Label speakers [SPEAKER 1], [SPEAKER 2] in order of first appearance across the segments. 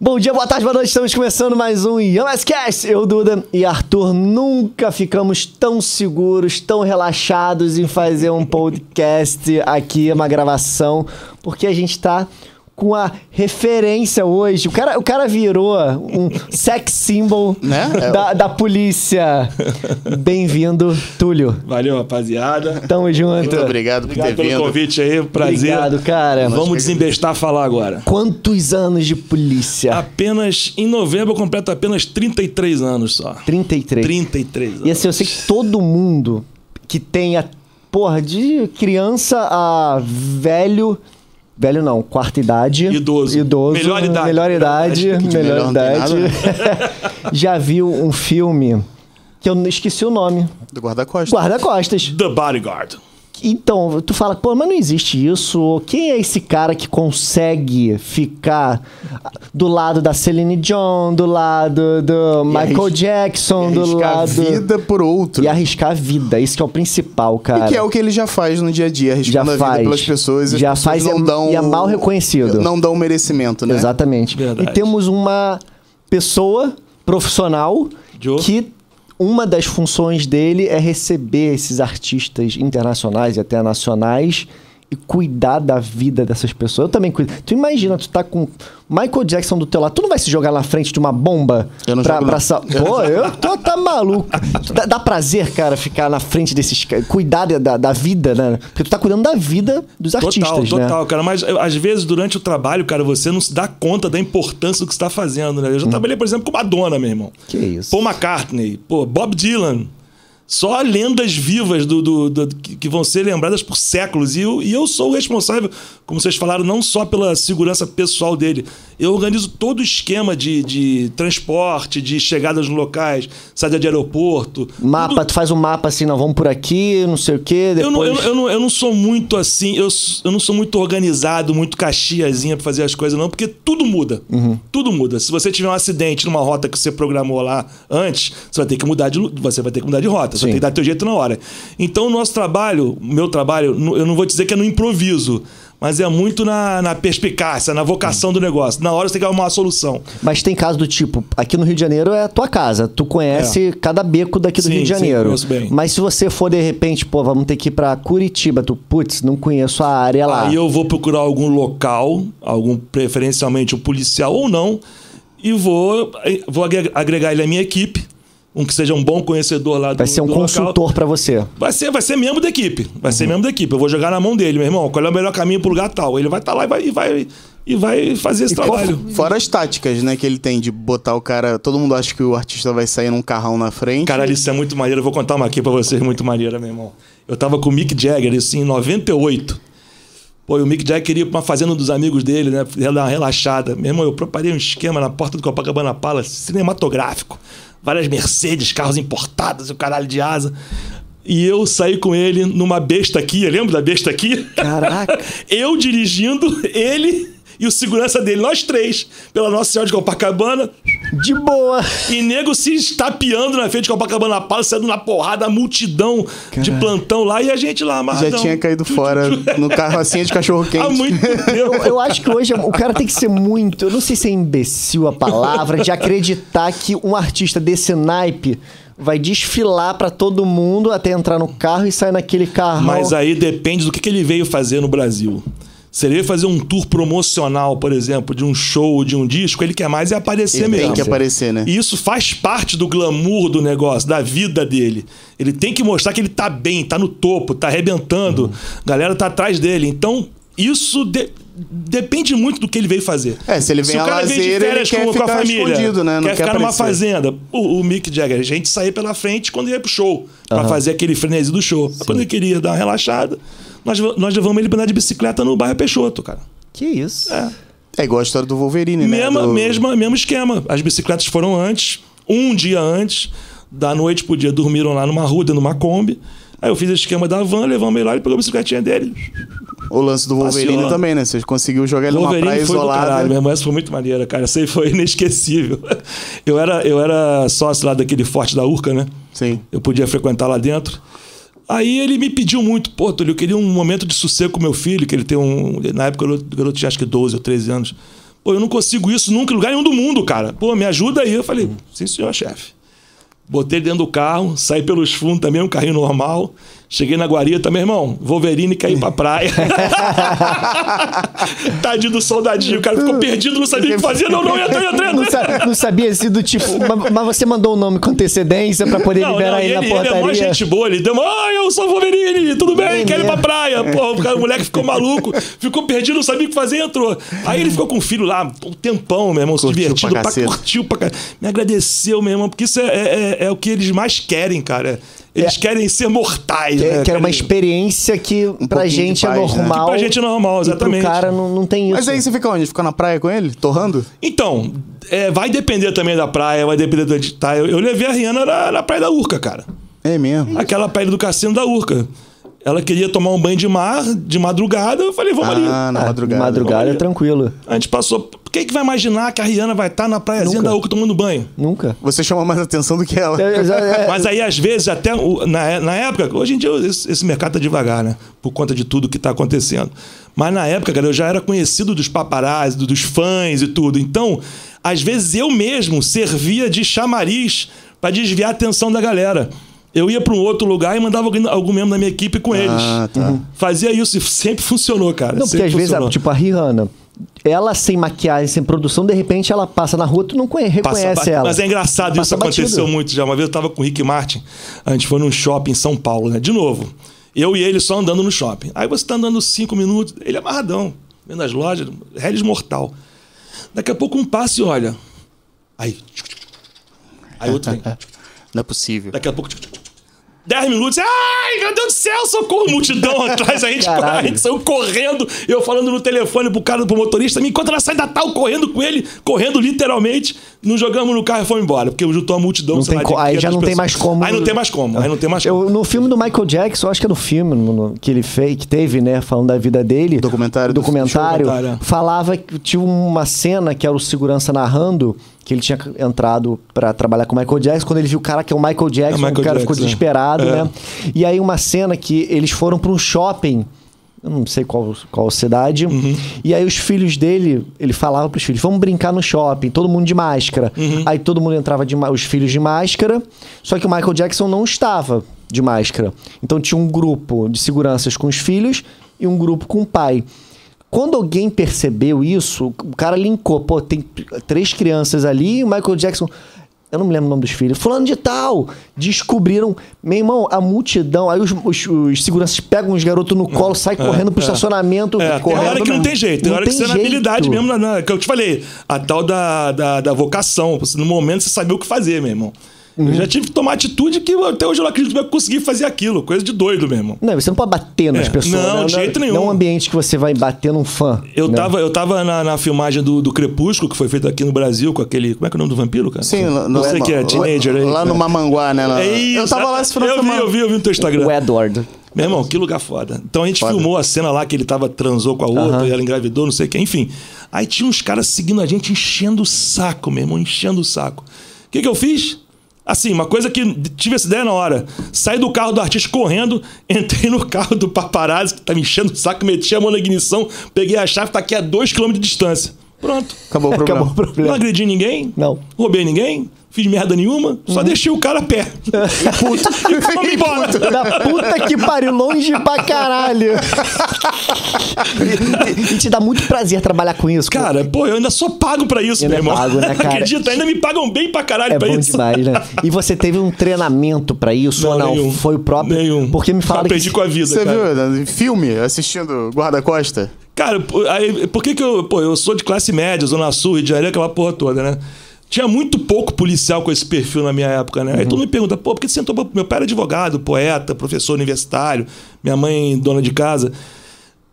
[SPEAKER 1] Bom dia, boa tarde, boa noite. Estamos começando mais um Yamascast. Eu, Duda e Arthur nunca ficamos tão seguros, tão relaxados em fazer um podcast aqui, uma gravação, porque a gente tá com a referência hoje. O cara, o cara virou um sex symbol
[SPEAKER 2] Né? É,
[SPEAKER 1] da, da polícia. Bem-vindo, Túlio.
[SPEAKER 3] Valeu, rapaziada.
[SPEAKER 1] Tamo junto.
[SPEAKER 2] Muito obrigado, por ter
[SPEAKER 3] Obrigado pelo
[SPEAKER 2] vindo.
[SPEAKER 3] convite aí, prazer.
[SPEAKER 1] Obrigado, cara.
[SPEAKER 3] Vamos desembestar a falar agora.
[SPEAKER 1] Quantos anos de polícia?
[SPEAKER 3] Apenas em novembro eu completo apenas 33 anos só.
[SPEAKER 1] 33.
[SPEAKER 3] 33 anos.
[SPEAKER 1] E assim, eu sei que todo mundo que tenha, porra, de criança a velho. Velho não, quarta idade.
[SPEAKER 3] Idoso.
[SPEAKER 1] Idoso. né?
[SPEAKER 3] Melhor idade.
[SPEAKER 1] Melhor idade.
[SPEAKER 3] Acho
[SPEAKER 1] Melhor,
[SPEAKER 2] de melhor não tem né?
[SPEAKER 1] idade. Já viu um filme que eu esqueci o nome.
[SPEAKER 2] Do guarda-costas.
[SPEAKER 1] Guarda-costas.
[SPEAKER 3] The Bodyguard.
[SPEAKER 1] Então, tu fala, pô, mas não existe isso. Quem é esse cara que consegue ficar do lado da Celine John, do lado do Michael
[SPEAKER 2] arris-
[SPEAKER 1] Jackson,
[SPEAKER 2] E
[SPEAKER 1] do
[SPEAKER 2] arriscar a
[SPEAKER 1] lado.
[SPEAKER 2] vida por outro.
[SPEAKER 1] E arriscar a vida. Isso que é o principal, cara.
[SPEAKER 2] E que é o que ele já faz no dia a dia,
[SPEAKER 1] Já
[SPEAKER 2] arriscando a
[SPEAKER 1] faz.
[SPEAKER 2] vida pelas pessoas. e as
[SPEAKER 1] Já
[SPEAKER 2] pessoas
[SPEAKER 1] faz e
[SPEAKER 2] não
[SPEAKER 1] é-
[SPEAKER 2] dão,
[SPEAKER 1] e é mal reconhecido.
[SPEAKER 2] Não dão o merecimento, né?
[SPEAKER 1] Exatamente.
[SPEAKER 3] Verdade.
[SPEAKER 1] E temos uma pessoa profissional
[SPEAKER 3] Joe.
[SPEAKER 1] que uma das funções dele é receber esses artistas internacionais e até nacionais e cuidar da vida dessas pessoas. Eu também cuido. Tu imagina, tu tá com Michael Jackson do teu lado, tu não vai se jogar na frente de uma bomba
[SPEAKER 2] Eu não
[SPEAKER 1] pra,
[SPEAKER 2] jogo,
[SPEAKER 1] pra
[SPEAKER 2] não.
[SPEAKER 1] sa- Pô, eu tô tá maluco. Dá, dá prazer, cara, ficar na frente desses caras, cuidar da- da, da vida, né? Porque tu tá cuidando da vida dos artistas,
[SPEAKER 3] total,
[SPEAKER 1] né?
[SPEAKER 3] total, cara. Mas eu, às vezes, durante o trabalho, cara, você não se dá conta da importância do que você tá fazendo, né? Eu já trabalhei, por exemplo, com Madonna, meu irmão.
[SPEAKER 1] Que isso.
[SPEAKER 3] Paul McCartney, pô, Bob Dylan. Só lendas vivas do, do- do- que que vão ser lembradas por séculos. E eu, e eu sou o responsável, como vocês falaram, não só pela segurança pessoal dele. Eu organizo todo o esquema de, de transporte, de chegadas nos locais, saída de aeroporto.
[SPEAKER 1] Mapa, tu faz um mapa assim, não, vamos por aqui, não sei o quê, depois...
[SPEAKER 3] Eu não, eu, não- eu não, eu não sou muito assim, eu, s- eu não sou muito organizado, muito caxiazinha pra fazer as coisas, não, porque tudo muda.
[SPEAKER 1] Uhum.
[SPEAKER 3] Tudo muda. Se você tiver um acidente numa rota que você programou lá antes, você vai ter que mudar de, lu- você vai ter que mudar de rota, você
[SPEAKER 1] Sim.
[SPEAKER 3] vai ter que dar teu jeito na hora. Então, o nosso trabalho, o meu trabalho, nu- eu não vou dizer que é no improviso, mas é muito na, na perspicácia, na vocação
[SPEAKER 1] Uhum.
[SPEAKER 3] do negócio. Na hora você tem que arrumar uma solução.
[SPEAKER 1] Mas tem caso do tipo, aqui no Rio de Janeiro é a tua casa, tu conhece cada beco daqui do
[SPEAKER 3] É. Sim,
[SPEAKER 1] Rio de
[SPEAKER 3] sim,
[SPEAKER 1] Janeiro.
[SPEAKER 3] conheço bem.
[SPEAKER 1] Mas se você for de repente, pô, vamos ter que ir pra Curitiba, tu, putz, não conheço a área lá.
[SPEAKER 3] Aí eu vou procurar algum local, algum preferencialmente um policial ou não, e vou, eh, vou agre- agregar ele à minha equipe, um que seja um bom conhecedor lá do
[SPEAKER 1] Vai ser um
[SPEAKER 3] do Local.
[SPEAKER 1] consultor Uhum. pra você.
[SPEAKER 3] Vai ser, vai ser membro da equipe. Vai ser membro da equipe. Eu vou jogar na mão dele, meu irmão. Qual é o melhor caminho pro lugar tal? Ele vai estar lá e vai, e vai, e vai fazer esse trabalho.
[SPEAKER 2] Fora as táticas, né, que ele tem de botar o cara. Todo mundo acha que o artista vai sair num carrão na frente.
[SPEAKER 3] Caralho, isso é muito maneiro. Eu vou contar uma aqui pra vocês, muito maneira, meu irmão. Eu tava com o Mick Jagger, isso em 98. Pô, e o Mick Jagger queria ir pra uma fazenda dos amigos dele, né? Ia dar uma relaxada. Meu irmão, eu preparei um esquema na porta do Copacabana Palace, cinematográfico. Várias Mercedes, carros importados, o caralho de asa. E eu saí com ele numa besta aqui, lembra da besta aqui?
[SPEAKER 1] Caraca.
[SPEAKER 3] eu dirigindo, ele e o segurança dele, nós três, pela Nossa Senhora de Copacabana,
[SPEAKER 1] De boa.
[SPEAKER 3] e nego se estapeando na frente de Copacabana Palace, saindo na porrada, a multidão de plantão lá e a gente lá
[SPEAKER 2] Já
[SPEAKER 3] amarradão.
[SPEAKER 2] tinha caído fora no carrocinha de cachorro quente.
[SPEAKER 3] Há muito tempo.
[SPEAKER 1] Eu acho que hoje o cara tem que ser muito, eu não sei se é imbecil a palavra, de acreditar que um artista desse naipe vai desfilar pra todo mundo até entrar no carro e sair naquele carro.
[SPEAKER 3] Mas aí depende do que, que ele veio fazer no Brasil. Se ele veio fazer um tour promocional, por exemplo, de um show, de um disco, ele quer mais é aparecer
[SPEAKER 2] Ele
[SPEAKER 3] mesmo.
[SPEAKER 2] tem que aparecer, né?
[SPEAKER 3] E isso faz parte do glamour do negócio, da vida dele. Ele tem que mostrar que ele tá bem, tá no topo, tá arrebentando. A galera tá atrás dele. Então, isso de- depende muito do que ele veio fazer.
[SPEAKER 2] É, se ele vem a lazer, ele quer ficar escondido, né? Não
[SPEAKER 3] quer
[SPEAKER 2] quer
[SPEAKER 3] ficar numa
[SPEAKER 2] aparecer.
[SPEAKER 3] fazenda. O, o Mick Jagger, a gente saía pela frente quando ia pro show, pra fazer aquele frenesi do show. Quando ele queria dar uma relaxada, nós, nós levamos ele pra andar de bicicleta no bairro Peixoto, cara.
[SPEAKER 1] Que isso?
[SPEAKER 2] É igual a história do Wolverine, né?
[SPEAKER 3] Mesma,
[SPEAKER 2] do...
[SPEAKER 3] mesma, mesmo esquema. As bicicletas foram antes, um dia antes, da noite pro dia, dormiram lá numa rua, dentro de uma Kombi. Aí eu fiz o esquema da van, levamos ele lá, ele pegou a bicicletinha dele.
[SPEAKER 2] O lance do Wolverine
[SPEAKER 3] Passeou.
[SPEAKER 2] também, né? Você conseguiu jogar ele numa praia
[SPEAKER 3] Wolverine foi do caralho, né?
[SPEAKER 2] isolada.
[SPEAKER 3] meu irmão. Essa foi muito maneira, cara. Essa aí foi inesquecível. Eu era, eu era sócio lá daquele forte da Urca, né?
[SPEAKER 2] Sim.
[SPEAKER 3] Eu podia frequentar lá dentro. Aí ele me pediu muito, pô, Túlio, eu queria um momento de sossego com meu filho, que ele tem um. Na época o garoto tinha acho que 12 ou 13 anos. Pô, eu não consigo isso nunca em lugar nenhum do mundo, cara. Pô, me ajuda aí. Eu falei, sim, senhor, chefe. Botei ele dentro do carro, saí pelos fundos também, um carrinho normal. Cheguei na guarita, meu irmão, Wolverine caiu pra praia. Tadinho do soldadinho, o cara ficou perdido, não sabia o que fazer. Não, não, entra, entra,
[SPEAKER 1] Não,
[SPEAKER 3] entra.
[SPEAKER 1] sa- não sabia se do tipo. ma- Mas você mandou o nome com antecedência pra poder liberar ele, na
[SPEAKER 3] ele é mó
[SPEAKER 1] portaria.
[SPEAKER 3] gente boa, ele deu uma, ai, eu sou o Wolverine, tudo bem,
[SPEAKER 1] Bem
[SPEAKER 3] quero ir pra
[SPEAKER 1] mesmo.
[SPEAKER 3] praia. Pô, o, cara, o moleque ficou maluco, ficou perdido, não sabia o que fazer, entrou. Aí ele ficou com o filho lá, um tempão, meu irmão, se
[SPEAKER 2] Curtiu
[SPEAKER 3] divertindo,
[SPEAKER 2] pra
[SPEAKER 3] pra
[SPEAKER 2] caceta.
[SPEAKER 3] curtiu pra caralho. Me agradeceu, meu irmão, porque isso é, é- é- é o que eles mais querem, cara. Eles
[SPEAKER 1] É.
[SPEAKER 3] querem ser mortais,
[SPEAKER 1] Que, é,
[SPEAKER 3] né?
[SPEAKER 1] que era uma
[SPEAKER 3] cara?
[SPEAKER 1] experiência que pra
[SPEAKER 2] pouquinho de
[SPEAKER 1] gente é
[SPEAKER 2] paz, né?
[SPEAKER 1] normal.
[SPEAKER 3] Que pra gente é normal,
[SPEAKER 1] E
[SPEAKER 3] exatamente.
[SPEAKER 1] pro cara não, não tem isso.
[SPEAKER 2] Mas é aí você fica onde? Fica na praia com ele? Torrando?
[SPEAKER 3] Então, é, vai depender também da praia, vai depender do onde tá. Eu, eu levei a Rihanna na, na Praia da Urca, cara.
[SPEAKER 2] É mesmo.
[SPEAKER 3] Aquela praia do cassino da Urca. Ela queria tomar um banho de mar de madrugada, eu falei, vamos ali.
[SPEAKER 2] Ah, na
[SPEAKER 1] Ah,
[SPEAKER 2] madrugada.
[SPEAKER 1] Madrugada é tranquilo.
[SPEAKER 3] A gente passou. Quem é que vai imaginar que a Rihanna vai estar na praiazinha
[SPEAKER 1] Nunca.
[SPEAKER 3] da Urca tomando banho?
[SPEAKER 1] Nunca.
[SPEAKER 2] Você chama mais atenção do que ela.
[SPEAKER 1] Eu- eu- é-
[SPEAKER 3] Mas aí, às vezes, até o- na, na época, hoje em dia esse, esse mercado tá devagar, né? Por conta de tudo que tá acontecendo. Mas na época, cara, eu já era conhecido dos paparazzi, do- dos fãs e tudo. Então, às vezes eu mesmo servia de chamariz pra desviar a atenção da galera. Eu ia pra um outro lugar e mandava alguém, algum membro da minha equipe com eles.
[SPEAKER 2] tá.
[SPEAKER 3] Fazia isso e sempre funcionou, cara.
[SPEAKER 1] Ah, Não, porque
[SPEAKER 3] sempre
[SPEAKER 1] às vezes,
[SPEAKER 3] funcionou.
[SPEAKER 1] ah, tipo, a Rihanna, ela sem maquiagem, sem produção, de repente ela passa na rua, tu não conhe-
[SPEAKER 3] Passa
[SPEAKER 1] reconhece
[SPEAKER 3] batido.
[SPEAKER 1] ela.
[SPEAKER 3] Mas é engraçado,
[SPEAKER 1] Passa
[SPEAKER 3] isso
[SPEAKER 1] batido.
[SPEAKER 3] aconteceu muito já. Uma vez eu tava com o Rick Martin, a gente foi num shopping em São Paulo, né? De novo. Eu e ele só andando no shopping. Aí você tá andando cinco minutos, ele é amarradão, vendo as lojas, Hellis Mortal. Daqui a pouco um passe e olha. Aí. tchuc, tchuc, tchuc. Aí outro vem. tchuc, tchuc.
[SPEAKER 2] Não é possível.
[SPEAKER 3] Daqui a pouco. tchuc, tchuc, tchuc. Dez minutos, ai, meu Deus do céu, socorro, multidão atrás, a gente, a
[SPEAKER 1] Caralho.
[SPEAKER 3] gente saiu correndo, eu falando no telefone pro cara, pro motorista, me encontra na saída tal, correndo com ele, correndo literalmente, não jogamos no carro e fomos embora, porque juntou a multidão,
[SPEAKER 1] Não
[SPEAKER 3] sei
[SPEAKER 1] tem
[SPEAKER 3] lá, de
[SPEAKER 1] co- aí
[SPEAKER 3] 500
[SPEAKER 1] já não tem
[SPEAKER 3] é pessoas.
[SPEAKER 1] mais como-
[SPEAKER 3] Aí não tem mais como, aí não tem mais como.
[SPEAKER 1] Eu, no filme do Michael Jackson, acho que é no filme no- no- que ele fez, que teve, né? Falando da vida dele.
[SPEAKER 2] Documentário do-
[SPEAKER 1] Documentário.
[SPEAKER 3] documentário, é.
[SPEAKER 1] Falava que tinha uma cena que era o segurança narrando, que ele tinha entrado pra trabalhar com o Michael Jackson. Quando ele viu o cara que é o Michael Jackson,
[SPEAKER 3] Michael
[SPEAKER 1] o cara
[SPEAKER 3] Jackson,
[SPEAKER 1] ficou
[SPEAKER 3] é.
[SPEAKER 1] desesperado,
[SPEAKER 3] É.
[SPEAKER 1] né? E aí uma cena que eles foram pra um shopping. Eu não sei qual, qual cidade.
[SPEAKER 3] Uhum.
[SPEAKER 1] E aí os filhos dele, ele falava pros filhos, vamos brincar no shopping, todo mundo de máscara.
[SPEAKER 3] Uhum.
[SPEAKER 1] Aí todo mundo entrava de ma- os filhos de máscara, só que o Michael Jackson não estava de máscara. Então tinha um grupo de seguranças com os filhos e um grupo com o pai. Quando alguém percebeu isso, o cara linkou, pô, tem três crianças ali e o Michael Jackson eu não me lembro o nome dos filhos. Fulano de tal! Descobriram. Meu irmão, a multidão. Aí os, os- os seguranças pegam os garotos no colo, saem correndo pro estacionamento.
[SPEAKER 3] É, tem
[SPEAKER 1] correndo.
[SPEAKER 3] hora que não tem jeito, tem hora que
[SPEAKER 1] tem
[SPEAKER 3] você é na
[SPEAKER 1] jeito.
[SPEAKER 3] habilidade mesmo, na, na- que eu te falei, a tal da, da, da vocação, você, no momento você sabia o que fazer, meu irmão.
[SPEAKER 1] Uhum.
[SPEAKER 3] Eu já tive que tomar atitude que até hoje eu não acredito que eu consegui fazer aquilo, coisa de doido, meu irmão.
[SPEAKER 1] Não, você não pode bater nas
[SPEAKER 3] É,
[SPEAKER 1] pessoas.
[SPEAKER 3] não,
[SPEAKER 1] né?
[SPEAKER 3] de jeito nenhum.
[SPEAKER 1] Não é um ambiente que você vai bater num fã.
[SPEAKER 3] Eu
[SPEAKER 1] né?
[SPEAKER 3] tava, eu tava na, na filmagem do, do Crepúsculo, que foi feito aqui no Brasil, com aquele. Como é que é o nome do vampiro, cara?
[SPEAKER 2] Sim, lá-
[SPEAKER 3] Não
[SPEAKER 2] lá-
[SPEAKER 3] sei que é,
[SPEAKER 2] lá-
[SPEAKER 3] teenager aí.
[SPEAKER 2] Lá no Mamanguá, né? Lá-
[SPEAKER 3] É isso,
[SPEAKER 2] eu tava lá esse final de
[SPEAKER 3] Eu vi,
[SPEAKER 2] semana.
[SPEAKER 3] eu vi, eu vi no teu Instagram.
[SPEAKER 1] O Edward.
[SPEAKER 3] Meu irmão, que lugar foda. Então a gente
[SPEAKER 2] Foda.
[SPEAKER 3] filmou a cena lá que ele tava transou com a outra, e ela engravidou, não sei o que, enfim. Aí tinha uns caras seguindo a gente, enchendo o saco, meu irmão, enchendo o saco. O que, que eu fiz? Assim, uma coisa que tive essa ideia na hora. Saí do carro do artista correndo, entrei no carro do paparazzi, que tá me enchendo o saco, meti a mão na ignição, peguei a chave, tá aqui a 2km de distância. Pronto.
[SPEAKER 2] Acabou o problema.
[SPEAKER 1] Acabou o
[SPEAKER 3] Não
[SPEAKER 1] problema.
[SPEAKER 3] agredi ninguém.
[SPEAKER 1] Não.
[SPEAKER 3] Roubei ninguém. Fiz merda nenhuma. Só deixei o cara a pé. Puto. e fomos embora.
[SPEAKER 1] Da puta que pariu, longe pra caralho. e te dá muito prazer trabalhar com isso.
[SPEAKER 3] Cara, pô, eu ainda sou pago pra isso,
[SPEAKER 1] Ainda
[SPEAKER 3] meu irmão.
[SPEAKER 1] é pago, né, cara?
[SPEAKER 3] Acredita, ainda me pagam bem pra caralho
[SPEAKER 1] É
[SPEAKER 3] pra
[SPEAKER 1] bom
[SPEAKER 3] isso.
[SPEAKER 1] demais, né? E você teve um treinamento pra isso ou não?
[SPEAKER 3] nenhum.
[SPEAKER 1] Foi o próprio?
[SPEAKER 3] Nenhum.
[SPEAKER 1] Porque me falaram
[SPEAKER 3] Só perdi
[SPEAKER 1] que...
[SPEAKER 3] com a vida,
[SPEAKER 2] Você
[SPEAKER 3] cara.
[SPEAKER 2] viu? né? Filme, assistindo Guarda-Costa.
[SPEAKER 3] Cara, pô, aí, por que que eu... Pô, eu sou de classe média, Zona Sul, Rio de Janeiro, aquela porra toda, né? Tinha muito pouco policial com esse perfil na minha época, né? Aí todo mundo me pergunta, pô, por que você entrou... pra- Meu pai era advogado, poeta, professor universitário, minha mãe dona de casa.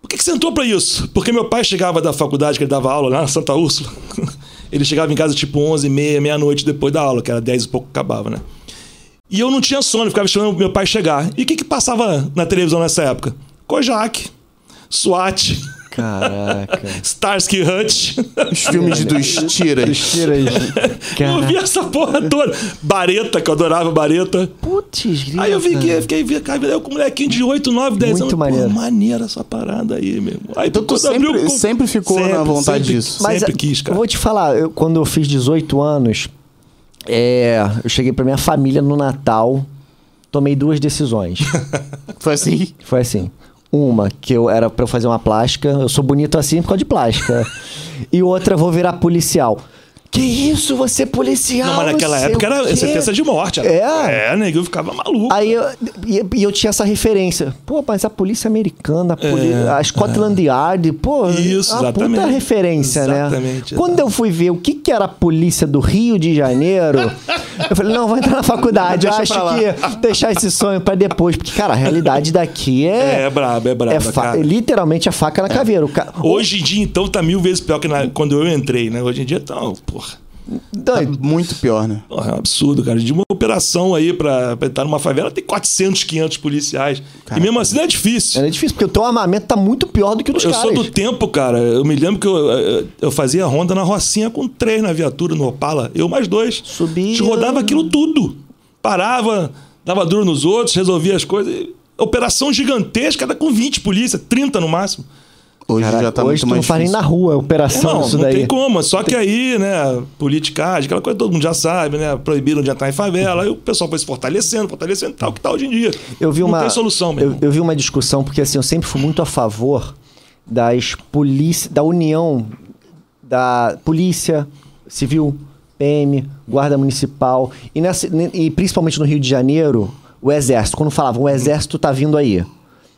[SPEAKER 3] Por que, que você entrou pra isso? Porque meu pai chegava da faculdade, que ele dava aula lá na Santa Úrsula. ele chegava em casa tipo 11 h 30 meia-noite depois da aula, que era 10 e pouco que acabava, né? E eu não tinha sono, ficava esperando meu pai chegar. E o que, que passava na televisão nessa época? Kojak, SWAT,
[SPEAKER 1] Caraca.
[SPEAKER 3] Starsky e Hutch.
[SPEAKER 2] Os filmes dos tiras.
[SPEAKER 1] Dos tiras.
[SPEAKER 3] Eu vi
[SPEAKER 1] Caraca.
[SPEAKER 3] essa porra toda. Bareta, que eu adorava Bareta.
[SPEAKER 1] Putz, grita.
[SPEAKER 3] Aí eu vi que fiquei vi- cara, eu com um molequinho de 8, 9, 10
[SPEAKER 1] Muito
[SPEAKER 3] anos.
[SPEAKER 1] maneiro.
[SPEAKER 3] Pô, maneira essa parada aí, meu irmão. Aí
[SPEAKER 2] Então tu
[SPEAKER 3] quando
[SPEAKER 2] sempre-
[SPEAKER 3] abriu,
[SPEAKER 2] sempre ficou na vontade
[SPEAKER 3] sempre,
[SPEAKER 2] disso.
[SPEAKER 3] Sempre quis,
[SPEAKER 1] eu
[SPEAKER 3] cara.
[SPEAKER 1] vou te falar, eu- quando eu fiz 18 anos, é, eu cheguei pra minha família no Natal, tomei duas decisões.
[SPEAKER 2] Foi assim.
[SPEAKER 1] Foi assim. Uma, que eu era pra eu fazer uma plástica. Eu sou bonito assim por causa de plástica. e outra, eu vou virar policial. Que isso, você é policial?
[SPEAKER 3] Não, mas naquela
[SPEAKER 1] sei
[SPEAKER 3] época
[SPEAKER 1] o
[SPEAKER 3] era
[SPEAKER 1] quê.
[SPEAKER 3] sentença de morte.
[SPEAKER 1] É?
[SPEAKER 3] É, nego, eu ficava maluco.
[SPEAKER 1] Aí eu, e, e eu tinha essa referência. Pô, mas a polícia americana, a, poli- a Scotland Yard, pô,
[SPEAKER 3] É,
[SPEAKER 1] é
[SPEAKER 3] Isso,
[SPEAKER 1] uma puta
[SPEAKER 3] exatamente.
[SPEAKER 1] referência, né?
[SPEAKER 3] Exatamente,
[SPEAKER 1] Quando eu fui ver o que, que era a polícia do Rio de Janeiro, eu falei, não, vou entrar na faculdade. Eu
[SPEAKER 2] Deixa
[SPEAKER 1] acho
[SPEAKER 2] pra lá.
[SPEAKER 1] que deixar esse sonho pra depois. Porque, cara, a realidade daqui é.
[SPEAKER 3] É, é brabo, é brabo,
[SPEAKER 1] é fa-
[SPEAKER 3] cara. É.
[SPEAKER 1] literalmente a faca na caveira. O ca...
[SPEAKER 3] Hoje em dia, então, tá mil vezes pior que na- quando eu entrei, né? Hoje em dia, então, porra.
[SPEAKER 1] Doido.
[SPEAKER 2] Muito pior, né?
[SPEAKER 3] Porra, é um absurdo, cara. De uma operação aí pra, pra entrar numa favela, tem 400, 500 policiais. E mesmo assim não é difícil.
[SPEAKER 1] Era difícil, porque o teu armamento tá muito pior do que o dos
[SPEAKER 3] Eu
[SPEAKER 1] caras.
[SPEAKER 3] sou do tempo, cara. Eu me lembro que eu, eu- eu fazia ronda na Rocinha com três na viatura, no Opala. Eu mais dois.
[SPEAKER 1] Subia.
[SPEAKER 3] A gente rodava aquilo tudo. Parava, dava duro nos outros, resolvia as coisas. E Operação gigantesca, era com 20 polícia, 30 no máximo.
[SPEAKER 2] Hoje
[SPEAKER 1] Caraca,
[SPEAKER 2] já tá
[SPEAKER 1] hoje
[SPEAKER 2] muito
[SPEAKER 1] tu não
[SPEAKER 2] mais
[SPEAKER 1] faz nem
[SPEAKER 2] difícil.
[SPEAKER 1] na rua a operação
[SPEAKER 3] não,
[SPEAKER 1] isso
[SPEAKER 3] não
[SPEAKER 1] daí.
[SPEAKER 3] tem como. Só que aí, né, politicagem, aquela coisa todo mundo já sabe, né? Proibiram de entrar em favela. Aí o pessoal foi se fortalecendo, fortalecendo, tal que tá hoje em dia.
[SPEAKER 1] Eu vi uma,
[SPEAKER 3] Não tem solução
[SPEAKER 1] eu,
[SPEAKER 3] mesmo.
[SPEAKER 1] eu vi uma discussão, porque assim, eu sempre fui muito a favor das polícia, da união da polícia civil, PM, guarda municipal e, nessa- ne- e principalmente no Rio de Janeiro, o exército. Quando falavam, o exército tá vindo aí.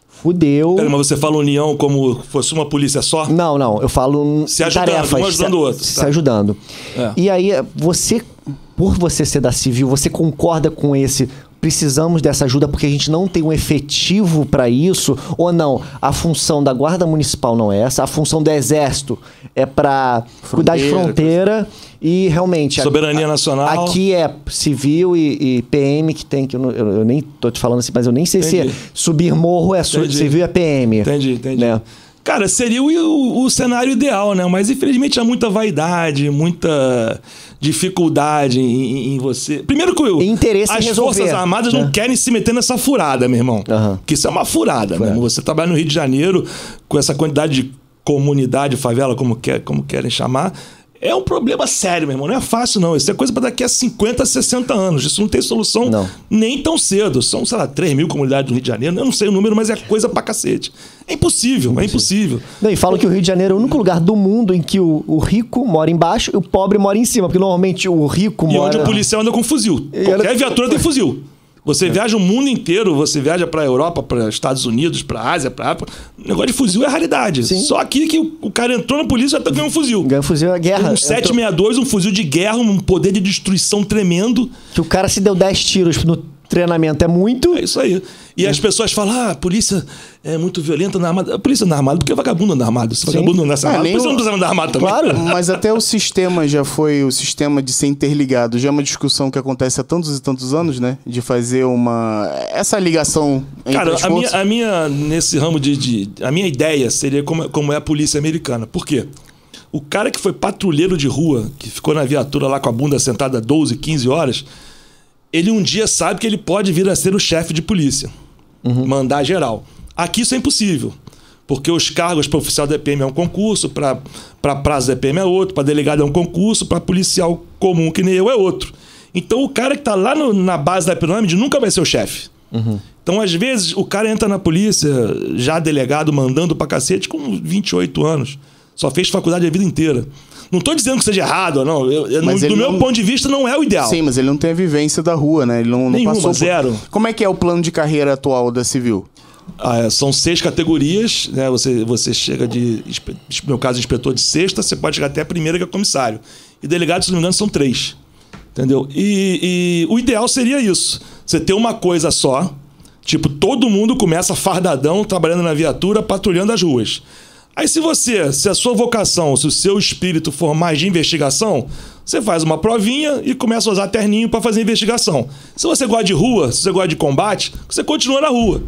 [SPEAKER 1] Fudeu.
[SPEAKER 3] Pera, mas você fala união como fosse uma polícia só?
[SPEAKER 1] Não, não. Eu falo
[SPEAKER 3] Se ajudando,
[SPEAKER 1] tarefas.
[SPEAKER 3] um ajudando
[SPEAKER 1] se,
[SPEAKER 3] o outro,
[SPEAKER 1] Se
[SPEAKER 3] tá.
[SPEAKER 1] ajudando.
[SPEAKER 3] É.
[SPEAKER 1] E aí, eh, você, por você ser da civil, você concorda com esse. Precisamos dessa ajuda porque a gente não tem um efetivo para isso? Ou não? A função da Guarda Municipal não é essa, a função do Exército é para cuidar de fronteira e realmente. a-
[SPEAKER 3] Soberania nacional.
[SPEAKER 1] Aqui é civil e, e PM que tem, que eu, não- eu- eu nem tô te falando assim, mas eu nem sei se
[SPEAKER 3] Entendi.
[SPEAKER 1] é subir morro é su-
[SPEAKER 3] Entendi.
[SPEAKER 1] civil é PM.
[SPEAKER 3] Entendi, entendi.
[SPEAKER 1] né?
[SPEAKER 3] Cara, seria o, o cenário ideal, né? Mas infelizmente há muita vaidade, muita dificuldade em, em- em você. Primeiro que eu,
[SPEAKER 1] E interesse em
[SPEAKER 3] as
[SPEAKER 1] resolver,
[SPEAKER 3] Forças Armadas
[SPEAKER 1] né?
[SPEAKER 3] não querem se meter nessa furada, meu irmão.
[SPEAKER 1] Aham.
[SPEAKER 3] Porque isso é uma furada, meu
[SPEAKER 1] Furada.
[SPEAKER 3] irmão. Você trabalha no Rio de Janeiro com essa quantidade de comunidade, favela, como, quer, como querem chamar. É um problema sério, meu irmão. Não é fácil, não. Isso é coisa para daqui a 50, 60 anos. Isso não tem solução
[SPEAKER 1] Não.
[SPEAKER 3] nem tão cedo. São, sei lá, 3 mil comunidades do Rio de Janeiro. Eu não sei o número, mas é coisa pra cacete. É impossível, é impossível.
[SPEAKER 1] Não, e falam que o Rio de Janeiro é o único lugar do mundo em que o, o rico mora embaixo e o pobre mora em cima. Porque normalmente o rico
[SPEAKER 3] E
[SPEAKER 1] mora.
[SPEAKER 3] onde o policial anda com fuzil.
[SPEAKER 1] E tá.
[SPEAKER 3] Qualquer
[SPEAKER 1] anda-
[SPEAKER 3] viatura tem fuzil.
[SPEAKER 1] É.
[SPEAKER 3] Você viaja o mundo inteiro, você viaja pra Europa, pra Estados Unidos, pra Ásia, pra África. O negócio de fuzil é raridade. Só aqui que o, o cara entrou na polícia já tá ganhando um fuzil.
[SPEAKER 1] Ganha fuzil é guerra.
[SPEAKER 3] Um
[SPEAKER 1] Entrou-
[SPEAKER 3] 762, um fuzil de guerra, um poder de destruição tremendo.
[SPEAKER 1] Que o cara se deu 10 tiros no treinamento é muito.
[SPEAKER 3] É isso aí. E as pessoas falam, ah, a polícia é muito violenta, anda armada. A polícia anda armada porque vagabundo anda armado. Se vagabundo anda
[SPEAKER 2] Ah,
[SPEAKER 3] armado, a
[SPEAKER 2] nem
[SPEAKER 3] polícia
[SPEAKER 2] o-
[SPEAKER 3] não precisa andar armado também.
[SPEAKER 1] Claro.
[SPEAKER 2] Mas até o sistema já foi o sistema de ser interligado. Já é uma discussão que acontece há tantos e tantos anos, né? De fazer uma. Essa ligação entre
[SPEAKER 3] Cara,
[SPEAKER 2] as
[SPEAKER 3] a minha,
[SPEAKER 2] forças.
[SPEAKER 3] a minha, nesse ramo de, de- A minha ideia seria como, como é a polícia americana. Por quê? O cara que foi patrulheiro de rua, que ficou na viatura lá com a bunda sentada 12, 15 horas, ele um dia sabe que ele pode vir a ser o chefe de polícia.
[SPEAKER 2] Uhum.
[SPEAKER 3] Mandar geral. Aqui isso é impossível. Porque os cargos para oficial da EPM é um concurso, para pra praça da EPM é outro, para delegado é um concurso, para policial comum que nem eu é outro. Então o cara que tá lá no- na base da pirâmide nunca vai ser o chefe.
[SPEAKER 2] Uhum.
[SPEAKER 3] Então, às vezes, o cara entra na polícia, já delegado, mandando pra cacete, com 28 anos. Só fez faculdade a vida inteira. Não tô dizendo que seja errado ou não. Eu- eu-
[SPEAKER 2] Mas
[SPEAKER 3] no-
[SPEAKER 2] ele
[SPEAKER 3] do meu
[SPEAKER 2] não-
[SPEAKER 3] ponto de vista, não é o ideal.
[SPEAKER 2] Sim, mas ele não tem a vivência da rua, né? Ele não, não
[SPEAKER 3] Nenhuma,
[SPEAKER 2] passou. por-
[SPEAKER 3] zero.
[SPEAKER 2] Como é que é o plano de carreira atual da civil?
[SPEAKER 3] Ah, é, são seis categorias, né? Você, você chega de, inspe- no meu caso, inspetor de sexta, você pode chegar até a primeira, que é comissário. E delegado, se não me engano, são três. Entendeu? E, e o ideal seria isso: você ter uma coisa só, tipo, todo mundo começa fardadão, trabalhando na viatura, patrulhando as ruas. Aí se você, se a sua vocação, se o seu espírito for mais de investigação, você faz uma provinha e começa a usar terninho para fazer investigação. Se você gosta de rua, se você gosta de combate, você continua na rua.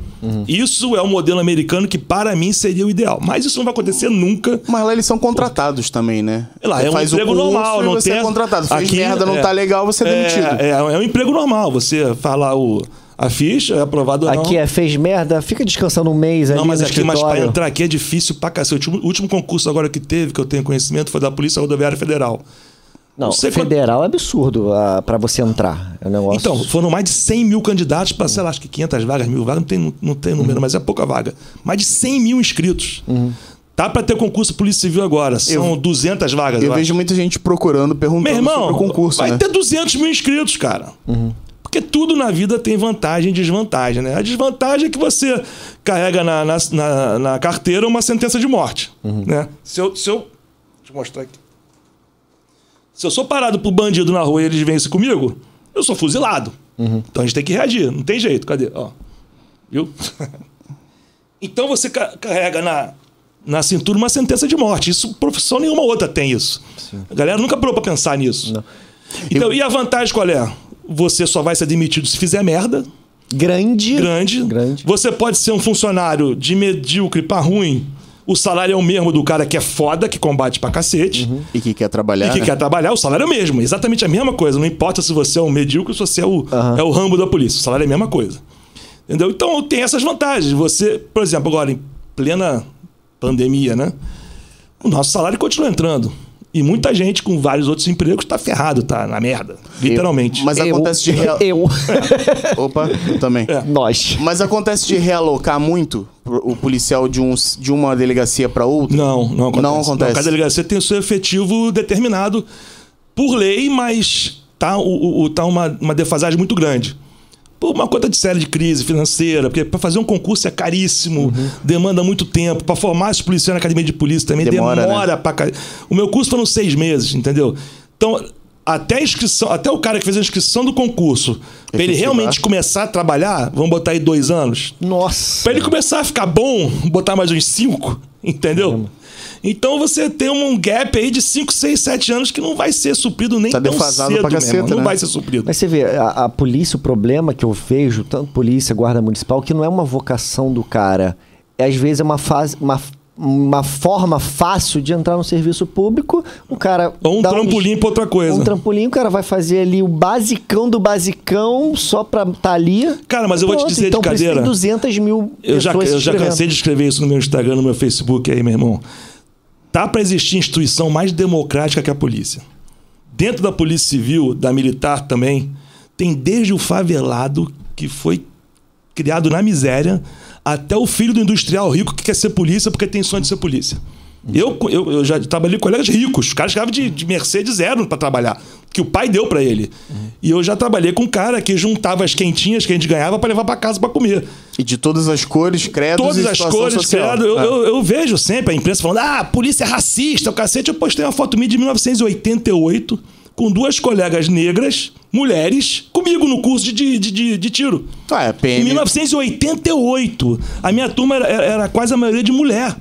[SPEAKER 3] Isso é o modelo americano que para mim seria o ideal. Mas isso não vai acontecer nunca.
[SPEAKER 2] Mas lá eles são contratados também, né?
[SPEAKER 3] Sei lá,
[SPEAKER 2] Você
[SPEAKER 3] é um
[SPEAKER 2] faz o
[SPEAKER 3] emprego
[SPEAKER 2] curso
[SPEAKER 3] normal,
[SPEAKER 2] e
[SPEAKER 3] não
[SPEAKER 2] você
[SPEAKER 3] tem.
[SPEAKER 2] é contratado. Fez
[SPEAKER 3] Aqui,
[SPEAKER 2] merda, não
[SPEAKER 3] é.
[SPEAKER 2] tá legal, você é demitido.
[SPEAKER 3] É, é um emprego normal. Você fala o, a ficha, é aprovado ou não.
[SPEAKER 1] Aqui é fez merda, fica descansando um mês ali
[SPEAKER 3] Não, mas
[SPEAKER 1] no
[SPEAKER 3] aqui, mas pra
[SPEAKER 1] escritório.
[SPEAKER 3] entrar aqui é difícil pra cacete. O último- último concurso agora que teve, que eu tenho conhecimento, foi da Polícia Rodoviária Federal.
[SPEAKER 1] Não,
[SPEAKER 3] não sei quant-
[SPEAKER 1] federal é absurdo ah, pra você entrar. É um negócio...
[SPEAKER 3] Então, foram mais de 100 mil candidatos para, sei lá, acho que 500 vagas, mil vagas, não tem, não tem
[SPEAKER 1] Uhum.
[SPEAKER 3] número, mas é pouca vaga. Mais de 100 mil inscritos. Tá para ter concurso Polícia Civil agora. São 200 vagas.
[SPEAKER 2] Eu
[SPEAKER 3] acho.
[SPEAKER 2] vejo muita gente procurando, perguntando
[SPEAKER 3] Meu irmão,
[SPEAKER 2] sobre o concurso,
[SPEAKER 3] vai
[SPEAKER 2] né? Uhum.
[SPEAKER 3] ter 200 mil inscritos, cara. Porque tudo na vida tem vantagem e desvantagem, né? A desvantagem é que você carrega na, na, na- na carteira uma sentença de morte,
[SPEAKER 2] Uhum.
[SPEAKER 3] né? Se eu, se eu... Deixa eu mostrar aqui. Se eu sou parado por bandido na rua e eles vencem comigo, eu sou fuzilado.
[SPEAKER 2] Uhum.
[SPEAKER 3] Então a gente tem que reagir, não tem jeito. Cadê? Ó. Viu? então você ca- carrega na, na cintura uma sentença de morte. Isso, profissão nenhuma outra tem isso. A galera nunca parou pra pensar nisso. Então, e a vantagem qual é? Você só vai ser demitido se fizer merda
[SPEAKER 1] Grande...
[SPEAKER 3] grande.
[SPEAKER 1] Grande.
[SPEAKER 3] Você pode ser um funcionário de medíocre pra ruim. O salário é o mesmo do cara que é foda, que combate pra cacete.
[SPEAKER 2] E que quer trabalhar.
[SPEAKER 3] E que
[SPEAKER 2] né?
[SPEAKER 3] quer trabalhar, o salário é o mesmo. Exatamente a mesma coisa. Não importa se você é um medíocre ou se você é o, é o rambo da polícia. O salário é a mesma coisa. Entendeu? Então tem essas vantagens. Você, por exemplo, agora em plena pandemia, né? O nosso salário continua entrando. E muita gente com vários outros empregos tá ferrado, tá na merda. Literalmente.
[SPEAKER 2] Mas
[SPEAKER 1] Eu-
[SPEAKER 2] acontece de real...
[SPEAKER 1] Eu.
[SPEAKER 2] Opa, eu também.
[SPEAKER 3] É.
[SPEAKER 1] Nós.
[SPEAKER 2] Mas acontece de realocar muito pro- o policial de, um, de uma delegacia pra outra?
[SPEAKER 3] Não, não acontece.
[SPEAKER 2] Não acontece.
[SPEAKER 3] cada delegacia tem o seu efetivo determinado por lei, mas tá, o- o, o- tá uma, uma defasagem muito grande. Por uma conta de série de crise financeira, porque para fazer um concurso é caríssimo, demanda muito tempo. Para formar esse policial na academia de polícia também
[SPEAKER 2] Demora, né?
[SPEAKER 3] demora. pra ca- O meu curso foram seis meses, entendeu? Então, até a inscrição, até o cara que fez a inscrição do concurso, pra ele
[SPEAKER 2] Efetivar.
[SPEAKER 3] realmente começar a trabalhar, vamos botar aí dois anos,
[SPEAKER 1] Nossa.
[SPEAKER 3] Pra ele começar a ficar bom, botar mais uns 5, entendeu? Então você tem um gap aí de 5, 6, 7 anos que não vai ser suprido nem
[SPEAKER 2] Tá
[SPEAKER 3] tão
[SPEAKER 2] defasado
[SPEAKER 3] cedo,
[SPEAKER 2] pra
[SPEAKER 3] meu
[SPEAKER 2] caceta,
[SPEAKER 3] irmão. Não
[SPEAKER 2] né?
[SPEAKER 3] vai ser suprido.
[SPEAKER 1] Mas você vê, a, a polícia, o problema que eu vejo, tanto polícia, guarda municipal, que não é uma vocação do cara. É, às vezes é uma fase. Uma, uma forma fácil de entrar no serviço público, o cara.
[SPEAKER 3] Ou um
[SPEAKER 1] dá
[SPEAKER 3] trampolim pra outra coisa.
[SPEAKER 1] Um trampolim, o cara vai fazer ali o basicão do basicão só pra estar tá ali.
[SPEAKER 3] Cara, mas eu vou te dizer de
[SPEAKER 1] então, por isso
[SPEAKER 3] cadeira.
[SPEAKER 1] Tem 200 mil
[SPEAKER 3] Eu já,
[SPEAKER 1] pessoas se
[SPEAKER 3] eu já
[SPEAKER 1] inscrevendo.
[SPEAKER 3] cansei de escrever isso no meu Instagram, no meu Facebook aí, meu irmão. Tá pra existir instituição mais democrática que a polícia. Dentro da polícia civil, da militar também, tem desde o favelado que foi criado na miséria até o filho do industrial rico que quer ser polícia porque tem sonho de ser polícia. Eu, eu, eu já trabalhei com colegas ricos, os caras chegavam de, de Mercedes zero pra trabalhar, que o pai deu pra ele. E eu já trabalhei com um cara que juntava as quentinhas que a gente ganhava pra levar pra casa pra comer
[SPEAKER 2] E de todas as cores, credos
[SPEAKER 3] todas
[SPEAKER 2] e
[SPEAKER 3] as
[SPEAKER 2] situação
[SPEAKER 3] cores,
[SPEAKER 2] social.
[SPEAKER 3] credo. Eu,
[SPEAKER 2] É.
[SPEAKER 3] eu- eu vejo sempre a imprensa falando: ah, a polícia é racista, o cacete. Eu postei uma foto minha de 1988 com duas colegas negras, mulheres, comigo no curso de, de, de- de tiro.
[SPEAKER 2] Ah, é,
[SPEAKER 3] Em
[SPEAKER 2] PM.
[SPEAKER 3] 1988, a minha turma era, era- era quase a maioria de mulher.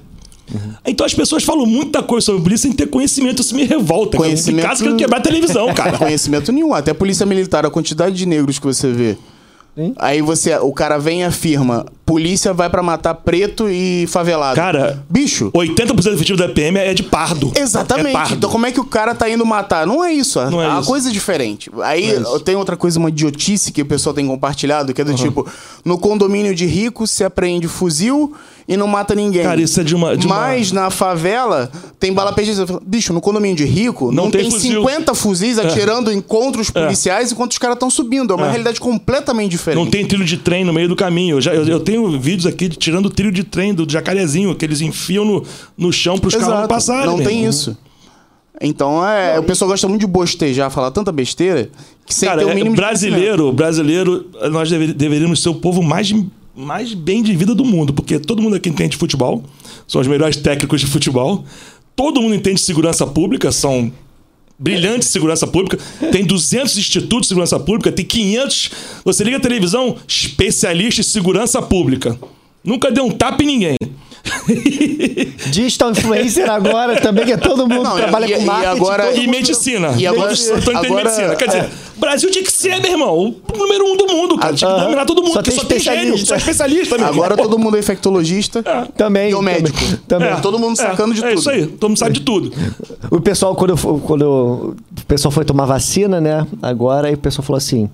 [SPEAKER 2] Uhum.
[SPEAKER 3] Então as pessoas falam muita coisa sobre polícia sem ter conhecimento. Isso me revolta. cara.
[SPEAKER 2] Conhecimento- É
[SPEAKER 3] Em casa eu quero quebrar a televisão, cara.
[SPEAKER 2] Conhecimento nenhum. Até a polícia militar, a quantidade de negros que você vê. Aí você, o cara vem e afirma: polícia vai pra matar preto e favelado.
[SPEAKER 3] Cara,
[SPEAKER 2] bicho.
[SPEAKER 3] 80% do efetivo da PM é de pardo.
[SPEAKER 2] Exatamente.
[SPEAKER 3] É pardo.
[SPEAKER 2] Então como é que o cara tá indo matar? Não é isso. A,
[SPEAKER 3] Não é
[SPEAKER 2] a
[SPEAKER 3] isso.
[SPEAKER 2] coisa é diferente. Aí tem outra coisa, uma idiotice que o pessoal tem compartilhado, que é do tipo, no condomínio de rico se apreende fuzil e não mata ninguém.
[SPEAKER 3] Cara, isso é de uma- de uma-
[SPEAKER 2] Mas na favela tem bala perdida. Bicho, no condomínio de rico não,
[SPEAKER 3] Não
[SPEAKER 2] tem,
[SPEAKER 3] tem fuzil. É.
[SPEAKER 2] 50 fuzis atirando em contra os policiais enquanto os caras estão subindo. É uma realidade completamente diferente.
[SPEAKER 3] Não tem trilho de trem no meio do caminho. Eu, já, eu, eu tenho vídeos aqui de- tirando o trilho de trem do jacarezinho, que eles enfiam no, no chão pros carros não
[SPEAKER 2] Exato.
[SPEAKER 3] passarem.
[SPEAKER 2] Não
[SPEAKER 3] meu
[SPEAKER 2] tem
[SPEAKER 3] irmão.
[SPEAKER 2] isso. Então é, o pessoal gosta muito de bostejar, falar tanta besteira que sem
[SPEAKER 3] Cara,
[SPEAKER 2] ter o
[SPEAKER 3] é-
[SPEAKER 2] mínimo de conhecimento.
[SPEAKER 3] brasileiro, brasileiro, nós deve- deveríamos ser o povo mais, mais bem de vida do mundo, porque todo mundo aqui entende futebol, são os melhores técnicos de futebol, todo mundo entende segurança pública, são brilhantes de segurança pública, tem 200 institutos de segurança pública, tem 500, você liga a televisão, especialista em segurança pública. Nunca deu um tapa em ninguém.
[SPEAKER 1] Digital influencer agora também, que é todo mundo
[SPEAKER 2] Não,
[SPEAKER 1] trabalha
[SPEAKER 2] e-
[SPEAKER 1] com
[SPEAKER 2] e
[SPEAKER 1] marketing.
[SPEAKER 2] agora-
[SPEAKER 1] todo
[SPEAKER 3] E
[SPEAKER 1] mundo-
[SPEAKER 3] medicina.
[SPEAKER 2] E agora-
[SPEAKER 3] Todos estão entrando em
[SPEAKER 2] agora- é.
[SPEAKER 3] medicina. Quer dizer, o Brasil tinha que ser, meu irmão, o número um do mundo, cara. Tinha que
[SPEAKER 1] Aham.
[SPEAKER 3] dominar todo mundo,
[SPEAKER 1] Só
[SPEAKER 3] porque
[SPEAKER 1] tem
[SPEAKER 3] só tem gênio,
[SPEAKER 1] especialista.
[SPEAKER 3] só especialista, meu
[SPEAKER 2] Agora todo mundo é infectologista.
[SPEAKER 1] Também.
[SPEAKER 2] E o médico.
[SPEAKER 1] Também.
[SPEAKER 2] É.
[SPEAKER 1] também.
[SPEAKER 2] todo mundo sacando de
[SPEAKER 3] É
[SPEAKER 2] tudo.
[SPEAKER 3] isso aí, todo mundo sabe de tudo.
[SPEAKER 1] O pessoal, quando, eu fu- quando eu- o pessoal foi tomar vacina, né? Agora, e o pessoal falou assim: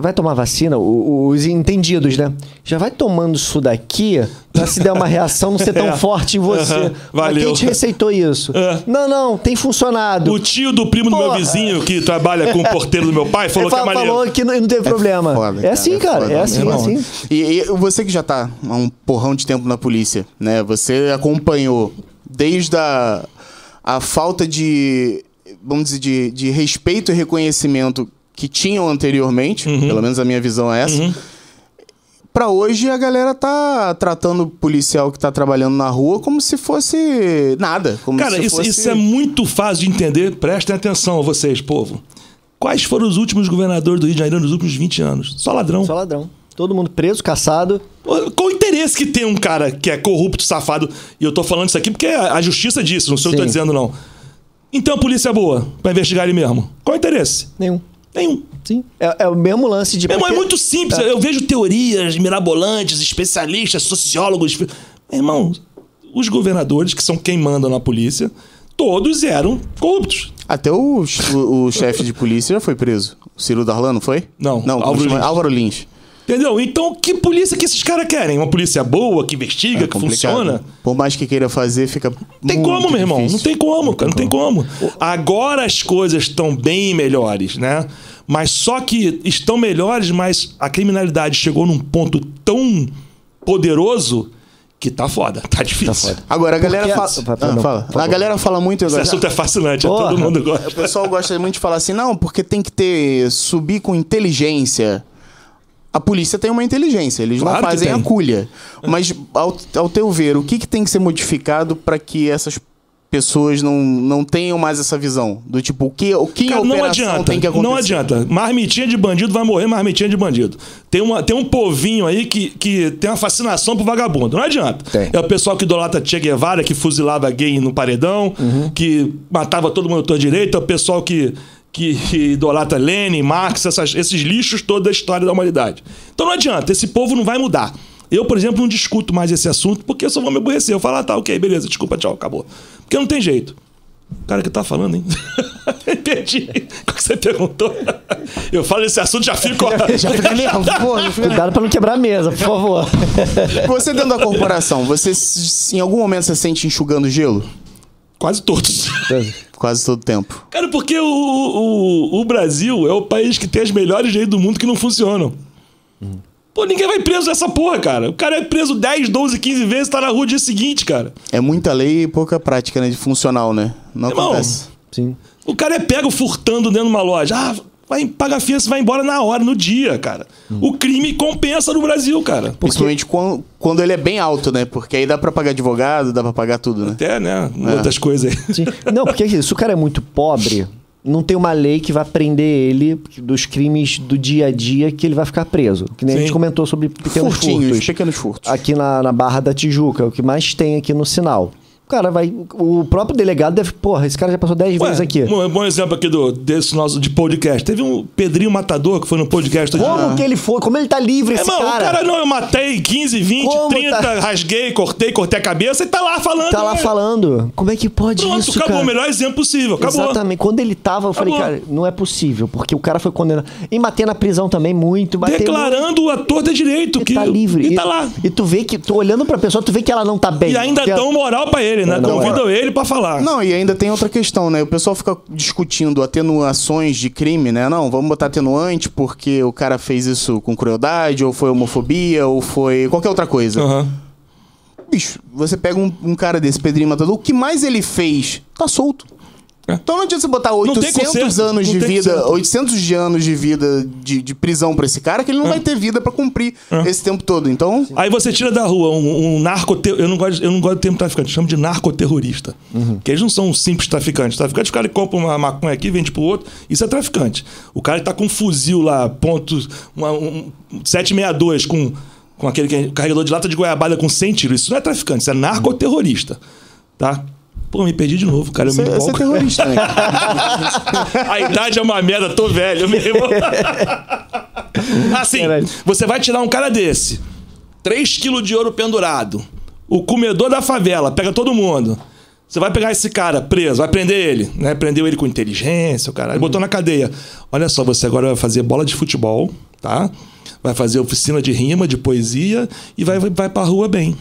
[SPEAKER 1] vai tomar vacina, o- o- os entendidos, né? Já vai tomando isso daqui pra se der uma reação não ser tão
[SPEAKER 3] É.
[SPEAKER 1] forte em você.
[SPEAKER 3] Aham,
[SPEAKER 1] Mas
[SPEAKER 3] valeu.
[SPEAKER 1] quem te receitou isso?
[SPEAKER 3] É.
[SPEAKER 1] Não, não, tem funcionado.
[SPEAKER 3] O tio do primo do meu
[SPEAKER 1] Porra.
[SPEAKER 3] vizinho, que trabalha com o porteiro do meu pai, falou
[SPEAKER 1] Ele
[SPEAKER 3] que é
[SPEAKER 1] fa-
[SPEAKER 3] maneiro.
[SPEAKER 1] falou que não, não teve problema.
[SPEAKER 2] foda,
[SPEAKER 1] é assim, cara.
[SPEAKER 2] foda,
[SPEAKER 1] É, assim, é
[SPEAKER 2] meu irmão.
[SPEAKER 1] assim.
[SPEAKER 2] E, e você que já tá há um porrão de tempo na polícia, né? Você acompanhou desde a, a falta de, vamos dizer, de, de respeito e reconhecimento que tinham anteriormente,
[SPEAKER 3] Uhum.
[SPEAKER 2] pelo menos a minha visão é essa. Pra hoje a galera tá tratando o policial que tá trabalhando na rua como se fosse nada. Como
[SPEAKER 3] Cara,
[SPEAKER 2] se
[SPEAKER 3] isso,
[SPEAKER 2] fosse...
[SPEAKER 3] isso é muito fácil de entender. Prestem atenção, vocês, povo. Quais foram os últimos governadores do Rio de Janeiro nos últimos 20 anos? Só ladrão.
[SPEAKER 1] Só ladrão. Todo mundo preso, caçado.
[SPEAKER 3] Pô, Qual o interesse que tem um cara que é corrupto, safado? E eu tô falando isso aqui porque é a a justiça disse, não sei o que eu tô
[SPEAKER 1] Sim.
[SPEAKER 3] dizendo, não. Então a polícia é boa pra investigar ele mesmo. Qual o interesse?
[SPEAKER 1] Nenhum.
[SPEAKER 3] Nenhum.
[SPEAKER 1] Sim. É, é o mesmo lance de.
[SPEAKER 3] Meu irmão, é
[SPEAKER 1] porque-
[SPEAKER 3] muito simples. Eu vejo teorias mirabolantes, especialistas, sociólogos. Meu irmão, os governadores, que são quem mandam na polícia, todos eram corruptos.
[SPEAKER 2] Até o, ch- o, o chefe de polícia já foi preso. O Ciro Darlan, não foi?
[SPEAKER 3] Não,
[SPEAKER 2] Não,
[SPEAKER 3] Álvaro
[SPEAKER 2] Álvaro Lins.
[SPEAKER 3] Lins.
[SPEAKER 2] Álvaro Lins.
[SPEAKER 3] Entendeu? Então, que polícia que esses caras querem? Uma polícia boa, que investiga, É que
[SPEAKER 2] É Complicado.
[SPEAKER 3] funciona?
[SPEAKER 2] Por mais que queira fazer, fica.
[SPEAKER 3] Não tem como, meu irmão. Não tem como, cara. Não tem como. Agora as coisas estão bem melhores, né? Mas só que estão melhores, mas a criminalidade chegou num ponto tão poderoso que tá foda. Tá difícil.
[SPEAKER 2] Agora, a galera
[SPEAKER 1] Porque-
[SPEAKER 2] fala.
[SPEAKER 1] Vai, vai,
[SPEAKER 2] Ah,
[SPEAKER 1] não,
[SPEAKER 2] fala.
[SPEAKER 1] por favor.
[SPEAKER 2] A galera fala muito
[SPEAKER 3] Esse
[SPEAKER 2] agora.
[SPEAKER 3] assunto é fascinante, é
[SPEAKER 1] Porra.
[SPEAKER 3] todo mundo
[SPEAKER 2] O
[SPEAKER 3] gosta.
[SPEAKER 2] pessoal gosta muito de falar assim, não, porque tem que ter. subir com inteligência. A polícia tem uma inteligência, eles
[SPEAKER 3] Claro
[SPEAKER 2] não
[SPEAKER 3] que
[SPEAKER 2] fazem
[SPEAKER 3] tem.
[SPEAKER 2] a culha. Mas, ao, ao teu ver, o que, que tem que ser modificado para que essas pessoas não, não tenham mais essa visão? Do tipo, o que, o que a
[SPEAKER 3] Cara, não
[SPEAKER 2] operação
[SPEAKER 3] adianta.
[SPEAKER 2] tem que acontecer?
[SPEAKER 3] Não adianta. Marmitinha de bandido vai morrer marmitinha de bandido. Tem, uma, tem um povinho aí que, que tem uma fascinação pro vagabundo. Não adianta.
[SPEAKER 1] Tem.
[SPEAKER 3] É o pessoal que idolatra Che Guevara, que fuzilava gay no paredão,
[SPEAKER 2] Uhum.
[SPEAKER 3] que matava todo mundo à tua direita. É o pessoal que, que idolatra Lenin, Marx, essas- esses lixos toda da história da humanidade. Então não adianta. Esse povo não vai mudar. Eu, por exemplo, não discuto mais esse assunto porque eu só vou me aborrecer. Eu falo, ah, tá, ok, beleza, desculpa, tchau, acabou. Porque não tem jeito. O cara que tá falando, hein? Perdi. Qual que você perguntou? Eu falo esse assunto, já fico.
[SPEAKER 2] Já fica nervoso, fica
[SPEAKER 1] Cuidado pra não quebrar a mesa, por favor.
[SPEAKER 2] Tipo, Você dentro da corporação, você se- em algum momento você sente enxugando gelo?
[SPEAKER 3] Quase todos.
[SPEAKER 2] Quase todo tempo.
[SPEAKER 3] Cara, porque o, o, o Brasil é o país que tem as melhores leis do mundo que não funcionam. Pô, ninguém vai preso nessa porra, cara. O cara é preso 10, 12, 15 vezes, tá na rua o dia seguinte, cara.
[SPEAKER 2] É muita lei e pouca prática, né? De funcional, né? Não
[SPEAKER 3] Irmão.
[SPEAKER 2] acontece.
[SPEAKER 1] Sim.
[SPEAKER 3] O cara é pego furtando dentro de uma loja. Ah, vai pagar fiança, vai embora na hora, no dia, cara. O crime compensa no Brasil, cara.
[SPEAKER 2] Principalmente quan- quando ele é bem alto, né? Porque aí dá pra pagar advogado, dá pra pagar tudo, né?
[SPEAKER 3] Até, né? Outras coisas aí.
[SPEAKER 1] Sim. Não, porque assim, se o cara é muito pobre, não tem uma lei que vai prender ele dos crimes do dia a dia que ele vai ficar preso. Que nem a gente
[SPEAKER 3] Sim.
[SPEAKER 1] comentou sobre pequenos
[SPEAKER 2] Furtinhos,
[SPEAKER 1] furtos.
[SPEAKER 2] pequenos furtos.
[SPEAKER 1] Aqui na, na Barra da Tijuca, o que mais tem aqui no sinal. O cara vai. O próprio delegado deve. Porra, esse cara já passou 10 vezes
[SPEAKER 3] Ué,
[SPEAKER 1] aqui.
[SPEAKER 3] Um bom exemplo aqui do, desse nosso de podcast. Teve um Pedrinho Matador que foi no podcast do
[SPEAKER 1] Como que ele foi? Como ele tá livre,
[SPEAKER 3] É,
[SPEAKER 1] esse
[SPEAKER 3] mano,
[SPEAKER 1] cara?
[SPEAKER 3] o cara não, eu matei 15, 20,
[SPEAKER 1] Como
[SPEAKER 3] 30,
[SPEAKER 1] tá?
[SPEAKER 3] rasguei, cortei, cortei a cabeça e tá lá falando.
[SPEAKER 1] Tá lá
[SPEAKER 3] né?
[SPEAKER 1] falando. Como é que pode
[SPEAKER 3] Pronto,
[SPEAKER 1] isso,
[SPEAKER 3] acabou.
[SPEAKER 1] cara?
[SPEAKER 3] O melhor exemplo possível. Acabou.
[SPEAKER 1] Exatamente. Quando ele tava, eu falei,
[SPEAKER 3] Acabou.
[SPEAKER 1] cara, não é possível, porque o cara foi condenado. E bater na prisão também muito, bater
[SPEAKER 3] Declarando o ator de direito.
[SPEAKER 1] muito,
[SPEAKER 3] Que,
[SPEAKER 1] e tá livre.
[SPEAKER 3] E tá lá.
[SPEAKER 1] E tu vê que, tu olhando pra pessoa, tu vê que ela não tá bem.
[SPEAKER 3] E ainda
[SPEAKER 1] que ela-
[SPEAKER 3] dão moral pra ele, né?
[SPEAKER 1] Não, é.
[SPEAKER 3] Convidam ele pra falar.
[SPEAKER 2] Não, e ainda tem outra questão, né? O pessoal fica discutindo atenuações de crime, né? Não, vamos botar atenuante porque o cara fez isso com crueldade, ou foi homofobia, ou foi qualquer outra coisa.
[SPEAKER 3] Aham.
[SPEAKER 2] Bicho, você pega um, um cara desse, Pedrinho Matador, o que mais ele fez? Tá solto.
[SPEAKER 3] É.
[SPEAKER 2] Então não adianta você botar
[SPEAKER 3] tem
[SPEAKER 2] 800
[SPEAKER 3] conserto,
[SPEAKER 2] anos
[SPEAKER 3] não
[SPEAKER 2] de
[SPEAKER 3] tem
[SPEAKER 2] vida,
[SPEAKER 3] conserto.
[SPEAKER 2] 800 de anos de vida de, de prisão pra esse cara, que
[SPEAKER 3] É.
[SPEAKER 2] ele não vai ter vida pra cumprir esse tempo todo. Então,
[SPEAKER 3] Aí você tira da rua um, um narcote... Eu não, gosto, eu não gosto do termo traficante, eu chamo de narcoterrorista.
[SPEAKER 2] Uhum.
[SPEAKER 3] Porque eles não são simples traficantes. Traficante, o cara que compra uma maconha aqui, vende pro outro, isso é um traficante. O cara que tá com um fuzil lá, ponto... Uma, um, 762, com com aquele que é carregador de lata de goiabada com 100 tiros. Isso não é traficante, isso é narcoterrorista. Tá? Pô, me perdi de novo, cara. Eu
[SPEAKER 2] Você,
[SPEAKER 3] me
[SPEAKER 2] você é
[SPEAKER 3] empolgo.
[SPEAKER 2] terrorista, né?
[SPEAKER 3] A idade é uma merda, tô velho, meu irmão. Assim,
[SPEAKER 1] Caralho.
[SPEAKER 3] você vai tirar um cara desse, 3 quilos de ouro pendurado, o comedor da favela, pega todo mundo. Você vai pegar esse cara preso, vai prender ele, né? Prendeu ele com inteligência, o caralho, botou na cadeia. Olha só, você agora vai fazer bola de futebol, tá? Vai fazer oficina de rima, de poesia e vai, vai pra rua bem.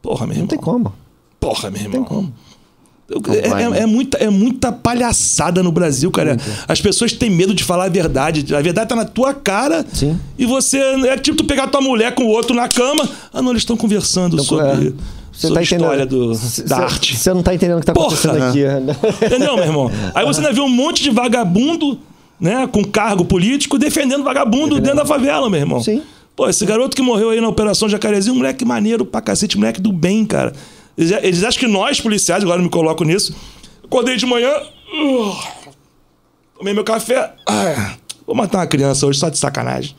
[SPEAKER 3] Porra, meu irmão.
[SPEAKER 1] Não tem como.
[SPEAKER 3] Porra, meu irmão. Não tem como.
[SPEAKER 2] vai,
[SPEAKER 3] É,
[SPEAKER 2] né?
[SPEAKER 3] é muita, é muita palhaçada no Brasil, cara. As pessoas têm medo de falar a verdade. A verdade tá na tua cara.
[SPEAKER 1] Sim.
[SPEAKER 3] E você. É tipo tu pegar tua mulher com o outro na cama. Ah, não, eles estão conversando sobre.
[SPEAKER 1] é.
[SPEAKER 3] sobre a história do,
[SPEAKER 1] Cê-
[SPEAKER 3] da
[SPEAKER 1] cê-
[SPEAKER 3] arte.
[SPEAKER 1] Você não tá entendendo o que tá
[SPEAKER 3] Porra!
[SPEAKER 1] acontecendo aqui.
[SPEAKER 3] Entendeu, meu irmão? Aí você ainda vê um monte de vagabundo, né, com cargo político, defendendo vagabundo dentro da favela, meu irmão.
[SPEAKER 1] Sim.
[SPEAKER 3] Pô, esse garoto que morreu aí na Operação Jacarezinho, um moleque maneiro pra cacete, moleque do bem, cara. Eles, eles acham que nós, policiais, agora eu me coloco nisso. Acordei de manhã, uh, tomei meu café. ah, vou matar uma criança hoje só de sacanagem.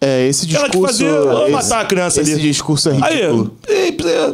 [SPEAKER 2] É, esse
[SPEAKER 3] Ela que
[SPEAKER 2] discurso...
[SPEAKER 3] fazia, vou
[SPEAKER 2] esse-
[SPEAKER 3] matar a criança ali.
[SPEAKER 2] Esse discurso é
[SPEAKER 3] Aí,
[SPEAKER 2] ridículo.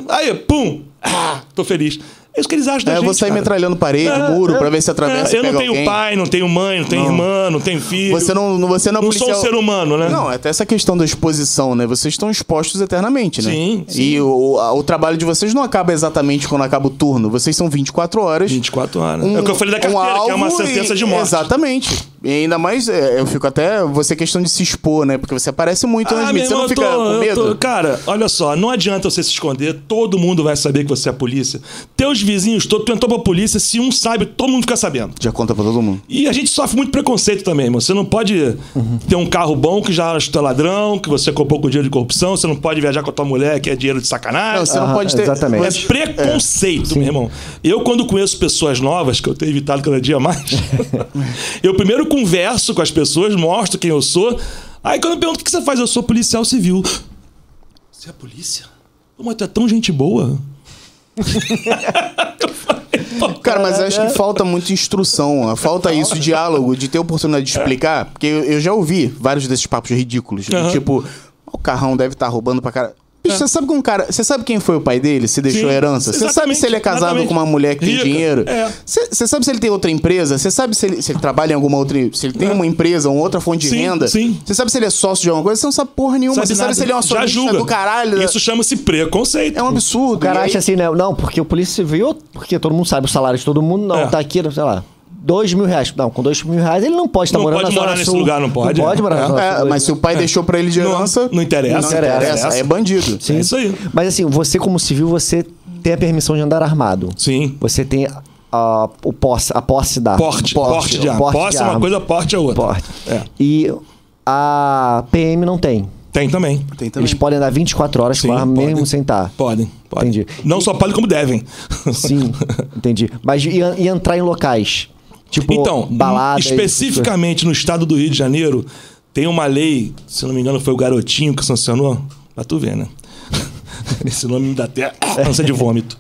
[SPEAKER 3] aí, aí, pum, ah, tô feliz. É isso que eles acham da
[SPEAKER 2] É, eu
[SPEAKER 3] gente,
[SPEAKER 2] vou sair
[SPEAKER 3] cara.
[SPEAKER 2] metralhando parede,
[SPEAKER 3] É,
[SPEAKER 2] muro,
[SPEAKER 3] é,
[SPEAKER 2] pra ver se atravessa e
[SPEAKER 3] é, Eu
[SPEAKER 2] pega
[SPEAKER 3] não tenho
[SPEAKER 2] alguém.
[SPEAKER 3] pai, não tenho mãe, não tenho irmã, não tenho filho.
[SPEAKER 2] Você não, não- você não é
[SPEAKER 3] Não
[SPEAKER 2] policial...
[SPEAKER 3] sou um ser humano, né?
[SPEAKER 2] Não, é até essa questão da exposição, né? Vocês estão expostos eternamente, né?
[SPEAKER 3] Sim,
[SPEAKER 2] E o, a- o trabalho de vocês não acaba exatamente quando acaba o turno. Vocês são 24 horas.
[SPEAKER 3] 24 anos.
[SPEAKER 2] Um-
[SPEAKER 3] é o que eu falei da carteira, que é uma
[SPEAKER 2] alvo
[SPEAKER 3] sentença
[SPEAKER 2] e-
[SPEAKER 3] de morte.
[SPEAKER 2] Exatamente. E ainda mais, é, eu fico até. Você questão de se expor, né? Porque você aparece muito nas
[SPEAKER 3] Ah, meu
[SPEAKER 2] mídias. Você não
[SPEAKER 3] irmão, eu
[SPEAKER 2] fica
[SPEAKER 3] tô,
[SPEAKER 2] com
[SPEAKER 3] eu
[SPEAKER 2] medo?
[SPEAKER 3] tô- Cara, olha só, não adianta você se esconder, todo mundo vai saber que você é a polícia. Teus vizinhos todos, tu entrou pra polícia, se um sabe, todo mundo fica sabendo.
[SPEAKER 2] Já conta pra todo mundo.
[SPEAKER 3] E a gente sofre muito preconceito também, irmão. Você não pode ter um carro bom que já acha que tu é ladrão, que você comprou com dinheiro de corrupção, você não pode viajar com a tua mulher que é dinheiro de sacanagem.
[SPEAKER 2] Não, você
[SPEAKER 1] Aham,
[SPEAKER 2] não pode ter.
[SPEAKER 1] exatamente.
[SPEAKER 3] É preconceito, meu irmão. Eu, quando conheço pessoas novas, que eu tenho evitado cada dia mais, eu primeiro converso com as pessoas, mostro quem eu sou. Aí quando eu pergunto o que você faz, eu sou policial civil. Você é polícia? Pô, mas tu é tão gente boa.
[SPEAKER 2] Cara, mas eu acho que falta muita instrução. ó. Falta isso, diálogo, de ter oportunidade de explicar. Porque eu, eu já ouvi vários desses papos ridículos. do
[SPEAKER 3] Aham. É.
[SPEAKER 2] Tipo, o carrão deve estar roubando pra cara. Bicho, você sabe que um cara. Você sabe quem foi o pai dele? Se deixou
[SPEAKER 3] Sim,
[SPEAKER 2] herança? Você sabe
[SPEAKER 3] exatamente,
[SPEAKER 2] se ele é casado
[SPEAKER 3] exatamente.
[SPEAKER 2] com uma mulher que
[SPEAKER 3] Rica,
[SPEAKER 2] tem dinheiro?
[SPEAKER 3] é.
[SPEAKER 2] Você você sabe se ele tem outra empresa? Você sabe se ele, se ele trabalha em alguma outra. Se ele tem
[SPEAKER 3] É.
[SPEAKER 2] uma empresa, uma outra fonte de
[SPEAKER 3] Sim,
[SPEAKER 2] renda?
[SPEAKER 3] sim.
[SPEAKER 2] Você sabe se ele é sócio de alguma coisa? Você não sabe porra nenhuma. você
[SPEAKER 3] nada.
[SPEAKER 2] sabe se ele é uma
[SPEAKER 3] Já
[SPEAKER 2] sorvista
[SPEAKER 3] julga.
[SPEAKER 2] do caralho. né?
[SPEAKER 3] Isso chama-se preconceito.
[SPEAKER 2] É um absurdo.
[SPEAKER 1] O cara
[SPEAKER 2] E aí-
[SPEAKER 1] acha assim, né? Não, porque o polícia civil, porque todo mundo sabe o salário de todo mundo, não,
[SPEAKER 3] É.
[SPEAKER 1] tá aqui, sei lá. Dois mil reais. Não, com dois mil reais ele não pode estar
[SPEAKER 3] Não
[SPEAKER 1] morando
[SPEAKER 3] pode
[SPEAKER 1] na Zona
[SPEAKER 3] morar nesse
[SPEAKER 1] Sul.
[SPEAKER 3] lugar, não pode,
[SPEAKER 1] Não pode
[SPEAKER 3] é.
[SPEAKER 1] morar na
[SPEAKER 3] É,
[SPEAKER 1] Zona
[SPEAKER 2] É,
[SPEAKER 1] Sul.
[SPEAKER 2] mas se o pai deixou pra ele de
[SPEAKER 3] Não,
[SPEAKER 2] herança.
[SPEAKER 3] não interessa.
[SPEAKER 2] Não interessa.
[SPEAKER 3] Interessa.
[SPEAKER 2] É bandido.
[SPEAKER 1] Sim.
[SPEAKER 3] É isso aí.
[SPEAKER 1] Mas assim, você como civil, você tem a permissão de andar armado.
[SPEAKER 3] Sim.
[SPEAKER 1] Você tem a, o posse, a posse da
[SPEAKER 3] Porte, porte, de arma.
[SPEAKER 1] porte
[SPEAKER 3] Posse,
[SPEAKER 1] de
[SPEAKER 3] é uma
[SPEAKER 1] arma.
[SPEAKER 3] coisa, porte é outra.
[SPEAKER 1] Porte.
[SPEAKER 3] É.
[SPEAKER 1] E a PM não tem.
[SPEAKER 3] Tem também.
[SPEAKER 2] Tem
[SPEAKER 1] Eles podem andar 24 horas
[SPEAKER 3] Sim,
[SPEAKER 1] com a arma mesmo
[SPEAKER 3] podem.
[SPEAKER 1] sem tá. estar.
[SPEAKER 3] Podem, podem.
[SPEAKER 1] Entendi.
[SPEAKER 3] Não só podem, como devem.
[SPEAKER 1] Sim, entendi. Mas e, e entrar em locais? Tipo,
[SPEAKER 3] então,
[SPEAKER 1] baladas.
[SPEAKER 3] especificamente no estado do Rio de Janeiro, tem uma lei, se não me engano, foi o Garotinho que sancionou. Pra tu ver, né? Esse nome me dá até ânsia de vômito.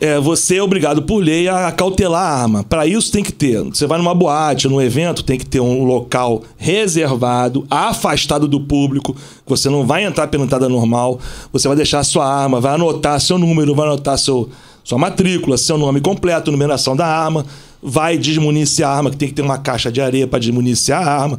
[SPEAKER 3] É, você é obrigado por lei a cautelar a arma. Pra isso tem que ter. Você vai numa boate, num evento, tem que ter um local reservado, afastado do público. Você não vai entrar pela entrada normal. Você vai deixar a sua arma, vai anotar seu número, vai anotar seu, sua matrícula, seu nome completo, numeração da arma. Vai desmuniciar a arma, que tem que ter uma caixa de areia pra desmuniciar a arma.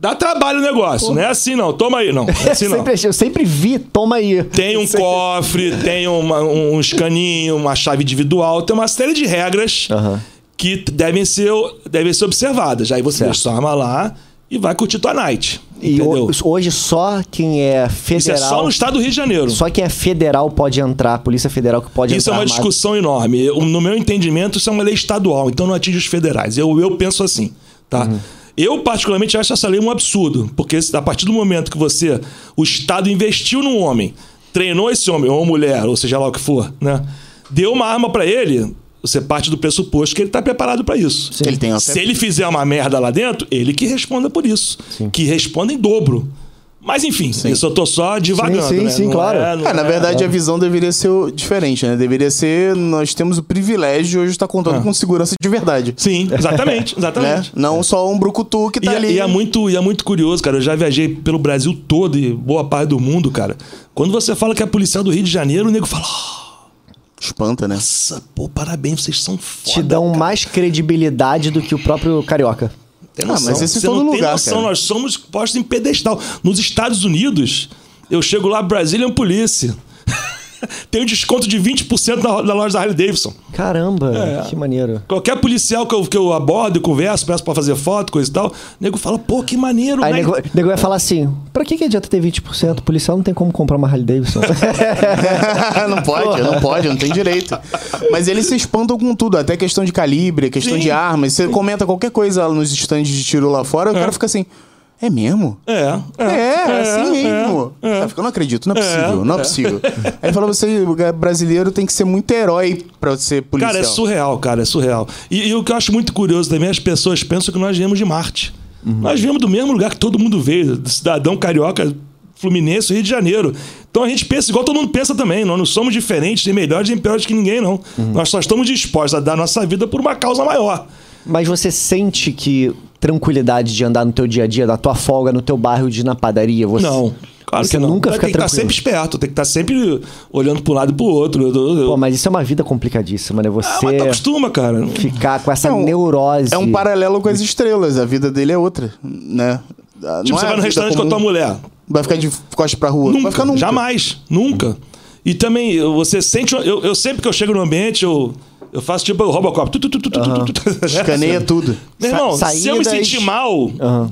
[SPEAKER 3] Dá trabalho o negócio, não é assim não. Toma aí, não. Não É assim
[SPEAKER 1] Eu
[SPEAKER 3] não.
[SPEAKER 1] sempre, eu sempre vi, toma aí.
[SPEAKER 3] Tem um cofre, tem uma, um, um escaninho, uma chave individual, tem uma série de regras
[SPEAKER 1] Aham.
[SPEAKER 3] que t- devem ser, devem ser observadas. Aí você deixa sua arma lá e vai curtir tua night.
[SPEAKER 1] E
[SPEAKER 3] entendeu?
[SPEAKER 1] ho- hoje só quem é
[SPEAKER 3] Isso é
[SPEAKER 1] federal.
[SPEAKER 3] só no estado do Rio de Janeiro.
[SPEAKER 1] só quem é federal pode entrar, a Polícia Federal que pode
[SPEAKER 3] Isso
[SPEAKER 1] entrar.
[SPEAKER 3] é uma
[SPEAKER 1] armado.
[SPEAKER 3] discussão enorme. Eu- no meu entendimento, isso é uma lei estadual, então não atinge os federais. Eu, eu penso assim, tá? Eu, particularmente, acho essa lei um absurdo, porque se- a partir do momento que você, o Estado investiu num homem, treinou esse homem, ou mulher, ou seja lá o que for, né? Deu uma arma pra ele, você parte do pressuposto que ele tá preparado pra isso.
[SPEAKER 2] Ele tem até-
[SPEAKER 3] Se ele fizer uma merda lá dentro, ele que responda por isso. Que responda em dobro. Mas enfim, isso eu tô só divagando.
[SPEAKER 1] Sim, sim,
[SPEAKER 3] né?
[SPEAKER 1] sim, claro.
[SPEAKER 2] É, na verdade, a visão deveria ser o- diferente, né? Deveria ser, nós temos o privilégio de hoje estar contando
[SPEAKER 3] É.
[SPEAKER 2] com segurança de verdade.
[SPEAKER 3] Sim, exatamente,
[SPEAKER 2] Né?
[SPEAKER 3] exatamente.
[SPEAKER 2] Não só um brucutu que tá
[SPEAKER 3] E, é-
[SPEAKER 2] ali.
[SPEAKER 3] e é muito, e é muito curioso, cara. Eu já viajei pelo Brasil todo e boa parte do mundo, cara. Quando você fala que é policial do Rio de Janeiro, o nego fala:
[SPEAKER 2] Espanta, né?
[SPEAKER 3] Nossa, pô, parabéns, vocês são foda.
[SPEAKER 1] Te dão mais credibilidade do que o próprio carioca.
[SPEAKER 3] Tem
[SPEAKER 2] Ah, mas esse em
[SPEAKER 3] Você
[SPEAKER 2] todo
[SPEAKER 3] não
[SPEAKER 2] lugar,
[SPEAKER 3] tem noção,
[SPEAKER 2] cara.
[SPEAKER 3] nós somos postos em pedestal. Nos Estados Unidos, eu chego lá, Brazilian Police. tem um desconto de 20% na, na loja da Harley Davidson.
[SPEAKER 1] Caramba,
[SPEAKER 3] É.
[SPEAKER 1] que maneiro.
[SPEAKER 3] Qualquer policial que eu, que eu abordo e converso, peço pra fazer foto, coisa e tal, o nego fala, pô, que maneiro,
[SPEAKER 1] Aí
[SPEAKER 3] né?
[SPEAKER 1] nego, nego vai falar assim: pra que, que adianta ter 20%? O policial não tem como comprar uma Harley Davidson.
[SPEAKER 3] É.
[SPEAKER 2] não pode, não pode, não tem direito. Mas eles se expandam com tudo, até questão de calibre, questão
[SPEAKER 3] Sim.
[SPEAKER 2] de armas. Você comenta qualquer coisa nos estandes de tiro lá fora, o cara fica assim. É mesmo?
[SPEAKER 3] É, é,
[SPEAKER 2] É, é, assim
[SPEAKER 3] é,
[SPEAKER 2] mesmo.
[SPEAKER 3] é.
[SPEAKER 2] Cara, fica, eu não acredito, não é
[SPEAKER 3] É,
[SPEAKER 2] possível, não é,
[SPEAKER 3] é.
[SPEAKER 2] possível. Aí fala, você brasileiro tem que ser muito herói pra ser policial.
[SPEAKER 3] Cara, é surreal, cara, é surreal. E, e o que eu acho muito curioso também, as pessoas pensam que nós viemos de Marte.
[SPEAKER 1] Uhum.
[SPEAKER 3] Nós viemos do mesmo lugar que todo mundo veio, do cidadão carioca, fluminense, Rio de Janeiro. Então a gente pensa igual todo mundo pensa também. Nós não somos diferentes, nem melhores, nem piores que ninguém, não.
[SPEAKER 1] Uhum.
[SPEAKER 3] Nós só estamos dispostos a dar nossa vida por uma causa maior.
[SPEAKER 1] Mas você sente que tranquilidade de andar no teu dia a dia, da tua folga, no teu bairro, de ir na padaria? Você,
[SPEAKER 3] Não. Claro
[SPEAKER 1] você
[SPEAKER 3] que não.
[SPEAKER 1] nunca
[SPEAKER 3] Tem
[SPEAKER 1] fica
[SPEAKER 3] que estar
[SPEAKER 1] tranquilo.
[SPEAKER 3] sempre esperto, tem que estar sempre olhando para um lado e para o outro. Eu- eu- eu-
[SPEAKER 1] Pô, mas isso é uma vida complicadíssima, né?
[SPEAKER 3] Ah, mas
[SPEAKER 1] Você
[SPEAKER 3] tu acostuma, cara.
[SPEAKER 1] ficar com essa
[SPEAKER 2] É um-
[SPEAKER 1] neurose.
[SPEAKER 2] É um paralelo com as estrelas, a vida dele é outra, né? Ah,
[SPEAKER 3] Tipo,
[SPEAKER 2] não é
[SPEAKER 3] você vai
[SPEAKER 2] a
[SPEAKER 3] no
[SPEAKER 2] vida
[SPEAKER 3] restaurante com a
[SPEAKER 2] comum.
[SPEAKER 3] tua mulher.
[SPEAKER 2] Vai ficar de costas pra rua. vai
[SPEAKER 3] Nunca,
[SPEAKER 2] ficar nunca.
[SPEAKER 3] jamais, nunca. E também, eu- você sente. Eu, eu sempre que eu chego no ambiente, eu, eu faço tipo eu roubo a copa. Tu, tu, tu, tu, tu, tu, tu, tu.
[SPEAKER 2] Escaneia tudo.
[SPEAKER 3] Meu irmão,
[SPEAKER 1] Sa-
[SPEAKER 3] se eu me
[SPEAKER 1] saídas-
[SPEAKER 3] sentir mal,
[SPEAKER 1] Aham.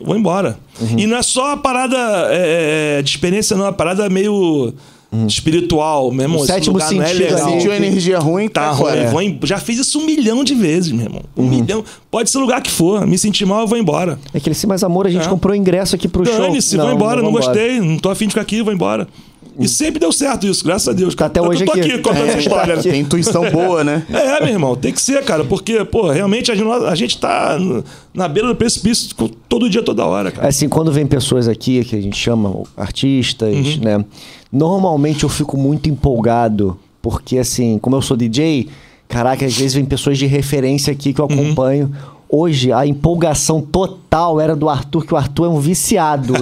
[SPEAKER 3] eu vou embora.
[SPEAKER 2] Uhum.
[SPEAKER 3] E não é só a parada é, é, de experiência, não. É uma parada meio
[SPEAKER 2] Uhum.
[SPEAKER 3] espiritual mesmo.
[SPEAKER 1] O
[SPEAKER 3] Esse
[SPEAKER 1] sétimo
[SPEAKER 3] lugar não é
[SPEAKER 1] sentido
[SPEAKER 3] legal.
[SPEAKER 1] ali.
[SPEAKER 2] né? Sentiu energia ruim,
[SPEAKER 3] Tá,
[SPEAKER 2] tá
[SPEAKER 3] ruim,
[SPEAKER 2] fora.
[SPEAKER 3] eu vou em- já fiz isso um milhão de vezes, meu irmão.
[SPEAKER 2] Uhum.
[SPEAKER 3] Um milhão. Pode ser o lugar que for. Me sentir mal, eu vou embora.
[SPEAKER 1] É aquele assim, mas amor, a gente
[SPEAKER 3] É.
[SPEAKER 1] comprou ingresso aqui pro show.
[SPEAKER 3] Dane-se, vou embora, não,
[SPEAKER 1] vamos embora.
[SPEAKER 3] gostei, não tô afim de ficar aqui, vou embora. E sempre deu certo isso, graças a Deus.
[SPEAKER 1] Tá até
[SPEAKER 3] Eu
[SPEAKER 1] hoje
[SPEAKER 3] tô
[SPEAKER 1] aqui.
[SPEAKER 3] aqui, contando
[SPEAKER 1] É,
[SPEAKER 3] essa
[SPEAKER 1] tá
[SPEAKER 3] história.
[SPEAKER 1] aqui.
[SPEAKER 2] Tem intuição boa, né?
[SPEAKER 3] É, meu irmão, tem que ser, cara, porque, pô, realmente a gente, a gente tá no- na beira do precipício co- todo dia, toda hora, cara.
[SPEAKER 1] Assim, quando vem pessoas aqui, que a gente chama artistas,
[SPEAKER 3] Uhum.
[SPEAKER 1] né? Normalmente eu fico muito empolgado, porque assim, como eu sou DJ, caraca, às vezes vem pessoas de referência aqui que eu
[SPEAKER 3] Uhum.
[SPEAKER 1] acompanho. Hoje, a empolgação total era do Arthur, que o Arthur é um viciado.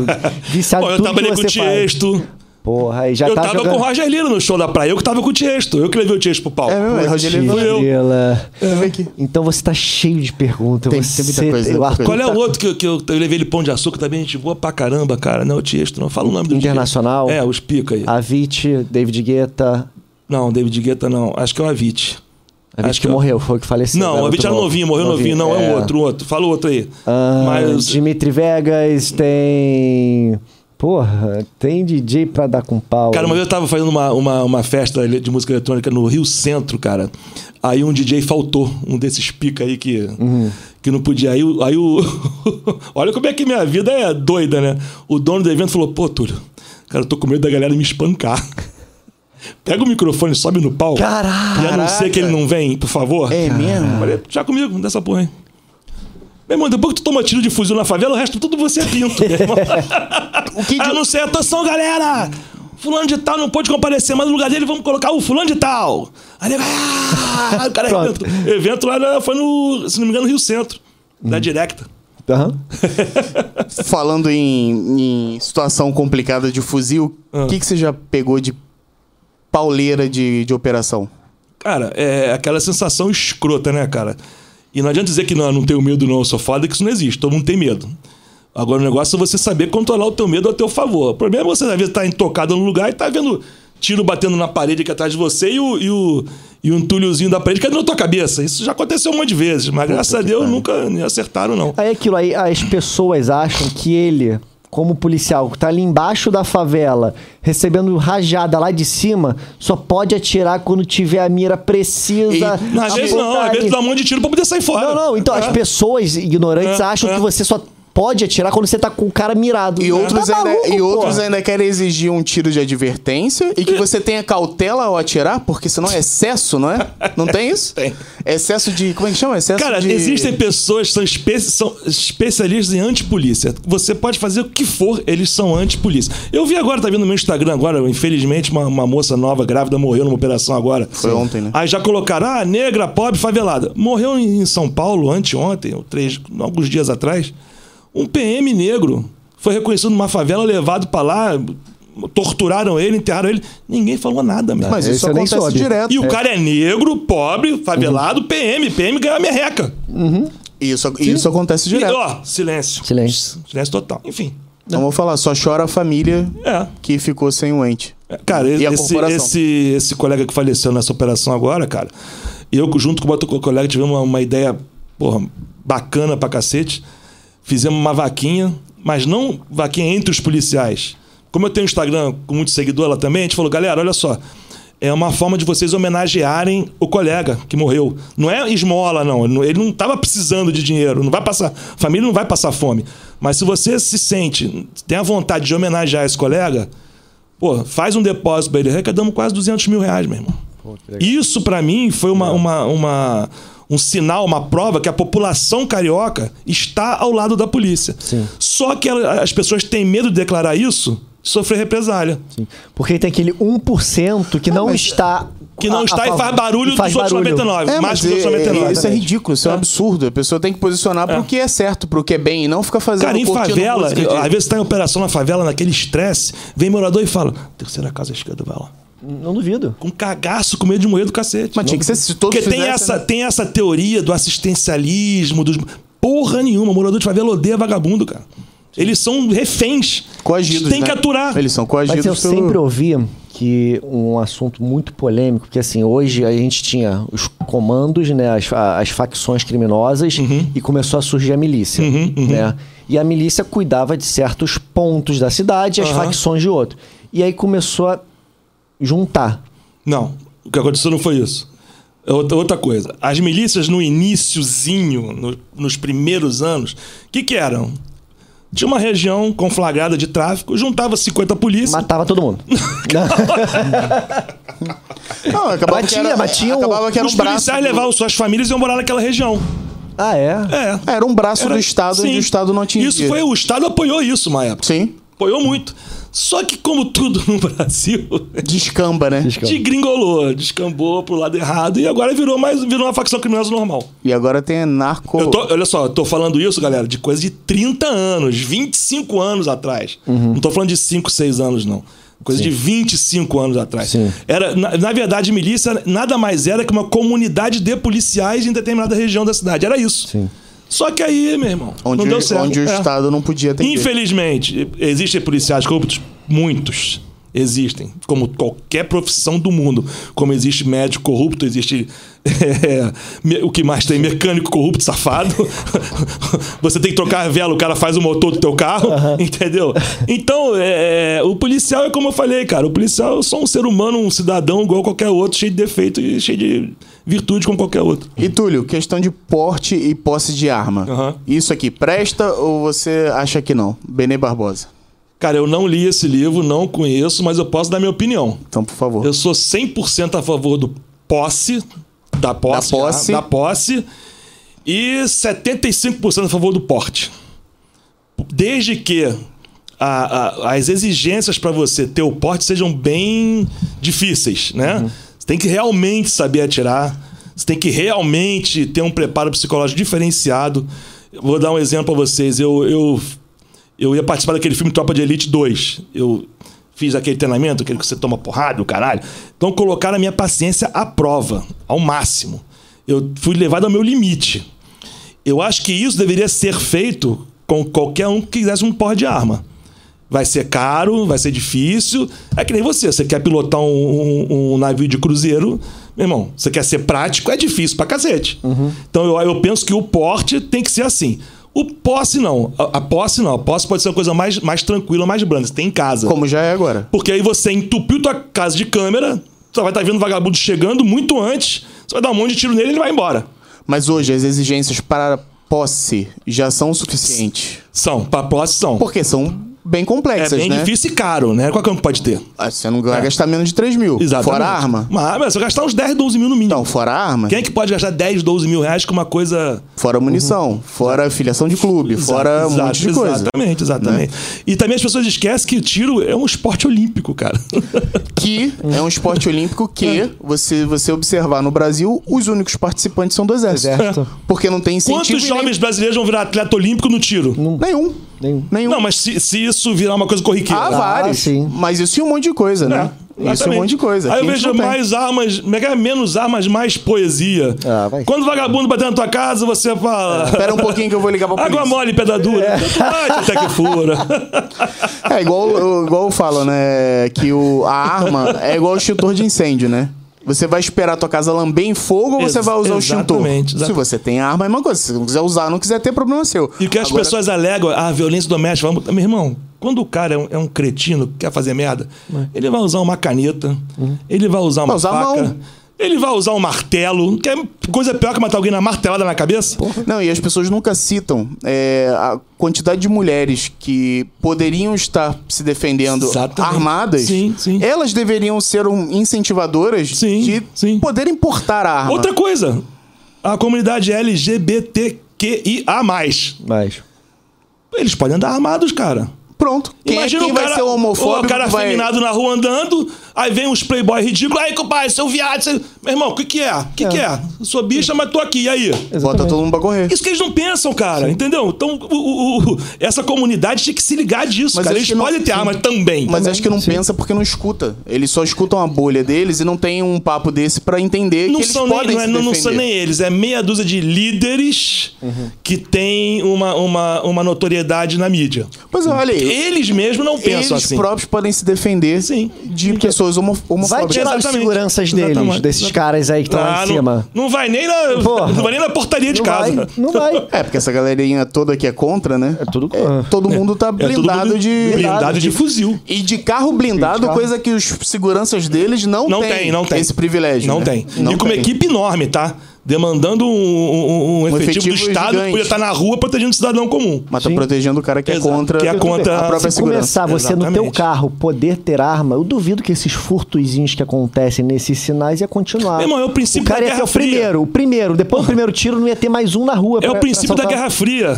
[SPEAKER 1] Viciado
[SPEAKER 3] Pô,
[SPEAKER 1] em
[SPEAKER 3] eu
[SPEAKER 1] tudo
[SPEAKER 3] trabalhei
[SPEAKER 1] que
[SPEAKER 3] com o
[SPEAKER 1] você faz.
[SPEAKER 3] Tiesto,
[SPEAKER 1] Porra, aí já
[SPEAKER 3] eu
[SPEAKER 1] tá
[SPEAKER 3] tava
[SPEAKER 1] jogando...
[SPEAKER 3] com o Roger Lira no show da praia, eu que tava com o Tiesto, eu que levei o Tiesto pro palco.
[SPEAKER 2] É mesmo, é
[SPEAKER 1] Putz,
[SPEAKER 2] Roger Lima.
[SPEAKER 3] Fui eu. É.
[SPEAKER 1] Vila.
[SPEAKER 2] Vem aqui.
[SPEAKER 1] Então você tá cheio de perguntas.
[SPEAKER 2] Tem- tem
[SPEAKER 1] você,
[SPEAKER 2] muita coisa,
[SPEAKER 1] o
[SPEAKER 2] muita
[SPEAKER 1] Arthur
[SPEAKER 2] coisa.
[SPEAKER 3] Qual é
[SPEAKER 1] tá-
[SPEAKER 3] o outro que, eu- que eu, eu levei ele pão de açúcar também? Gente boa pra caramba, cara. Não, é o Tiesto, não. Fala o nome do
[SPEAKER 1] Internacional?
[SPEAKER 3] Tiesto. É, os pica aí.
[SPEAKER 1] Avit, David Guetta.
[SPEAKER 3] Não, David Guetta não. Acho que é o Avit.
[SPEAKER 1] Avit que, morreu, foi o que faleceu.
[SPEAKER 3] é
[SPEAKER 1] né?
[SPEAKER 3] Não, o
[SPEAKER 1] garoto
[SPEAKER 3] Avit era
[SPEAKER 1] novo.
[SPEAKER 3] novinho, morreu novinho. Não, é, um outro, um outro. Fala o outro aí.
[SPEAKER 1] Ah,
[SPEAKER 3] Mas
[SPEAKER 1] Dimitri Vegas tem. Porra, tem DJ pra dar com pau.
[SPEAKER 3] Cara, uma vez eu tava fazendo uma, uma, uma festa de música eletrônica no Rio Centro, cara. Aí um DJ faltou, um desses pica aí que,
[SPEAKER 1] Uhum.
[SPEAKER 3] que não podia. Aí, o- aí o. Olha como é que minha vida é doida, né? O dono do evento falou: pô, Túlio, cara, eu tô com medo da galera me espancar. Pega o microfone, sobe no palco.
[SPEAKER 1] Caraca!
[SPEAKER 3] E anuncia que ele não vem, por favor.
[SPEAKER 2] É mesmo?
[SPEAKER 3] Falei, já comigo, dessa porra aí. Meu irmão, depois que tu toma tiro de fuzil na favela, o resto tudo você é pinto, meu irmão.
[SPEAKER 2] O que de...
[SPEAKER 3] Eu não sei, atenção, galera! Fulano de tal não pode comparecer, mas no lugar dele vamos colocar o fulano de tal. Aí nego, ah, o cara
[SPEAKER 1] Pronto.
[SPEAKER 3] evento, evento lá na- foi no, se não me engano, no Rio Centro,
[SPEAKER 2] Hum.
[SPEAKER 3] da Directa.
[SPEAKER 1] Aham.
[SPEAKER 2] Falando em, em situação complicada de fuzil,
[SPEAKER 3] Ah.
[SPEAKER 2] o que, que você já pegou de pauleira de, de operação?
[SPEAKER 3] Cara, é aquela sensação escrota, né, cara? E não adianta dizer que não, não tenho medo, não, eu sou foda, que isso não existe, todo mundo tem medo. Agora o negócio é você saber controlar o teu medo a teu favor. O problema é você, às vezes, tá intocado no lugar e tá vendo tiro batendo na parede aqui atrás de você e o, e o, e o entulhozinho da parede caindo na tua cabeça. Isso já aconteceu um monte de vezes, mas graças a Deus nunca me acertaram, não.
[SPEAKER 1] Aí é aquilo, aí as pessoas acham que ele, como policial, que tá ali embaixo da favela, recebendo rajada lá de cima, só pode atirar quando tiver a mira precisa.
[SPEAKER 2] E-
[SPEAKER 3] Não, às
[SPEAKER 1] a
[SPEAKER 3] vezes não, às
[SPEAKER 1] vontade.
[SPEAKER 3] vezes dá um monte de tiro pra poder sair fora.
[SPEAKER 1] Não, não, então
[SPEAKER 3] É.
[SPEAKER 1] as pessoas ignorantes
[SPEAKER 3] É,
[SPEAKER 1] acham
[SPEAKER 3] é.
[SPEAKER 1] que você só pode atirar quando você tá com o cara mirado.
[SPEAKER 2] E outros,
[SPEAKER 1] Tá
[SPEAKER 2] ainda,
[SPEAKER 1] maluco,
[SPEAKER 2] e outros
[SPEAKER 1] porra.
[SPEAKER 2] ainda querem exigir um tiro de advertência e que você tenha cautela ao atirar, porque senão é excesso, não é? Não tem isso?
[SPEAKER 3] Tem.
[SPEAKER 2] Excesso de. Como é que chama? Excesso
[SPEAKER 3] Cara,
[SPEAKER 2] de.
[SPEAKER 3] existem pessoas que são, espe- são especialistas em antipolícia. Você pode fazer o que for, eles são antipolícia. Eu vi agora, tá vendo no meu Instagram agora, infelizmente, uma, uma moça nova grávida morreu numa operação agora.
[SPEAKER 2] Foi ontem, né?
[SPEAKER 3] Aí já colocaram, ah, negra, pobre, favelada. Morreu em São Paulo anteontem, ou três, alguns dias atrás, um PM negro. Foi reconhecido numa favela, levado pra lá, torturaram ele, enterraram ele. Ninguém falou nada, mesmo.
[SPEAKER 2] Mas
[SPEAKER 1] Esse
[SPEAKER 2] isso
[SPEAKER 1] eu nem
[SPEAKER 2] acontece
[SPEAKER 1] soube.
[SPEAKER 2] direto.
[SPEAKER 3] E o cara é negro, pobre,
[SPEAKER 2] Uhum.
[SPEAKER 3] favelado, PM. PM ganha a merreca.
[SPEAKER 2] Isso, isso acontece
[SPEAKER 3] E,
[SPEAKER 2] direto.
[SPEAKER 3] ó, né? silêncio.
[SPEAKER 1] Silêncio.
[SPEAKER 3] Silêncio total. Enfim.
[SPEAKER 2] Então vou falar, só chora a família
[SPEAKER 3] É.
[SPEAKER 2] que ficou sem o ente.
[SPEAKER 3] É, Cara,
[SPEAKER 2] E a
[SPEAKER 3] esse,
[SPEAKER 2] corporação?
[SPEAKER 3] esse, esse colega que faleceu nessa operação agora, cara, eu junto com o outro colega tivemos uma, uma ideia, porra, bacana pra cacete. Fizemos uma vaquinha, mas não vaquinha entre os policiais. Como eu tenho um Instagram com muito seguidor ela também, a gente falou, galera, olha só. É uma forma de vocês homenagearem o colega que morreu. Não é esmola, não. Ele não- Ele não estava precisando de dinheiro. Não vai passar. A família não vai passar fome. Mas se você se sente, tem a vontade de homenagear esse colega, Pô, faz um depósito pra ele. Arrecadamos quase 200 mil reais, meu irmão. Isso, pra mim, foi uma, uma, uma- um sinal, uma prova que a população carioca está ao lado da polícia. Só que ela- as pessoas têm medo de declarar isso, sofrer represália.
[SPEAKER 1] Porque tem aquele 1% que não, está.
[SPEAKER 3] Que não
[SPEAKER 1] a-
[SPEAKER 3] está
[SPEAKER 1] a
[SPEAKER 3] e faz
[SPEAKER 1] favor-
[SPEAKER 3] barulho
[SPEAKER 1] e faz
[SPEAKER 3] dos
[SPEAKER 1] barulho.
[SPEAKER 3] outros 99.
[SPEAKER 2] É, mas
[SPEAKER 3] mais que os outros
[SPEAKER 2] é-
[SPEAKER 3] 99.
[SPEAKER 2] isso é ridículo, isso é um
[SPEAKER 3] É.
[SPEAKER 2] absurdo. A pessoa tem que posicionar pro que é certo, pro que é bem, e não ficar fazendo
[SPEAKER 3] Cara, em
[SPEAKER 2] curtindo
[SPEAKER 3] favela,
[SPEAKER 2] música de-
[SPEAKER 3] às vezes tá em operação na favela, naquele estresse, vem morador e fala: terceira casa à esquerda, vai lá.
[SPEAKER 1] Não duvido.
[SPEAKER 3] com cagaço, com medo de morrer do cacete.
[SPEAKER 2] Mas tinha que ser se todos
[SPEAKER 3] Porque tem
[SPEAKER 2] fizessem,
[SPEAKER 3] essa,
[SPEAKER 2] né?
[SPEAKER 3] tem essa teoria do assistencialismo, dos. Porra nenhuma, morador de favela odeia vagabundo, cara. Eles são reféns.
[SPEAKER 2] Coagidos,
[SPEAKER 3] Tem
[SPEAKER 2] né?
[SPEAKER 3] que aturar.
[SPEAKER 2] Eles são coagidos
[SPEAKER 1] Mas eu
[SPEAKER 2] pelo-
[SPEAKER 1] sempre ouvi que um assunto muito polêmico, porque assim, hoje a gente tinha os comandos, né, as, a- as facções criminosas
[SPEAKER 3] Uhum.
[SPEAKER 1] e começou a surgir a milícia, né? E a milícia cuidava de certos pontos da cidade e as
[SPEAKER 3] Aham.
[SPEAKER 1] facções de outro. E aí começou a juntar.
[SPEAKER 3] Não, o que aconteceu não foi isso. É outra, outra coisa. As milícias no iníciozinho, no- nos primeiros anos, o que, que eram? Tinha uma região conflagrada de tráfico, juntava 50 polícias.
[SPEAKER 1] Matava todo mundo. Né?
[SPEAKER 2] Não, acabava
[SPEAKER 1] Mas
[SPEAKER 2] que
[SPEAKER 1] tinha-
[SPEAKER 2] era,
[SPEAKER 1] mas tinha o-
[SPEAKER 2] acabava que era
[SPEAKER 3] os
[SPEAKER 2] um braço.
[SPEAKER 3] policiais
[SPEAKER 2] do-
[SPEAKER 3] levavam suas famílias e iam morar naquela região.
[SPEAKER 1] ah, é?
[SPEAKER 3] É.
[SPEAKER 2] Era um braço
[SPEAKER 3] Era-
[SPEAKER 2] do Estado
[SPEAKER 3] Sim.
[SPEAKER 2] onde o Estado não atingia.
[SPEAKER 3] Isso foi, o Estado apoiou isso uma época.
[SPEAKER 2] Sim.
[SPEAKER 3] Apoiou muito. Só que, como tudo no Brasil,
[SPEAKER 2] Descamba, né?
[SPEAKER 3] degringolou, descambou pro lado errado e agora virou mais virou uma facção criminosa normal.
[SPEAKER 2] E agora tem narco.
[SPEAKER 3] Eu tô- olha só, eu tô falando isso, galera, de coisa de 30 anos, 25 anos atrás.
[SPEAKER 1] Uhum.
[SPEAKER 3] Não tô falando de 5, 6 anos, não. Coisa de 25 anos atrás.
[SPEAKER 1] Sim.
[SPEAKER 3] Era, na, na verdade, milícia nada mais era que uma comunidade de policiais em determinada região da cidade. Era isso.
[SPEAKER 1] Sim.
[SPEAKER 3] Só que aí, meu irmão,
[SPEAKER 2] Onde,
[SPEAKER 3] não
[SPEAKER 2] o-
[SPEAKER 3] deu certo.
[SPEAKER 2] onde o
[SPEAKER 3] É.
[SPEAKER 2] Estado não podia atender.
[SPEAKER 3] Infelizmente, existem policiais corruptos? Muitos. Existem. Como qualquer profissão do mundo. Como existe médico corrupto, existe. é, me- o que mais tem? Mecânico corrupto, safado. Você tem que trocar a vela, o cara faz o motor do teu carro, entendeu? Então, é, é, o policial é como eu falei, cara. O policial é só um ser humano, um cidadão igual qualquer outro, cheio de defeito e cheio de virtude como qualquer outro.
[SPEAKER 2] E Túlio, questão de porte e posse de arma.
[SPEAKER 3] Aham.
[SPEAKER 2] Isso aqui presta ou você acha que não? Benê Barbosa.
[SPEAKER 3] Cara, eu não li esse livro, não conheço, mas eu posso dar minha opinião.
[SPEAKER 2] Então, por favor.
[SPEAKER 3] Eu sou 100% a favor do posse, da posse,
[SPEAKER 2] Da posse.
[SPEAKER 3] da posse e 75% a favor do porte. Desde que a- a- as exigências para você ter o porte sejam bem difíceis, né? Você tem que realmente saber atirar, você tem que realmente ter um preparo psicológico diferenciado. Eu Vou dar um exemplo para vocês. Eu, eu, eu ia participar daquele filme Tropa de Elite 2. Eu fiz aquele treinamento, aquele que você toma porrada, o caralho. Então colocaram a minha paciência à prova, ao máximo. Eu fui levado ao meu limite. Eu acho que isso deveria ser feito com qualquer um que quisesse um porte de arma. Vai ser caro, vai ser difícil. É que nem você. Você quer pilotar um, um- um navio de cruzeiro, meu irmão, você quer ser prático, é difícil pra cacete. Então eu, eu penso que o porte tem que ser assim. O posse não. A, a posse não. A posse pode ser uma coisa mais, mais tranquila, mais branda. Você tem em casa.
[SPEAKER 2] Como já é agora.
[SPEAKER 3] Porque aí você entupiu tua casa de câmera, você vai estar vendo vagabundo chegando muito antes, você vai dar um monte de tiro nele e ele vai embora.
[SPEAKER 2] Mas hoje as exigências para posse já são suficientes?
[SPEAKER 3] São, pra posse são.
[SPEAKER 2] Porque são bem
[SPEAKER 3] É
[SPEAKER 2] complexas,
[SPEAKER 3] bem
[SPEAKER 2] né?
[SPEAKER 3] difícil e caro, né? Qual que é que pode ter?
[SPEAKER 2] Ah, Você não vai gastar menos de 3 mil.
[SPEAKER 3] É. Exatamente.
[SPEAKER 2] Fora a arma. Então.
[SPEAKER 3] Uma arma, se eu gastar uns 10, 12 mil no mínimo.
[SPEAKER 2] Não, fora a arma.
[SPEAKER 3] Quem é que pode gastar 10, 12 mil reais com uma coisa.
[SPEAKER 2] Fora a munição. Fora a filiação de clube. fora um
[SPEAKER 3] Uhum. Exato,
[SPEAKER 2] monte de coisa. né?
[SPEAKER 3] Exatamente, exatamente. E também as pessoas esquecem que o tiro é um esporte olímpico, cara.
[SPEAKER 2] Que é um esporte olímpico
[SPEAKER 3] É.
[SPEAKER 2] que, você, você observar no Brasil, os únicos participantes são do exército.
[SPEAKER 1] Exército.
[SPEAKER 2] Porque não tem incentivo
[SPEAKER 3] Quantos
[SPEAKER 2] e nem-
[SPEAKER 3] jovens brasileiros vão virar atleta olímpico no tiro?
[SPEAKER 2] Nenhum.
[SPEAKER 1] Nenhum.
[SPEAKER 2] Nenhum.
[SPEAKER 3] Não, mas se, se isso virar uma coisa corriqueira.
[SPEAKER 2] Há
[SPEAKER 1] Ah,
[SPEAKER 2] vários.
[SPEAKER 1] sim.
[SPEAKER 2] Mas isso e um monte de coisa, né?
[SPEAKER 3] É,
[SPEAKER 2] Isso e um
[SPEAKER 3] exatamente.
[SPEAKER 2] monte de coisa.
[SPEAKER 3] Aí eu
[SPEAKER 2] que a gente não
[SPEAKER 3] vejo
[SPEAKER 2] tem.
[SPEAKER 3] mais armas, mega- é? menos armas, mais poesia.
[SPEAKER 1] Ah, vai.
[SPEAKER 3] Quando o vagabundo bater na tua casa, você fala.
[SPEAKER 2] Espera um pouquinho que eu vou É. ligar pra polícia.
[SPEAKER 3] Água mole, pedadura. Bate até que fura.
[SPEAKER 2] É igual, eu- igual eu falo, né? Que o, a arma é igual o extintor de incêndio, né? Você vai esperar a tua casa lamber em fogo ou você
[SPEAKER 3] Ex-
[SPEAKER 2] vai usar o extintor?
[SPEAKER 3] exatamente,
[SPEAKER 2] Se
[SPEAKER 3] exatamente.
[SPEAKER 2] você tem a arma, é uma coisa. Se você não quiser usar, não quiser ter problema seu.
[SPEAKER 3] E o que as
[SPEAKER 2] Agora,
[SPEAKER 3] pessoas alegam, a violência doméstica. Vamos... Meu irmão, quando o cara é um, é um cretino, quer fazer merda, ele vai usar uma caneta, ele vai usar uma
[SPEAKER 2] É. Uhum. Vai usar a
[SPEAKER 3] faca,
[SPEAKER 2] mão.
[SPEAKER 3] ele vai usar um martelo. Que é coisa pior que matar alguém na martelada na cabeça?
[SPEAKER 2] Não, e as pessoas nunca citam é, a quantidade de mulheres que poderiam estar se defendendo
[SPEAKER 3] Exatamente.
[SPEAKER 2] armadas.
[SPEAKER 3] Sim, sim.
[SPEAKER 2] Elas deveriam ser um- incentivadoras
[SPEAKER 3] Sim,
[SPEAKER 2] de
[SPEAKER 3] sim.
[SPEAKER 2] poderem portar a arma.
[SPEAKER 3] Outra coisa, a comunidade LGBTQIA+.
[SPEAKER 1] Mas.
[SPEAKER 3] Eles podem andar armados, cara.
[SPEAKER 2] Pronto. Quem, é
[SPEAKER 3] Imagina
[SPEAKER 2] quem
[SPEAKER 3] o cara,
[SPEAKER 2] vai ser o homofóbico?
[SPEAKER 3] O cara
[SPEAKER 2] vai...
[SPEAKER 3] afeminado na rua andando, aí vem uns playboy ridículos. Aí, compadre, seu viado. Seu... Meu irmão, o que, que é? O que, que é? Eu sou bicha, mas tô aqui. E aí?
[SPEAKER 2] Bota todo mundo pra correr.
[SPEAKER 3] Isso que eles não pensam, cara, entendeu? Então, o- o- o- essa comunidade tinha que se ligar disso,
[SPEAKER 2] Mas
[SPEAKER 3] cara.
[SPEAKER 2] acho
[SPEAKER 3] Eles
[SPEAKER 2] que não-
[SPEAKER 3] podem ter
[SPEAKER 2] sim.
[SPEAKER 3] armas também.
[SPEAKER 2] Mas acho que não pensa porque não escuta. Eles só escutam a bolha deles e não tem um papo desse pra entender
[SPEAKER 3] não
[SPEAKER 2] que eles
[SPEAKER 3] são, nem,
[SPEAKER 2] podem
[SPEAKER 3] não, é-
[SPEAKER 2] se
[SPEAKER 3] não- não
[SPEAKER 2] defender.
[SPEAKER 3] são
[SPEAKER 2] Uhum.
[SPEAKER 3] nem eles, é meia dúzia de líderes que têm uma, uma, uma notoriedade na mídia.
[SPEAKER 2] Pois é, olha aí.
[SPEAKER 3] Eles mesmos não
[SPEAKER 2] Eles
[SPEAKER 3] pensam assim.
[SPEAKER 2] próprios podem se defender
[SPEAKER 3] Sim.
[SPEAKER 2] de pessoas homo
[SPEAKER 1] Vai
[SPEAKER 2] homofóbicas.
[SPEAKER 1] tirar os
[SPEAKER 3] Exatamente.
[SPEAKER 1] seguranças deles,
[SPEAKER 3] Exatamente.
[SPEAKER 1] desses caras aí que estão lá
[SPEAKER 3] Ah,
[SPEAKER 1] em
[SPEAKER 3] não-
[SPEAKER 1] cima.
[SPEAKER 3] Não, vai nem na,
[SPEAKER 1] Porra.
[SPEAKER 3] não vai nem na portaria de
[SPEAKER 1] Não
[SPEAKER 3] casa.
[SPEAKER 1] vai, não vai.
[SPEAKER 2] É, porque essa galerinha toda que é contra, né? É
[SPEAKER 1] tudo
[SPEAKER 2] contra.
[SPEAKER 1] contra.
[SPEAKER 2] todo mundo tá
[SPEAKER 3] É todo
[SPEAKER 2] blindado
[SPEAKER 3] mundo
[SPEAKER 2] de...
[SPEAKER 3] blindado de fuzil.
[SPEAKER 2] E de carro blindado,
[SPEAKER 1] De carro.
[SPEAKER 2] coisa que os seguranças deles não,
[SPEAKER 3] Não
[SPEAKER 2] têm
[SPEAKER 3] tem, não tem.
[SPEAKER 2] esse privilégio.
[SPEAKER 3] Não
[SPEAKER 2] né?
[SPEAKER 3] tem.
[SPEAKER 2] Não
[SPEAKER 3] e com uma
[SPEAKER 2] tem.
[SPEAKER 3] equipe enorme, tá? Demandando um, um- um efetivo,
[SPEAKER 2] efetivo
[SPEAKER 3] do Estado
[SPEAKER 2] gigante.
[SPEAKER 3] que podia estar na rua protegendo o cidadão comum.
[SPEAKER 2] Mas tá
[SPEAKER 1] Sim.
[SPEAKER 2] protegendo o cara que é
[SPEAKER 3] Exato.
[SPEAKER 2] contra,
[SPEAKER 3] Que é contra
[SPEAKER 2] a própria
[SPEAKER 3] se
[SPEAKER 1] Se
[SPEAKER 2] segurança.
[SPEAKER 1] começar você no teu
[SPEAKER 3] Exatamente.
[SPEAKER 1] carro poder ter arma, eu duvido que esses furtozinhos que acontecem nesses sinais ia continuar.
[SPEAKER 3] Meu irmão, é o princípio
[SPEAKER 1] o cara
[SPEAKER 3] da
[SPEAKER 1] ia ser
[SPEAKER 3] Guerra
[SPEAKER 1] o
[SPEAKER 3] Fria.
[SPEAKER 1] primeiro, o primeiro. Depois do primeiro tiro não ia ter mais um na rua.
[SPEAKER 3] É
[SPEAKER 1] pra-
[SPEAKER 3] o
[SPEAKER 1] pra
[SPEAKER 3] princípio da
[SPEAKER 1] assaltar.
[SPEAKER 3] Guerra Fria.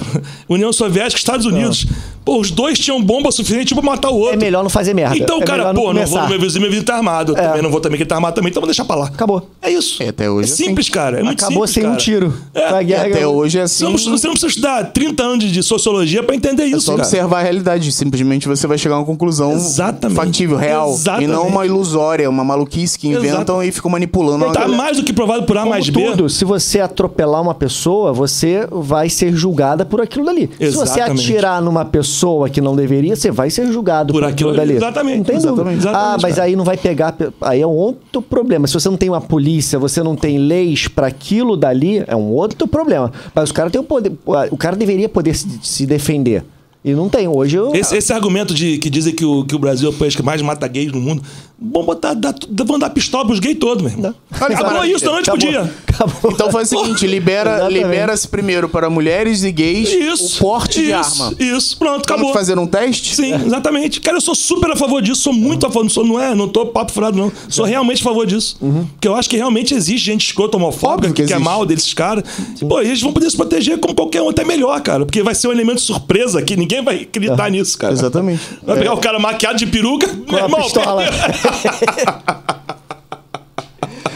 [SPEAKER 3] União Soviética e Estados Unidos. Pô, os dois tinham bomba suficiente pra matar o
[SPEAKER 1] Ah.
[SPEAKER 3] outro.
[SPEAKER 1] É melhor não fazer merda.
[SPEAKER 3] Então,
[SPEAKER 1] É
[SPEAKER 3] cara,
[SPEAKER 1] melhor
[SPEAKER 3] pô, não vou
[SPEAKER 1] começar. É.
[SPEAKER 3] no meu vizinho, meu vizinho tá armado. Eu também não vou também que ele tá armado também, então vou deixar pra lá.
[SPEAKER 1] Acabou.
[SPEAKER 3] É isso.
[SPEAKER 2] É, até hoje
[SPEAKER 3] É
[SPEAKER 2] é assim.
[SPEAKER 3] simples, cara. É muito
[SPEAKER 1] Acabou
[SPEAKER 3] simples,
[SPEAKER 1] sem um
[SPEAKER 3] cara.
[SPEAKER 1] tiro.
[SPEAKER 3] É.
[SPEAKER 1] Foi a
[SPEAKER 2] E
[SPEAKER 1] guerra-
[SPEAKER 2] até hoje é
[SPEAKER 3] Você
[SPEAKER 2] assim.
[SPEAKER 3] não, precisa- você não precisa estudar 30 anos de sociologia pra entender
[SPEAKER 2] É
[SPEAKER 3] isso,
[SPEAKER 2] só
[SPEAKER 3] cara.
[SPEAKER 2] observar a realidade. Simplesmente você vai chegar a uma conclusão
[SPEAKER 3] Exatamente.
[SPEAKER 2] factível, real.
[SPEAKER 3] Exatamente.
[SPEAKER 2] E não uma ilusória, uma maluquice que
[SPEAKER 3] Exato.
[SPEAKER 2] inventam e ficam manipulando. a
[SPEAKER 3] Tá
[SPEAKER 2] galera.
[SPEAKER 3] mais do que provado por A
[SPEAKER 1] Como
[SPEAKER 3] mais B.
[SPEAKER 1] tudo, se você atropelar uma pessoa, você vai ser julgada por aquilo dali. Se você
[SPEAKER 3] Exatamente.
[SPEAKER 1] atirar numa pessoa que não deveria, você vai ser julgado por,
[SPEAKER 3] Por aquilo ali.
[SPEAKER 1] dali.
[SPEAKER 3] Exatamente,
[SPEAKER 1] Não tem dúvida.
[SPEAKER 3] exatamente,
[SPEAKER 1] ah,
[SPEAKER 3] exatamente,
[SPEAKER 1] mas
[SPEAKER 3] cara.
[SPEAKER 1] aí não vai pegar. pe- Aí é um outro problema. Se você não tem uma polícia, você não tem leis para aquilo dali, é um outro problema. Mas o cara tem o poder. O cara deveria poder se, se defender. E não tem. Hoje eu.
[SPEAKER 3] Esse, esse argumento de que dizem que o, que o Brasil é o país que mais mata gays no mundo. Bom, botar, dar, dar- vão dar pistola pros gays todos, meu irmão.
[SPEAKER 2] Olha que
[SPEAKER 3] Acabou
[SPEAKER 2] maravilha.
[SPEAKER 3] isso, da noite pro
[SPEAKER 1] Acabou.
[SPEAKER 3] dia.
[SPEAKER 1] Acabou.
[SPEAKER 2] Então faz o seguinte: libera,
[SPEAKER 1] Exatamente.
[SPEAKER 2] libera-se primeiro para mulheres e gays
[SPEAKER 3] Isso.
[SPEAKER 2] o porte de
[SPEAKER 3] isso,
[SPEAKER 2] arma.
[SPEAKER 3] Isso, pronto, acabou.
[SPEAKER 2] Vamos fazer um teste?
[SPEAKER 3] Sim, exatamente. Cara, eu sou super a favor disso, sou muito a favor, não, sou, não é, não tô papo furado, não. Sou realmente a favor disso. Porque eu acho que realmente existe gente escrota, homofóbica,
[SPEAKER 2] Óbvio que
[SPEAKER 3] que, é
[SPEAKER 2] existe.
[SPEAKER 3] mal desses caras. Pô, e eles vão poder se proteger como qualquer um, até melhor, cara. Porque vai ser um elemento surpresa que ninguém vai acreditar nisso, cara.
[SPEAKER 2] Exatamente.
[SPEAKER 3] Vai pegar o cara maquiado de peruca,
[SPEAKER 1] Com
[SPEAKER 3] meu
[SPEAKER 1] a
[SPEAKER 3] irmão,
[SPEAKER 1] pistola.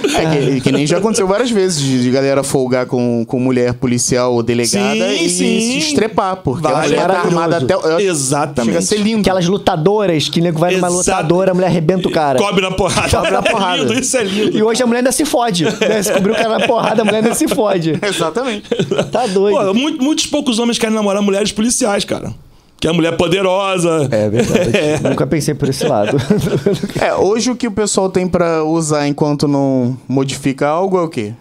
[SPEAKER 2] É que, que nem já aconteceu várias vezes de, de galera folgar com, com mulher policial ou delegada
[SPEAKER 3] Sim,
[SPEAKER 2] e
[SPEAKER 3] sim.
[SPEAKER 2] se estrepar, porque
[SPEAKER 3] Vai.
[SPEAKER 2] a mulher tá
[SPEAKER 1] Maravilhoso.
[SPEAKER 2] armada até. o-
[SPEAKER 3] Exatamente.
[SPEAKER 2] Chega a ser lindo.
[SPEAKER 1] Aquelas lutadoras que o nego vai numa
[SPEAKER 3] Exato.
[SPEAKER 1] lutadora, a mulher arrebenta o cara.
[SPEAKER 3] Cobre na porrada.
[SPEAKER 1] Cobre na
[SPEAKER 2] porrada.
[SPEAKER 3] É lindo, isso é lindo.
[SPEAKER 1] E hoje a mulher ainda se fode. Né? Se cobrir o cara na porrada, a mulher ainda se fode.
[SPEAKER 2] Exatamente.
[SPEAKER 1] Tá doido.
[SPEAKER 3] Pô, muito- muitos poucos homens querem namorar mulheres policiais, cara. Que é mulher poderosa.
[SPEAKER 1] É verdade. Nunca pensei por esse lado.
[SPEAKER 2] É, hoje o que o pessoal tem pra usar enquanto não modifica algo é o quê?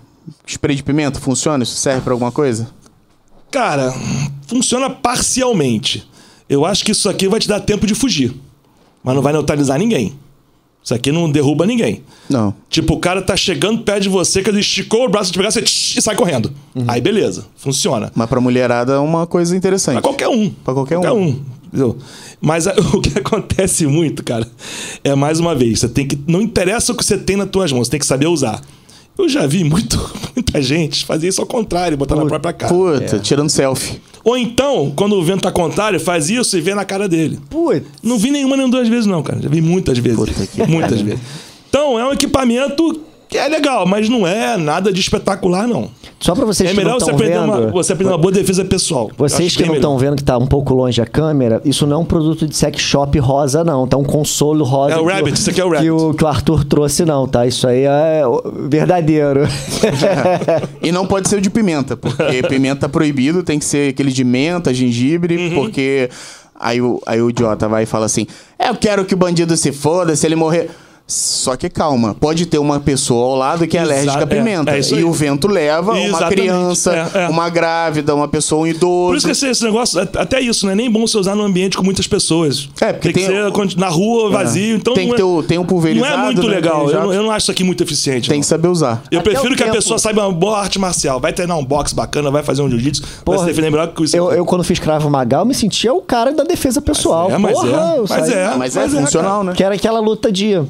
[SPEAKER 2] Spray de pimenta? Funciona? Isso serve pra alguma coisa?
[SPEAKER 3] Cara, funciona parcialmente. Eu acho que isso aqui vai te dar tempo de fugir. Mas não vai neutralizar ninguém. Isso aqui não derruba ninguém.
[SPEAKER 2] Não.
[SPEAKER 3] Tipo, o cara tá chegando perto de você, que ele esticou o braço de pegar, você tch, e sai correndo.
[SPEAKER 2] Uhum.
[SPEAKER 3] Aí beleza, funciona.
[SPEAKER 2] Mas pra mulherada é uma coisa interessante.
[SPEAKER 3] Pra qualquer um.
[SPEAKER 2] Pra qualquer um.
[SPEAKER 3] entendeu? Mas a- o que acontece muito, cara, é mais uma vez, você tem que. Não interessa o que você tem nas tuas mãos, você tem que saber usar. Eu já vi muito, muita gente fazer isso ao contrário, botar na própria cara.
[SPEAKER 2] Puta, tirando selfie.
[SPEAKER 3] Ou então, quando o vento tá contrário, faz isso e vê na cara dele.
[SPEAKER 1] Putz.
[SPEAKER 3] Não vi nenhuma nem duas vezes, não, cara. Já vi muitas vezes. muitas vezes. Então, é um equipamento que é legal, mas não é nada de espetacular, não.
[SPEAKER 1] Só pra vocês
[SPEAKER 3] é
[SPEAKER 1] que não
[SPEAKER 3] melhor você
[SPEAKER 1] estão
[SPEAKER 3] aprender,
[SPEAKER 1] vendo.
[SPEAKER 3] uma, você aprender uma boa defesa pessoal. Eu
[SPEAKER 1] Vocês
[SPEAKER 3] acho
[SPEAKER 1] que
[SPEAKER 3] bem
[SPEAKER 1] não
[SPEAKER 3] melhor.
[SPEAKER 1] estão vendo que tá um pouco longe a câmera, isso não é um produto de sex shop rosa, não. Tá um console rosa.
[SPEAKER 3] É o
[SPEAKER 1] que
[SPEAKER 3] Rabbit, isso aqui é o
[SPEAKER 1] Que
[SPEAKER 3] Rabbit.
[SPEAKER 1] o, que o Arthur trouxe, não, tá? Isso aí é o- verdadeiro.
[SPEAKER 2] E não pode ser o de pimenta, porque pimenta tá proibido, tem que ser aquele de menta, gengibre,
[SPEAKER 3] Uhum.
[SPEAKER 2] porque aí o, aí o idiota vai e fala assim: "É, Eu quero que o bandido se foda, se ele morrer. Só que calma, pode ter uma pessoa ao lado que é
[SPEAKER 3] Exa-
[SPEAKER 2] alérgica à
[SPEAKER 3] é,
[SPEAKER 2] pimenta.
[SPEAKER 3] é isso
[SPEAKER 2] e
[SPEAKER 3] aí.
[SPEAKER 2] o vento leva uma
[SPEAKER 3] Exatamente,
[SPEAKER 2] criança,
[SPEAKER 3] é, é.
[SPEAKER 2] uma grávida, uma pessoa, um
[SPEAKER 3] Por isso
[SPEAKER 2] idoso.
[SPEAKER 3] que esse, esse negócio, at- até isso, não é nem bom você usar num ambiente com muitas pessoas.
[SPEAKER 2] É, porque
[SPEAKER 3] tem que
[SPEAKER 2] tem- É.
[SPEAKER 3] ser con- na rua, vazio. Então
[SPEAKER 2] Tem
[SPEAKER 3] não
[SPEAKER 2] que ter
[SPEAKER 3] é,
[SPEAKER 2] o- tem o pulverizado,
[SPEAKER 3] Não é muito
[SPEAKER 2] né,
[SPEAKER 3] legal.
[SPEAKER 2] que já-
[SPEAKER 3] Eu, não- eu não acho isso aqui muito eficiente.
[SPEAKER 2] Tem
[SPEAKER 3] não.
[SPEAKER 2] que saber usar.
[SPEAKER 3] Eu
[SPEAKER 1] Até
[SPEAKER 3] prefiro
[SPEAKER 1] o
[SPEAKER 3] que a
[SPEAKER 1] tempo.
[SPEAKER 3] pessoa saiba uma boa arte marcial. Vai treinar um boxe bacana, vai fazer um jiu-jitsu, vai se defender melhor que isso.
[SPEAKER 1] Eu, eu, quando fiz Cravo Magal, me sentia o cara da defesa pessoal.
[SPEAKER 3] é, mas
[SPEAKER 1] Porra,
[SPEAKER 3] é.
[SPEAKER 1] eu
[SPEAKER 3] Mas
[SPEAKER 1] saí-
[SPEAKER 3] é.
[SPEAKER 2] Mas é
[SPEAKER 3] mas é,
[SPEAKER 2] funcional, né?
[SPEAKER 1] Que era aquela luta de.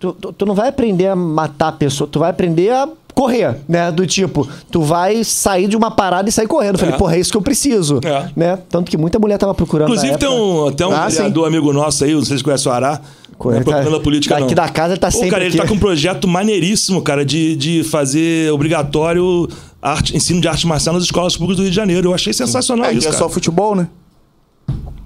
[SPEAKER 1] Tu, tu, tu não vai aprender a matar a pessoa, tu vai aprender a correr, né? Do tipo, tu vai sair de uma parada e sair correndo. Eu falei,
[SPEAKER 3] É.
[SPEAKER 1] porra, é isso que eu preciso.
[SPEAKER 3] É.
[SPEAKER 1] Né? Tanto que muita mulher tava procurando. na
[SPEAKER 3] Inclusive, tem
[SPEAKER 1] época.
[SPEAKER 3] um, tem um
[SPEAKER 2] Ah, sim.
[SPEAKER 3] vereador amigo nosso aí, não sei se conhece o Ará.
[SPEAKER 1] Conhece,
[SPEAKER 3] Não é propaganda
[SPEAKER 1] tá-
[SPEAKER 3] política,
[SPEAKER 1] daqui
[SPEAKER 3] não.
[SPEAKER 1] da casa ele tá
[SPEAKER 3] Pô,
[SPEAKER 1] sempre
[SPEAKER 3] cara, ele
[SPEAKER 1] aqui.
[SPEAKER 3] tá com um projeto maneiríssimo, cara, de, de fazer obrigatório arte, ensino de arte marcial nas escolas públicas do Rio de Janeiro. Eu achei sensacional
[SPEAKER 2] É, que
[SPEAKER 3] isso,
[SPEAKER 2] é
[SPEAKER 3] cara.
[SPEAKER 2] só futebol, né?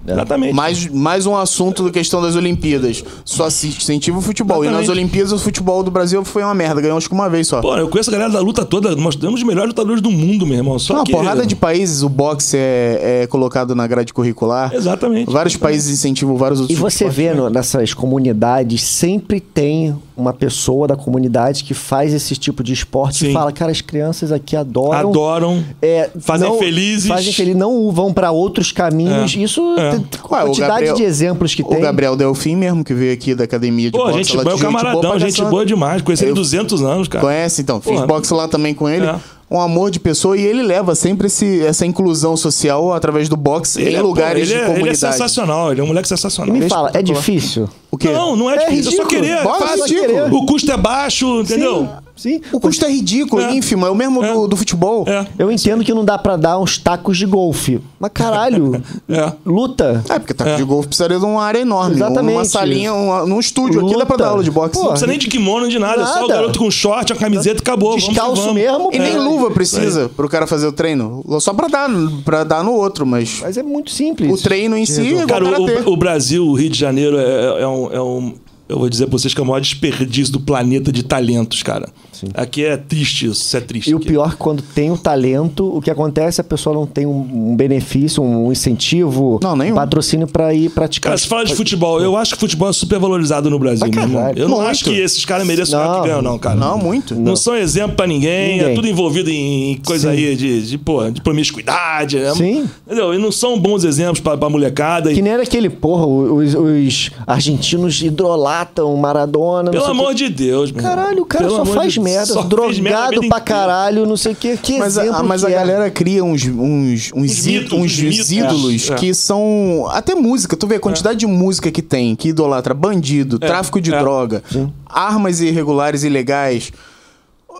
[SPEAKER 3] Exatamente.
[SPEAKER 2] Mais, mais um assunto da questão das Olimpíadas. Só assi- incentiva o futebol. E
[SPEAKER 3] Exatamente.
[SPEAKER 2] nas Olimpíadas, o futebol do Brasil foi uma merda. Ganhou acho que uma vez só.
[SPEAKER 3] Pô, eu conheço a galera da luta toda. Nós temos os melhores lutadores do mundo, meu irmão. Só
[SPEAKER 2] uma
[SPEAKER 3] que...
[SPEAKER 2] porrada de países, o boxe é, é colocado na grade curricular.
[SPEAKER 3] Exatamente.
[SPEAKER 2] Vários países incentivam vários
[SPEAKER 1] E
[SPEAKER 2] outros
[SPEAKER 1] você
[SPEAKER 2] esportes.
[SPEAKER 1] vê no-
[SPEAKER 3] né?
[SPEAKER 1] nessas comunidades, sempre tem uma pessoa da comunidade que faz esse tipo de esporte e
[SPEAKER 3] Sim.
[SPEAKER 1] fala, cara, as crianças aqui adoram.
[SPEAKER 3] Adoram.
[SPEAKER 1] É,
[SPEAKER 3] Fazem
[SPEAKER 1] não-
[SPEAKER 3] felizes.
[SPEAKER 1] Fazem felizes, não vão pra outros caminhos.
[SPEAKER 3] É.
[SPEAKER 1] Isso,
[SPEAKER 3] É.
[SPEAKER 1] tem
[SPEAKER 2] Ué, o
[SPEAKER 1] quantidade
[SPEAKER 2] Gabriel-
[SPEAKER 1] de exemplos que
[SPEAKER 2] O
[SPEAKER 1] tem.
[SPEAKER 2] Gabriel Delfim mesmo, que veio aqui da academia de
[SPEAKER 3] Pô,
[SPEAKER 2] boxe.
[SPEAKER 3] gente
[SPEAKER 2] lá
[SPEAKER 3] boa, é
[SPEAKER 2] de
[SPEAKER 3] um camaradão,
[SPEAKER 2] pra
[SPEAKER 3] gente
[SPEAKER 2] caçamba.
[SPEAKER 3] boa demais. Conheci ele
[SPEAKER 2] Eu-
[SPEAKER 3] 200 anos, cara.
[SPEAKER 2] Conhece, então. Fiz
[SPEAKER 3] Porra.
[SPEAKER 2] boxe lá também com ele.
[SPEAKER 3] É.
[SPEAKER 2] Um amor de pessoa. E ele leva sempre esse, essa inclusão social através do boxe em
[SPEAKER 3] é, pô,
[SPEAKER 2] lugares
[SPEAKER 3] ele
[SPEAKER 2] um de
[SPEAKER 3] é- Ele é
[SPEAKER 2] comunidade.
[SPEAKER 3] sensacional, ele é um moleque sensacional.
[SPEAKER 1] Me fala, é difícil?
[SPEAKER 2] o quê?
[SPEAKER 3] Não, não é,
[SPEAKER 1] É
[SPEAKER 3] difícil. Eu só
[SPEAKER 1] ridículo.
[SPEAKER 3] queria. é
[SPEAKER 2] Bora,
[SPEAKER 3] fácil.
[SPEAKER 2] só querer.
[SPEAKER 3] O custo é baixo, entendeu?
[SPEAKER 1] Sim.
[SPEAKER 2] O custo é ridículo,
[SPEAKER 3] É.
[SPEAKER 2] ínfimo. É o mesmo
[SPEAKER 3] É.
[SPEAKER 2] Do, do futebol.
[SPEAKER 3] É.
[SPEAKER 1] Eu entendo que não dá pra dar uns tacos de golfe. Mas caralho,
[SPEAKER 3] É.
[SPEAKER 1] luta.
[SPEAKER 2] É, porque taco de golfe precisaria de uma área enorme.
[SPEAKER 1] Exatamente.
[SPEAKER 2] Uma salinha, um, um estúdio. Aqui
[SPEAKER 1] Luta.
[SPEAKER 2] dá pra dar aula de boxe.
[SPEAKER 1] Pô,
[SPEAKER 3] Não precisa nem de kimono, de nada. é Só o
[SPEAKER 1] Nada.
[SPEAKER 3] garoto com short, a camiseta, acabou. Vamos que
[SPEAKER 1] Descalço
[SPEAKER 3] vamos.
[SPEAKER 1] mesmo,
[SPEAKER 2] E
[SPEAKER 1] pô.
[SPEAKER 2] nem
[SPEAKER 1] É.
[SPEAKER 2] luva precisa pro cara fazer o treino. Só pra dar, pra dar no outro, mas
[SPEAKER 1] Mas é muito simples.
[SPEAKER 2] o treino em si é igual
[SPEAKER 3] Cara,
[SPEAKER 2] karatê.
[SPEAKER 3] o, o Brasil, o Rio de Janeiro é, é um, é um- Eu vou dizer pra vocês que é o maior desperdício do planeta de talentos, cara. Aqui é triste isso, isso é triste.
[SPEAKER 1] E o
[SPEAKER 3] aqui.
[SPEAKER 1] pior, quando tem o talento, o que acontece? A pessoa não tem um, um benefício, um incentivo,
[SPEAKER 2] Não, nenhum.
[SPEAKER 1] um patrocínio pra ir praticar.
[SPEAKER 3] Cara, se fala de futebol, eu acho que futebol é super valorizado no Brasil,
[SPEAKER 1] Pra
[SPEAKER 3] meu irmão.
[SPEAKER 1] caralho.
[SPEAKER 3] Eu não
[SPEAKER 2] Muito.
[SPEAKER 3] acho que esses caras mereçam ganhar o
[SPEAKER 1] Não.
[SPEAKER 3] que ganham, não, cara.
[SPEAKER 2] Não, muito.
[SPEAKER 3] Não, são exemplo pra ninguém, é
[SPEAKER 1] Ninguém.
[SPEAKER 3] tudo envolvido em coisa aí de, de, pô, de promiscuidade. né?
[SPEAKER 1] Sim.
[SPEAKER 3] Entendeu? E não são bons exemplos pra, pra molecada. e-
[SPEAKER 1] Que nem era aquele porra, os, os argentinos idolatam Maradona.
[SPEAKER 3] pelo
[SPEAKER 1] não sei o quê.
[SPEAKER 3] amor de Deus, meu irmão.
[SPEAKER 1] Caralho, o cara
[SPEAKER 3] Pelo
[SPEAKER 1] só
[SPEAKER 3] amor
[SPEAKER 1] faz
[SPEAKER 3] de-
[SPEAKER 1] merda,
[SPEAKER 3] só fez
[SPEAKER 1] drogado
[SPEAKER 3] merda a vida
[SPEAKER 1] pra
[SPEAKER 3] inteira.
[SPEAKER 1] caralho, não sei o quê. Que
[SPEAKER 2] Mas
[SPEAKER 1] exemplo
[SPEAKER 2] a, mas
[SPEAKER 1] que
[SPEAKER 2] a
[SPEAKER 1] é?
[SPEAKER 2] galera cria uns, uns, uns, í-
[SPEAKER 3] mitos,
[SPEAKER 2] uns
[SPEAKER 3] os mitos.
[SPEAKER 2] ídolos
[SPEAKER 3] É, é.
[SPEAKER 2] que são. Até música. Tu vê a quantidade de música que tem, que idolatra bandido, tráfico de
[SPEAKER 3] é.
[SPEAKER 2] droga, armas irregulares ilegais,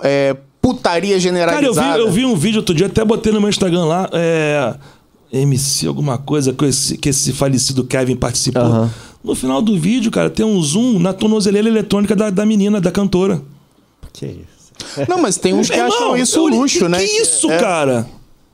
[SPEAKER 2] é, putaria
[SPEAKER 3] Cara, eu
[SPEAKER 2] generalizada.
[SPEAKER 3] vi, eu vi um vídeo outro dia, até botei no meu Instagram lá, é. MC alguma coisa que esse, que esse falecido Kevin participou.
[SPEAKER 1] Aham.
[SPEAKER 3] No final do vídeo, cara, tem um zoom na tornozeleira eletrônica da, da menina, da cantora.
[SPEAKER 1] Que isso?
[SPEAKER 2] Não, mas tem uns que
[SPEAKER 3] Irmão,
[SPEAKER 2] acham isso
[SPEAKER 3] eu olhei,
[SPEAKER 2] luxo,
[SPEAKER 3] que,
[SPEAKER 2] né?
[SPEAKER 3] Que isso,
[SPEAKER 2] É.
[SPEAKER 3] cara?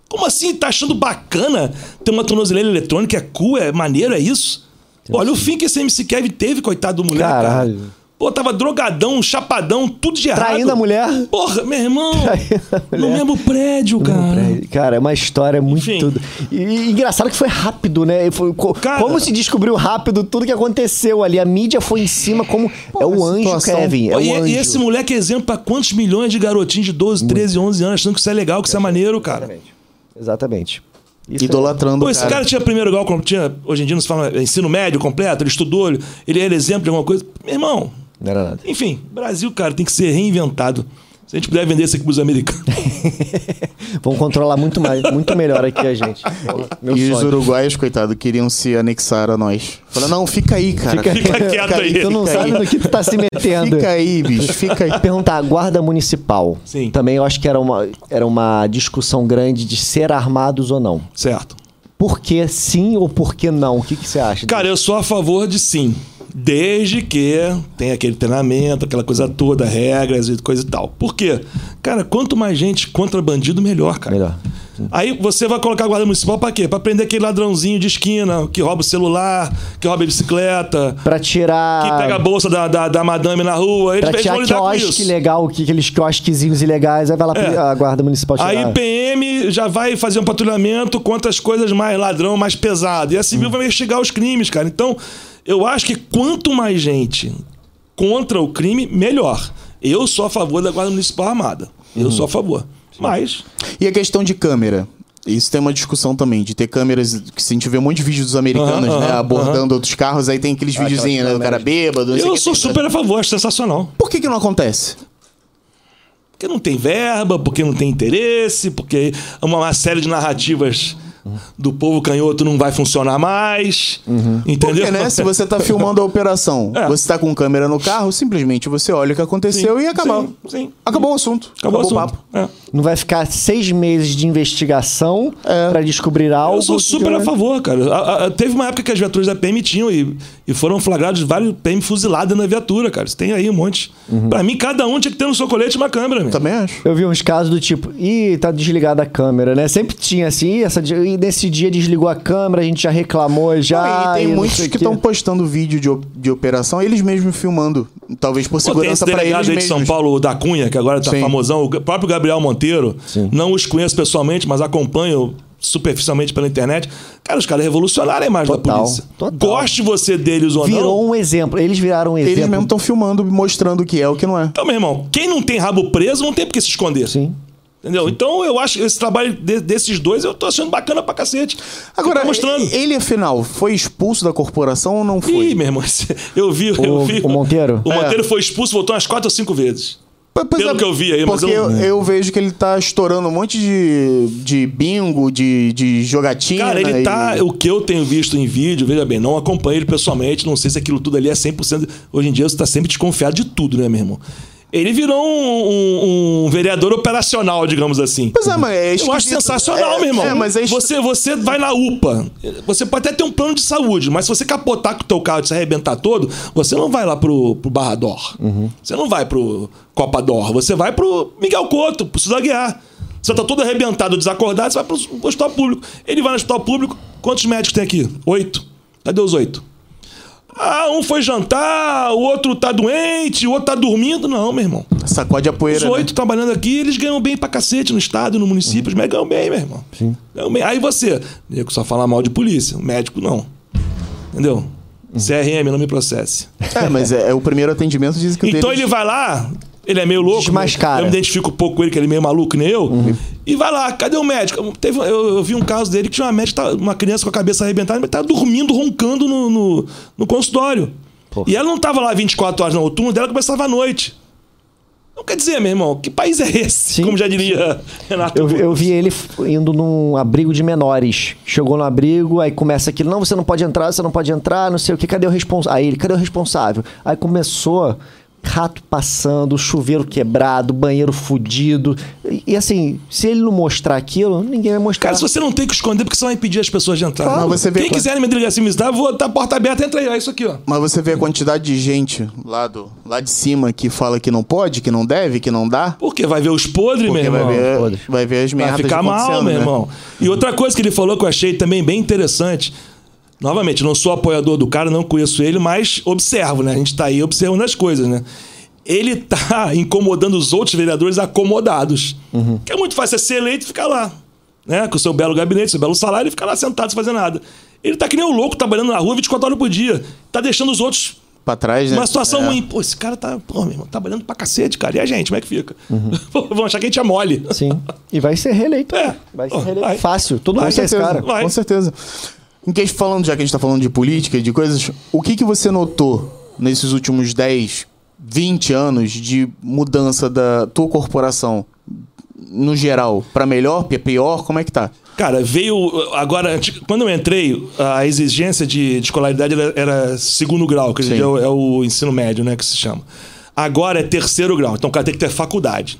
[SPEAKER 3] Como assim? Tá achando bacana ter uma tornozeleira eletrônica? É cool, é maneiro, é isso? Olha o fim que esse MC Kevin teve, coitado do mulher,
[SPEAKER 1] Caralho.
[SPEAKER 3] cara. Pô, tava drogadão, um chapadão, tudo de errado.
[SPEAKER 1] Traindo a mulher?
[SPEAKER 3] Porra, meu irmão.
[SPEAKER 1] Traindo a
[SPEAKER 3] No
[SPEAKER 1] mulher.
[SPEAKER 3] mesmo prédio, cara.
[SPEAKER 1] Cara, é uma história muito.
[SPEAKER 3] Enfim.
[SPEAKER 1] tudo. E, e engraçado que foi rápido, né? E foi co-
[SPEAKER 3] Cara-
[SPEAKER 1] como se descobriu rápido tudo que aconteceu ali. A mídia foi em cima, como. é o
[SPEAKER 2] a
[SPEAKER 1] anjo,
[SPEAKER 2] situação-
[SPEAKER 1] Kevin. É
[SPEAKER 3] e,
[SPEAKER 1] o anjo.
[SPEAKER 3] e esse moleque é exemplo pra quantos milhões de garotinhos de 12, 13, 11 anos achando que isso é legal, que isso é maneiro, cara.
[SPEAKER 1] Exatamente. Isso
[SPEAKER 2] Idolatrando.
[SPEAKER 3] Pô, esse cara tinha primeiro grau, como tinha, hoje em dia não se fala, é, ensino médio completo, ele estudou, ele ele era exemplo de alguma coisa. Meu irmão,
[SPEAKER 1] Não era nada.
[SPEAKER 3] Enfim, Brasil, cara, tem que ser reinventado. Se a gente puder vender isso aqui pros americanos.
[SPEAKER 1] Vão controlar muito mais, muito melhor aqui a gente. Pô, Meu
[SPEAKER 2] e os
[SPEAKER 1] sonho.
[SPEAKER 2] uruguaios, coitado, queriam se anexar a nós. Falaram, não, fica aí, cara.
[SPEAKER 1] Fica-
[SPEAKER 3] Fica quieto aí.
[SPEAKER 1] Tu não
[SPEAKER 2] Fica
[SPEAKER 1] sabe
[SPEAKER 2] aí.
[SPEAKER 1] no que tu tá se metendo.
[SPEAKER 2] Fica aí, bicho, fica aí.
[SPEAKER 1] Perguntar, a guarda municipal.
[SPEAKER 3] Sim.
[SPEAKER 1] Também eu acho que era uma, era uma discussão grande de ser armados ou não.
[SPEAKER 3] Certo.
[SPEAKER 1] Por que sim ou por que não? O que, que você acha?
[SPEAKER 3] Cara, eu sou a favor de sim. Desde que tem aquele treinamento, aquela coisa toda, regras e coisa e tal. Por quê? Cara, quanto mais gente contra bandido, melhor, cara.
[SPEAKER 1] Melhor.
[SPEAKER 3] Aí você vai colocar a guarda municipal pra quê? Pra prender aquele ladrãozinho de esquina que rouba o celular, que rouba a bicicleta,
[SPEAKER 1] Pra tirar.
[SPEAKER 3] que pega a bolsa da, da, da madame na rua. Eles,
[SPEAKER 1] Ah. Pra
[SPEAKER 3] eles
[SPEAKER 1] tirar
[SPEAKER 3] vão lidar com
[SPEAKER 1] quiosque
[SPEAKER 3] isso.
[SPEAKER 1] legal, que, aqueles quiosquezinhos ilegais, aí vai lá
[SPEAKER 3] É.
[SPEAKER 1] a guarda municipal tirar.
[SPEAKER 3] Aí PM já vai fazer um patrulhamento contra as coisas mais ladrão, mais pesado. E a
[SPEAKER 1] Hum.
[SPEAKER 3] civil vai investigar os crimes, cara. Então, eu acho que quanto mais gente contra o crime, melhor. Eu sou a favor da Guarda Municipal Armada.
[SPEAKER 1] Hum.
[SPEAKER 3] Eu sou a favor. Mas,
[SPEAKER 2] E a questão de câmera? Isso tem uma discussão também, de ter câmeras que se a gente vê um monte de vídeos dos americanos,
[SPEAKER 3] Aham,
[SPEAKER 2] né?
[SPEAKER 3] aham, Ah,
[SPEAKER 2] abordando outros carros, aí tem aqueles videozinhos, né? O cara bêbado, não sei o
[SPEAKER 3] eu
[SPEAKER 2] que,
[SPEAKER 3] sou
[SPEAKER 2] tem-
[SPEAKER 3] super a favor, acho sensacional.
[SPEAKER 2] Por que que não acontece?
[SPEAKER 3] Porque não tem verba, porque não tem interesse, porque uma, uma série de narrativas do povo canhoto não vai funcionar mais. Entendeu?
[SPEAKER 2] Porque, né? Se você tá filmando a operação,
[SPEAKER 3] É.
[SPEAKER 2] você tá com câmera no carro, simplesmente você olha o que aconteceu e acabou.
[SPEAKER 3] Sim, sim.
[SPEAKER 2] Acabou o assunto.
[SPEAKER 3] Acabou, o
[SPEAKER 2] o
[SPEAKER 3] assunto.
[SPEAKER 2] papo.
[SPEAKER 3] É.
[SPEAKER 1] Não vai ficar seis meses de investigação
[SPEAKER 2] É.
[SPEAKER 1] pra descobrir algo.
[SPEAKER 3] Eu sou
[SPEAKER 1] que
[SPEAKER 3] super
[SPEAKER 1] não é-
[SPEAKER 3] a favor, cara. A- a- teve uma época que as viaturas da PM tinham e, e foram flagrados vários PM fuzilados na viatura, cara. Isso tem aí um monte.
[SPEAKER 2] Uhum.
[SPEAKER 3] Pra mim, cada um tinha que ter no seu colete uma câmera, meu.
[SPEAKER 2] Também acho.
[SPEAKER 1] Eu vi uns casos do tipo, ih, tá desligada a câmera, né? Sempre tinha assim, "Ih, essa, di- e nesse dia desligou a câmera, a gente já reclamou já.
[SPEAKER 2] e tem
[SPEAKER 1] não
[SPEAKER 2] muitos
[SPEAKER 1] sei o
[SPEAKER 2] que
[SPEAKER 1] quê."
[SPEAKER 2] estão postando vídeo de, op- de operação, eles mesmos filmando. Talvez por
[SPEAKER 3] Pô, tem
[SPEAKER 2] segurança
[SPEAKER 3] esse
[SPEAKER 2] pra eles
[SPEAKER 3] delegado aí de
[SPEAKER 2] mesmos.
[SPEAKER 3] São Paulo, o da Cunha, que agora tá
[SPEAKER 2] Sim.
[SPEAKER 3] famosão, o próprio Gabriel Monteiro. Não os conheço pessoalmente, mas acompanho superficialmente pela internet. Cara, os caras revolucionaram a imagem
[SPEAKER 1] Total,
[SPEAKER 3] da polícia.
[SPEAKER 1] total.
[SPEAKER 3] Goste você deles ou não.
[SPEAKER 1] Virou um exemplo. Eles viraram um exemplo.
[SPEAKER 2] Eles mesmos estão filmando, mostrando o que é, o que não é.
[SPEAKER 3] Então, meu irmão, quem não tem rabo preso não tem por que se esconder.
[SPEAKER 1] Sim.
[SPEAKER 3] Entendeu? Então eu acho que esse trabalho de- desses dois eu tô achando bacana pra cacete.
[SPEAKER 2] Agora,
[SPEAKER 3] tá mostrando.
[SPEAKER 2] ele afinal foi expulso da corporação ou não foi?
[SPEAKER 3] Ih, meu irmão, esse- eu vi, eu
[SPEAKER 1] O-
[SPEAKER 3] vi.
[SPEAKER 1] o Monteiro? É.
[SPEAKER 3] O Monteiro foi expulso, voltou umas quatro ou cinco vezes.
[SPEAKER 2] P- pois é,
[SPEAKER 3] pelo que eu vi aí, mas
[SPEAKER 2] Porque
[SPEAKER 3] eu-
[SPEAKER 2] eu, eu vejo que ele tá estourando um monte de, de bingo, de, de jogatina.
[SPEAKER 3] Cara, ele
[SPEAKER 2] e-
[SPEAKER 3] tá. O que eu tenho visto em vídeo, veja bem, não acompanho ele pessoalmente, não sei se aquilo tudo ali é 100%. Hoje em dia você tá sempre desconfiado de tudo, né, meu irmão? Ele virou um, um- um vereador operacional, digamos assim.
[SPEAKER 2] Pois é, mas é
[SPEAKER 3] Eu acho
[SPEAKER 2] esquisito.
[SPEAKER 3] sensacional,
[SPEAKER 2] É,
[SPEAKER 3] meu irmão.
[SPEAKER 2] É, mas é esqui-
[SPEAKER 3] você, você vai na UPA. Você pode até ter um plano de saúde, mas se você capotar com o teu carro e se arrebentar todo, você não vai lá pro, pro Barrador.
[SPEAKER 2] Uhum.
[SPEAKER 3] Você não vai pro Copa Dor. Você vai pro Miguel Couto, pro Suda Guiar. Você tá todo arrebentado, desacordado, você vai pro hospital público. Ele vai no hospital público. Quantos médicos tem aqui? Oito. Cadê os oito? Ah, um foi jantar, o outro tá doente, o outro tá dormindo. Não, meu irmão.
[SPEAKER 2] Sacode a poeira.
[SPEAKER 3] Os
[SPEAKER 2] né?
[SPEAKER 3] oito trabalhando aqui, eles ganham bem pra cacete no estado, no município, os médicos ganham bem, meu irmão. Sim. Aí você, nego só fala mal de polícia, o médico não. Entendeu? CRM, não me processe.
[SPEAKER 2] É, mas é, é o primeiro atendimento diz que o
[SPEAKER 3] Então
[SPEAKER 2] deles-
[SPEAKER 3] ele vai lá, ele é meio louco.
[SPEAKER 1] Desmascara.
[SPEAKER 3] né? Eu me identifico um pouco com ele, que ele é meio maluco, que nem eu.
[SPEAKER 2] Uhum.
[SPEAKER 3] E vai lá, cadê o médico? Teve, eu, eu vi um caso dele que tinha uma médica, tava- uma criança com a cabeça arrebentada, mas tava dormindo, roncando no, no, no consultório. E ela não tava lá 24 horas, não. O turno dela começava à noite. Não quer dizer, meu irmão, que país é esse?
[SPEAKER 1] Sim.
[SPEAKER 3] Como já diria Renato.
[SPEAKER 1] Eu, eu vi ele f- indo num abrigo de menores. Chegou no abrigo, aí começa aquilo: não, você não pode entrar, você não pode entrar, não sei o que, cadê o responsável? Aí ele, cadê o responsável? Aí começou rato passando, chuveiro quebrado, banheiro fudido. E, e assim, se ele não mostrar aquilo, ninguém vai mostrar.
[SPEAKER 3] Cara, se você não tem que esconder, porque você vai impedir as pessoas de entrar.
[SPEAKER 2] Claro. Não, você vê
[SPEAKER 3] Quem
[SPEAKER 2] quando-
[SPEAKER 3] quiser me delegar assim, me visitar, eu vou tá a porta aberta, entra aí. É isso aqui, ó.
[SPEAKER 2] Mas você vê a quantidade de gente lá, do, lá de cima que fala que não pode, que não deve, que não dá.
[SPEAKER 3] Porque vai ver os podres, meu
[SPEAKER 2] Porque
[SPEAKER 3] irmão.
[SPEAKER 2] vai ver, é,
[SPEAKER 1] foda-se.
[SPEAKER 2] vai ver as merdas
[SPEAKER 3] Vai ficar mal,
[SPEAKER 2] acontecendo,
[SPEAKER 3] meu
[SPEAKER 2] né?
[SPEAKER 3] irmão. E outra coisa que ele falou que eu achei também bem interessante. Novamente, não sou apoiador do cara, não conheço ele, mas observo, né? A gente tá aí observando as coisas, né? Ele tá incomodando os outros vereadores acomodados.
[SPEAKER 2] Uhum.
[SPEAKER 3] Que é muito fácil você ser eleito e ficar lá. Né? Com o seu belo gabinete, seu belo salário, e ficar lá sentado sem fazer nada. Ele tá que nem um louco trabalhando na rua 24 horas por dia. Tá deixando os outros
[SPEAKER 2] Pra trás, né?
[SPEAKER 3] uma situação
[SPEAKER 2] É.
[SPEAKER 3] ruim. Pô, esse cara tá, pô, meu irmão, trabalhando pra cacete, cara. E a gente, como é que fica?
[SPEAKER 2] Uhum.
[SPEAKER 3] Vão achar que a gente é mole.
[SPEAKER 1] Sim. E vai ser reeleito.
[SPEAKER 3] É.
[SPEAKER 1] Vai ser
[SPEAKER 3] Pô,
[SPEAKER 1] reeleito.
[SPEAKER 3] vai.
[SPEAKER 1] Fácil. Todo
[SPEAKER 2] Com
[SPEAKER 1] mundo quer esse
[SPEAKER 2] certeza,
[SPEAKER 1] cara.
[SPEAKER 3] Vai.
[SPEAKER 2] com certeza. Em que, falando, já que a gente tá falando de política e de coisas, o que, que você notou nesses últimos 10, 20 anos de mudança da tua corporação, no geral, pra melhor, pra pior, como é que tá?
[SPEAKER 3] Cara, veio. uh, Agora, anti- quando eu entrei, a exigência de, de escolaridade era, era segundo grau, que hoje em
[SPEAKER 2] Sim.
[SPEAKER 3] dia é o, é o ensino médio, né? Que se chama. Agora é terceiro grau. Então o cara tem que ter faculdade.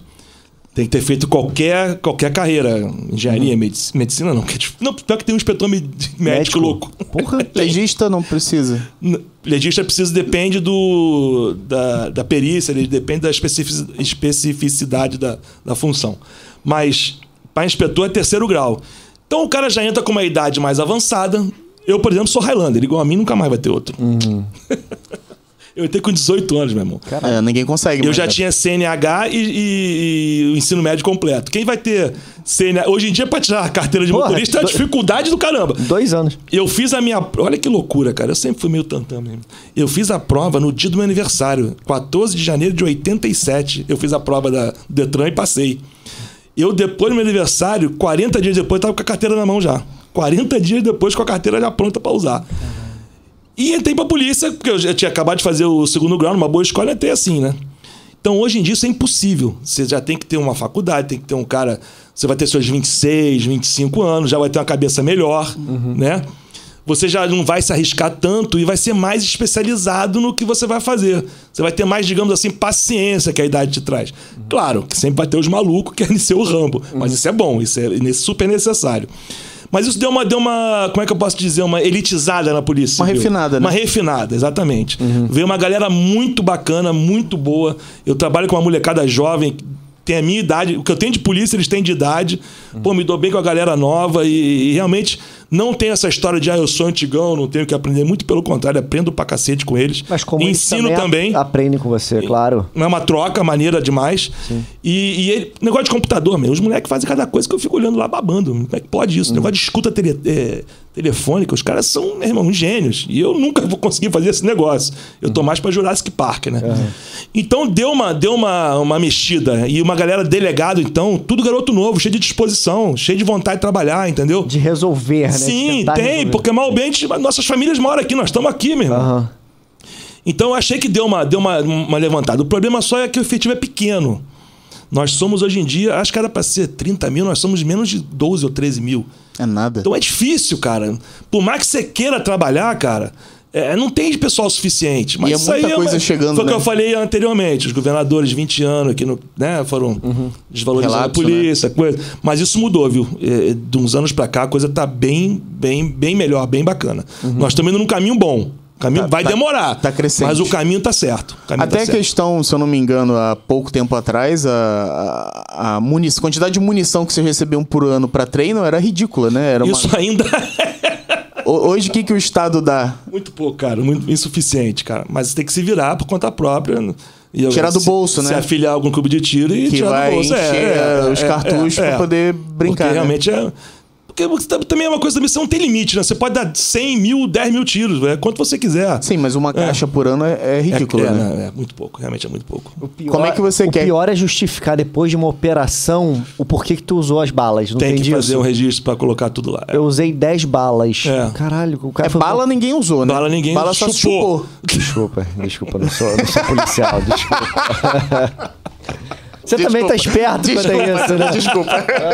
[SPEAKER 3] Tem que ter feito qualquer, qualquer carreira. Engenharia, medici- medicina, não. que é dif- Não, pior que tem um inspetor me- médico,
[SPEAKER 1] Médico?
[SPEAKER 3] louco.
[SPEAKER 2] Porra, legista não precisa.
[SPEAKER 3] N- Legista precisa, depende do, da, da perícia, ele depende da especifici- especificidade da, da função. Mas para inspetor é terceiro grau. Então o cara já entra com uma idade mais avançada. Eu, por exemplo, sou Highlander, igual a mim nunca mais vai ter outro.
[SPEAKER 1] Uhum.
[SPEAKER 3] eu entrei com 18 anos, meu irmão.
[SPEAKER 2] É, ninguém consegue.
[SPEAKER 3] Eu
[SPEAKER 2] mais,
[SPEAKER 3] já
[SPEAKER 2] né?
[SPEAKER 3] tinha CNH e, e- e o ensino médio completo. Quem vai ter CNH? Hoje em dia, para tirar a carteira de
[SPEAKER 1] Porra,
[SPEAKER 3] motorista, é a
[SPEAKER 1] do-
[SPEAKER 3] dificuldade do caramba.
[SPEAKER 1] Dois anos.
[SPEAKER 3] Eu fiz a minha. Olha que loucura, cara. Eu sempre fui meio tantã mesmo. Eu fiz a prova no dia do meu aniversário, 14 de janeiro de 87. Eu fiz a prova da do Detran e passei. Eu, depois do meu aniversário, 40 dias depois, tava com a carteira na mão já. 40 dias depois, com a carteira já pronta pra usar. E entrei pra polícia, porque eu já tinha acabado de fazer o segundo grau numa boa escola, entrei assim, né? Então, hoje em dia, isso é impossível. Você já tem que ter uma faculdade, tem que ter um cara. Você vai ter seus 26, 25 anos, já vai ter uma cabeça melhor, né? Você já não vai se arriscar tanto e vai ser mais especializado no que você vai fazer. Você vai ter mais, digamos assim, paciência que a idade te traz. Claro, que sempre vai ter os malucos que querem ser o Rambo. Mas isso é bom, isso é super necessário. Mas isso deu uma, deu uma. Como é que eu posso dizer? Uma elitizada na polícia.
[SPEAKER 2] Uma
[SPEAKER 3] civil.
[SPEAKER 2] refinada, né?
[SPEAKER 3] Uma refinada, exatamente. Veio uma galera muito bacana, muito boa. Eu trabalho com uma molecada jovem, tem a minha idade. O que eu tenho de polícia, eles têm de idade. Pô, me dou bem com a galera nova e, e realmente não tem essa história de, ah, eu sou antigão, não tenho o que aprender. Muito pelo contrário, aprendo pra cacete com eles.
[SPEAKER 1] Mas como é eles
[SPEAKER 3] Ensino também.
[SPEAKER 1] a- Aprendem com você, claro.
[SPEAKER 3] É uma troca maneira demais. E, e ele, negócio de computador, meu, os moleques fazem cada coisa que eu fico olhando lá babando. Como é que pode
[SPEAKER 1] Hum.
[SPEAKER 3] isso? Negócio de escuta tele- é, telefônica, os caras são, meu irmão, gênios. E eu nunca vou conseguir fazer esse negócio. Eu
[SPEAKER 1] Uhum.
[SPEAKER 3] tô mais pra Jurassic Park, né? Então deu, uma, deu uma, uma mexida. E uma galera delegado, então, tudo garoto novo, cheio de disposição, cheio de vontade de trabalhar, entendeu?
[SPEAKER 1] De resolver, né? De
[SPEAKER 3] Sim,
[SPEAKER 1] tentar
[SPEAKER 3] tem,
[SPEAKER 1] resolver.
[SPEAKER 3] porque mal ou bem, a gente- nossas famílias moram aqui, nós estamos aqui, meu irmão.
[SPEAKER 1] Aham.
[SPEAKER 3] Então eu achei que deu uma, deu uma, uma levantada. O problema só é que o efetivo é pequeno. Nós somos hoje em dia, acho que era para ser 30 mil, nós somos menos de 12 ou 13 mil.
[SPEAKER 2] É nada.
[SPEAKER 3] Então é difícil, cara. Por mais que você queira trabalhar, cara, é, não tem pessoal suficiente. Mas
[SPEAKER 2] E é
[SPEAKER 3] isso aí
[SPEAKER 2] muita coisa
[SPEAKER 3] uma-
[SPEAKER 2] chegando,
[SPEAKER 3] Foi o que
[SPEAKER 2] né?
[SPEAKER 3] eu falei anteriormente. Os governadores, 20 anos, que no- né, foram desvalorizando
[SPEAKER 2] Uhum. Relapso, né?
[SPEAKER 3] a polícia, coisa. Mas isso mudou, viu? É, de uns anos pra cá, a coisa tá bem, bem, bem melhor, bem bacana. Nós estamos indo num caminho bom. O Caminho
[SPEAKER 2] Uhum. Tá-
[SPEAKER 3] vai
[SPEAKER 2] tá-
[SPEAKER 3] demorar.
[SPEAKER 2] tá crescente.
[SPEAKER 3] Mas o caminho tá certo. O caminho tá
[SPEAKER 2] Até a
[SPEAKER 3] certo.
[SPEAKER 2] questão, se eu não me engano, há pouco tempo atrás, a, a, a munição, quantidade de munição que vocês recebiam por ano pra treino era ridícula, né? Era uma-
[SPEAKER 3] Isso ainda
[SPEAKER 2] Ho- Hoje, o que, que o Estado dá?
[SPEAKER 3] Muito pouco, cara. Muito insuficiente, cara. Mas tem que se virar por conta própria. né? E eu-
[SPEAKER 2] Tirar do
[SPEAKER 3] se-
[SPEAKER 2] bolso, né?
[SPEAKER 3] Se afiliar a algum clube de tiro e
[SPEAKER 2] Que
[SPEAKER 3] tirar
[SPEAKER 2] vai
[SPEAKER 3] do bolso. É,
[SPEAKER 2] encher
[SPEAKER 3] é,
[SPEAKER 2] os
[SPEAKER 3] é,
[SPEAKER 2] cartuchos pra poder brincar,
[SPEAKER 3] Porque
[SPEAKER 2] né?
[SPEAKER 3] realmente é... Porque você tá- também é uma coisa, também você não tem limite, né? Você pode dar 100 mil, 10 mil tiros, é quanto você quiser.
[SPEAKER 2] Sim, mas uma caixa por ano é, é
[SPEAKER 3] é,
[SPEAKER 2] ridícula,
[SPEAKER 3] é,
[SPEAKER 2] né?
[SPEAKER 3] não, é muito pouco, realmente é muito pouco.
[SPEAKER 1] O pior-
[SPEAKER 2] Como é que você
[SPEAKER 1] o
[SPEAKER 2] quer?
[SPEAKER 1] pior é justificar depois de uma operação o porquê que tu usou as balas. Não
[SPEAKER 3] Tem que
[SPEAKER 1] entendi
[SPEAKER 3] fazer
[SPEAKER 1] isso.
[SPEAKER 3] um registro pra colocar tudo lá.
[SPEAKER 1] Eu usei 10 balas.
[SPEAKER 3] É.
[SPEAKER 1] Caralho, o cara
[SPEAKER 2] É
[SPEAKER 1] foi-
[SPEAKER 2] bala ninguém usou, né?
[SPEAKER 3] Bala ninguém
[SPEAKER 2] bala só se chupou.
[SPEAKER 3] chupou.
[SPEAKER 1] Desculpa, desculpa, não sou, não sou policial, desculpa. Você também tá esperto quanto a isso, né?
[SPEAKER 2] Desculpa.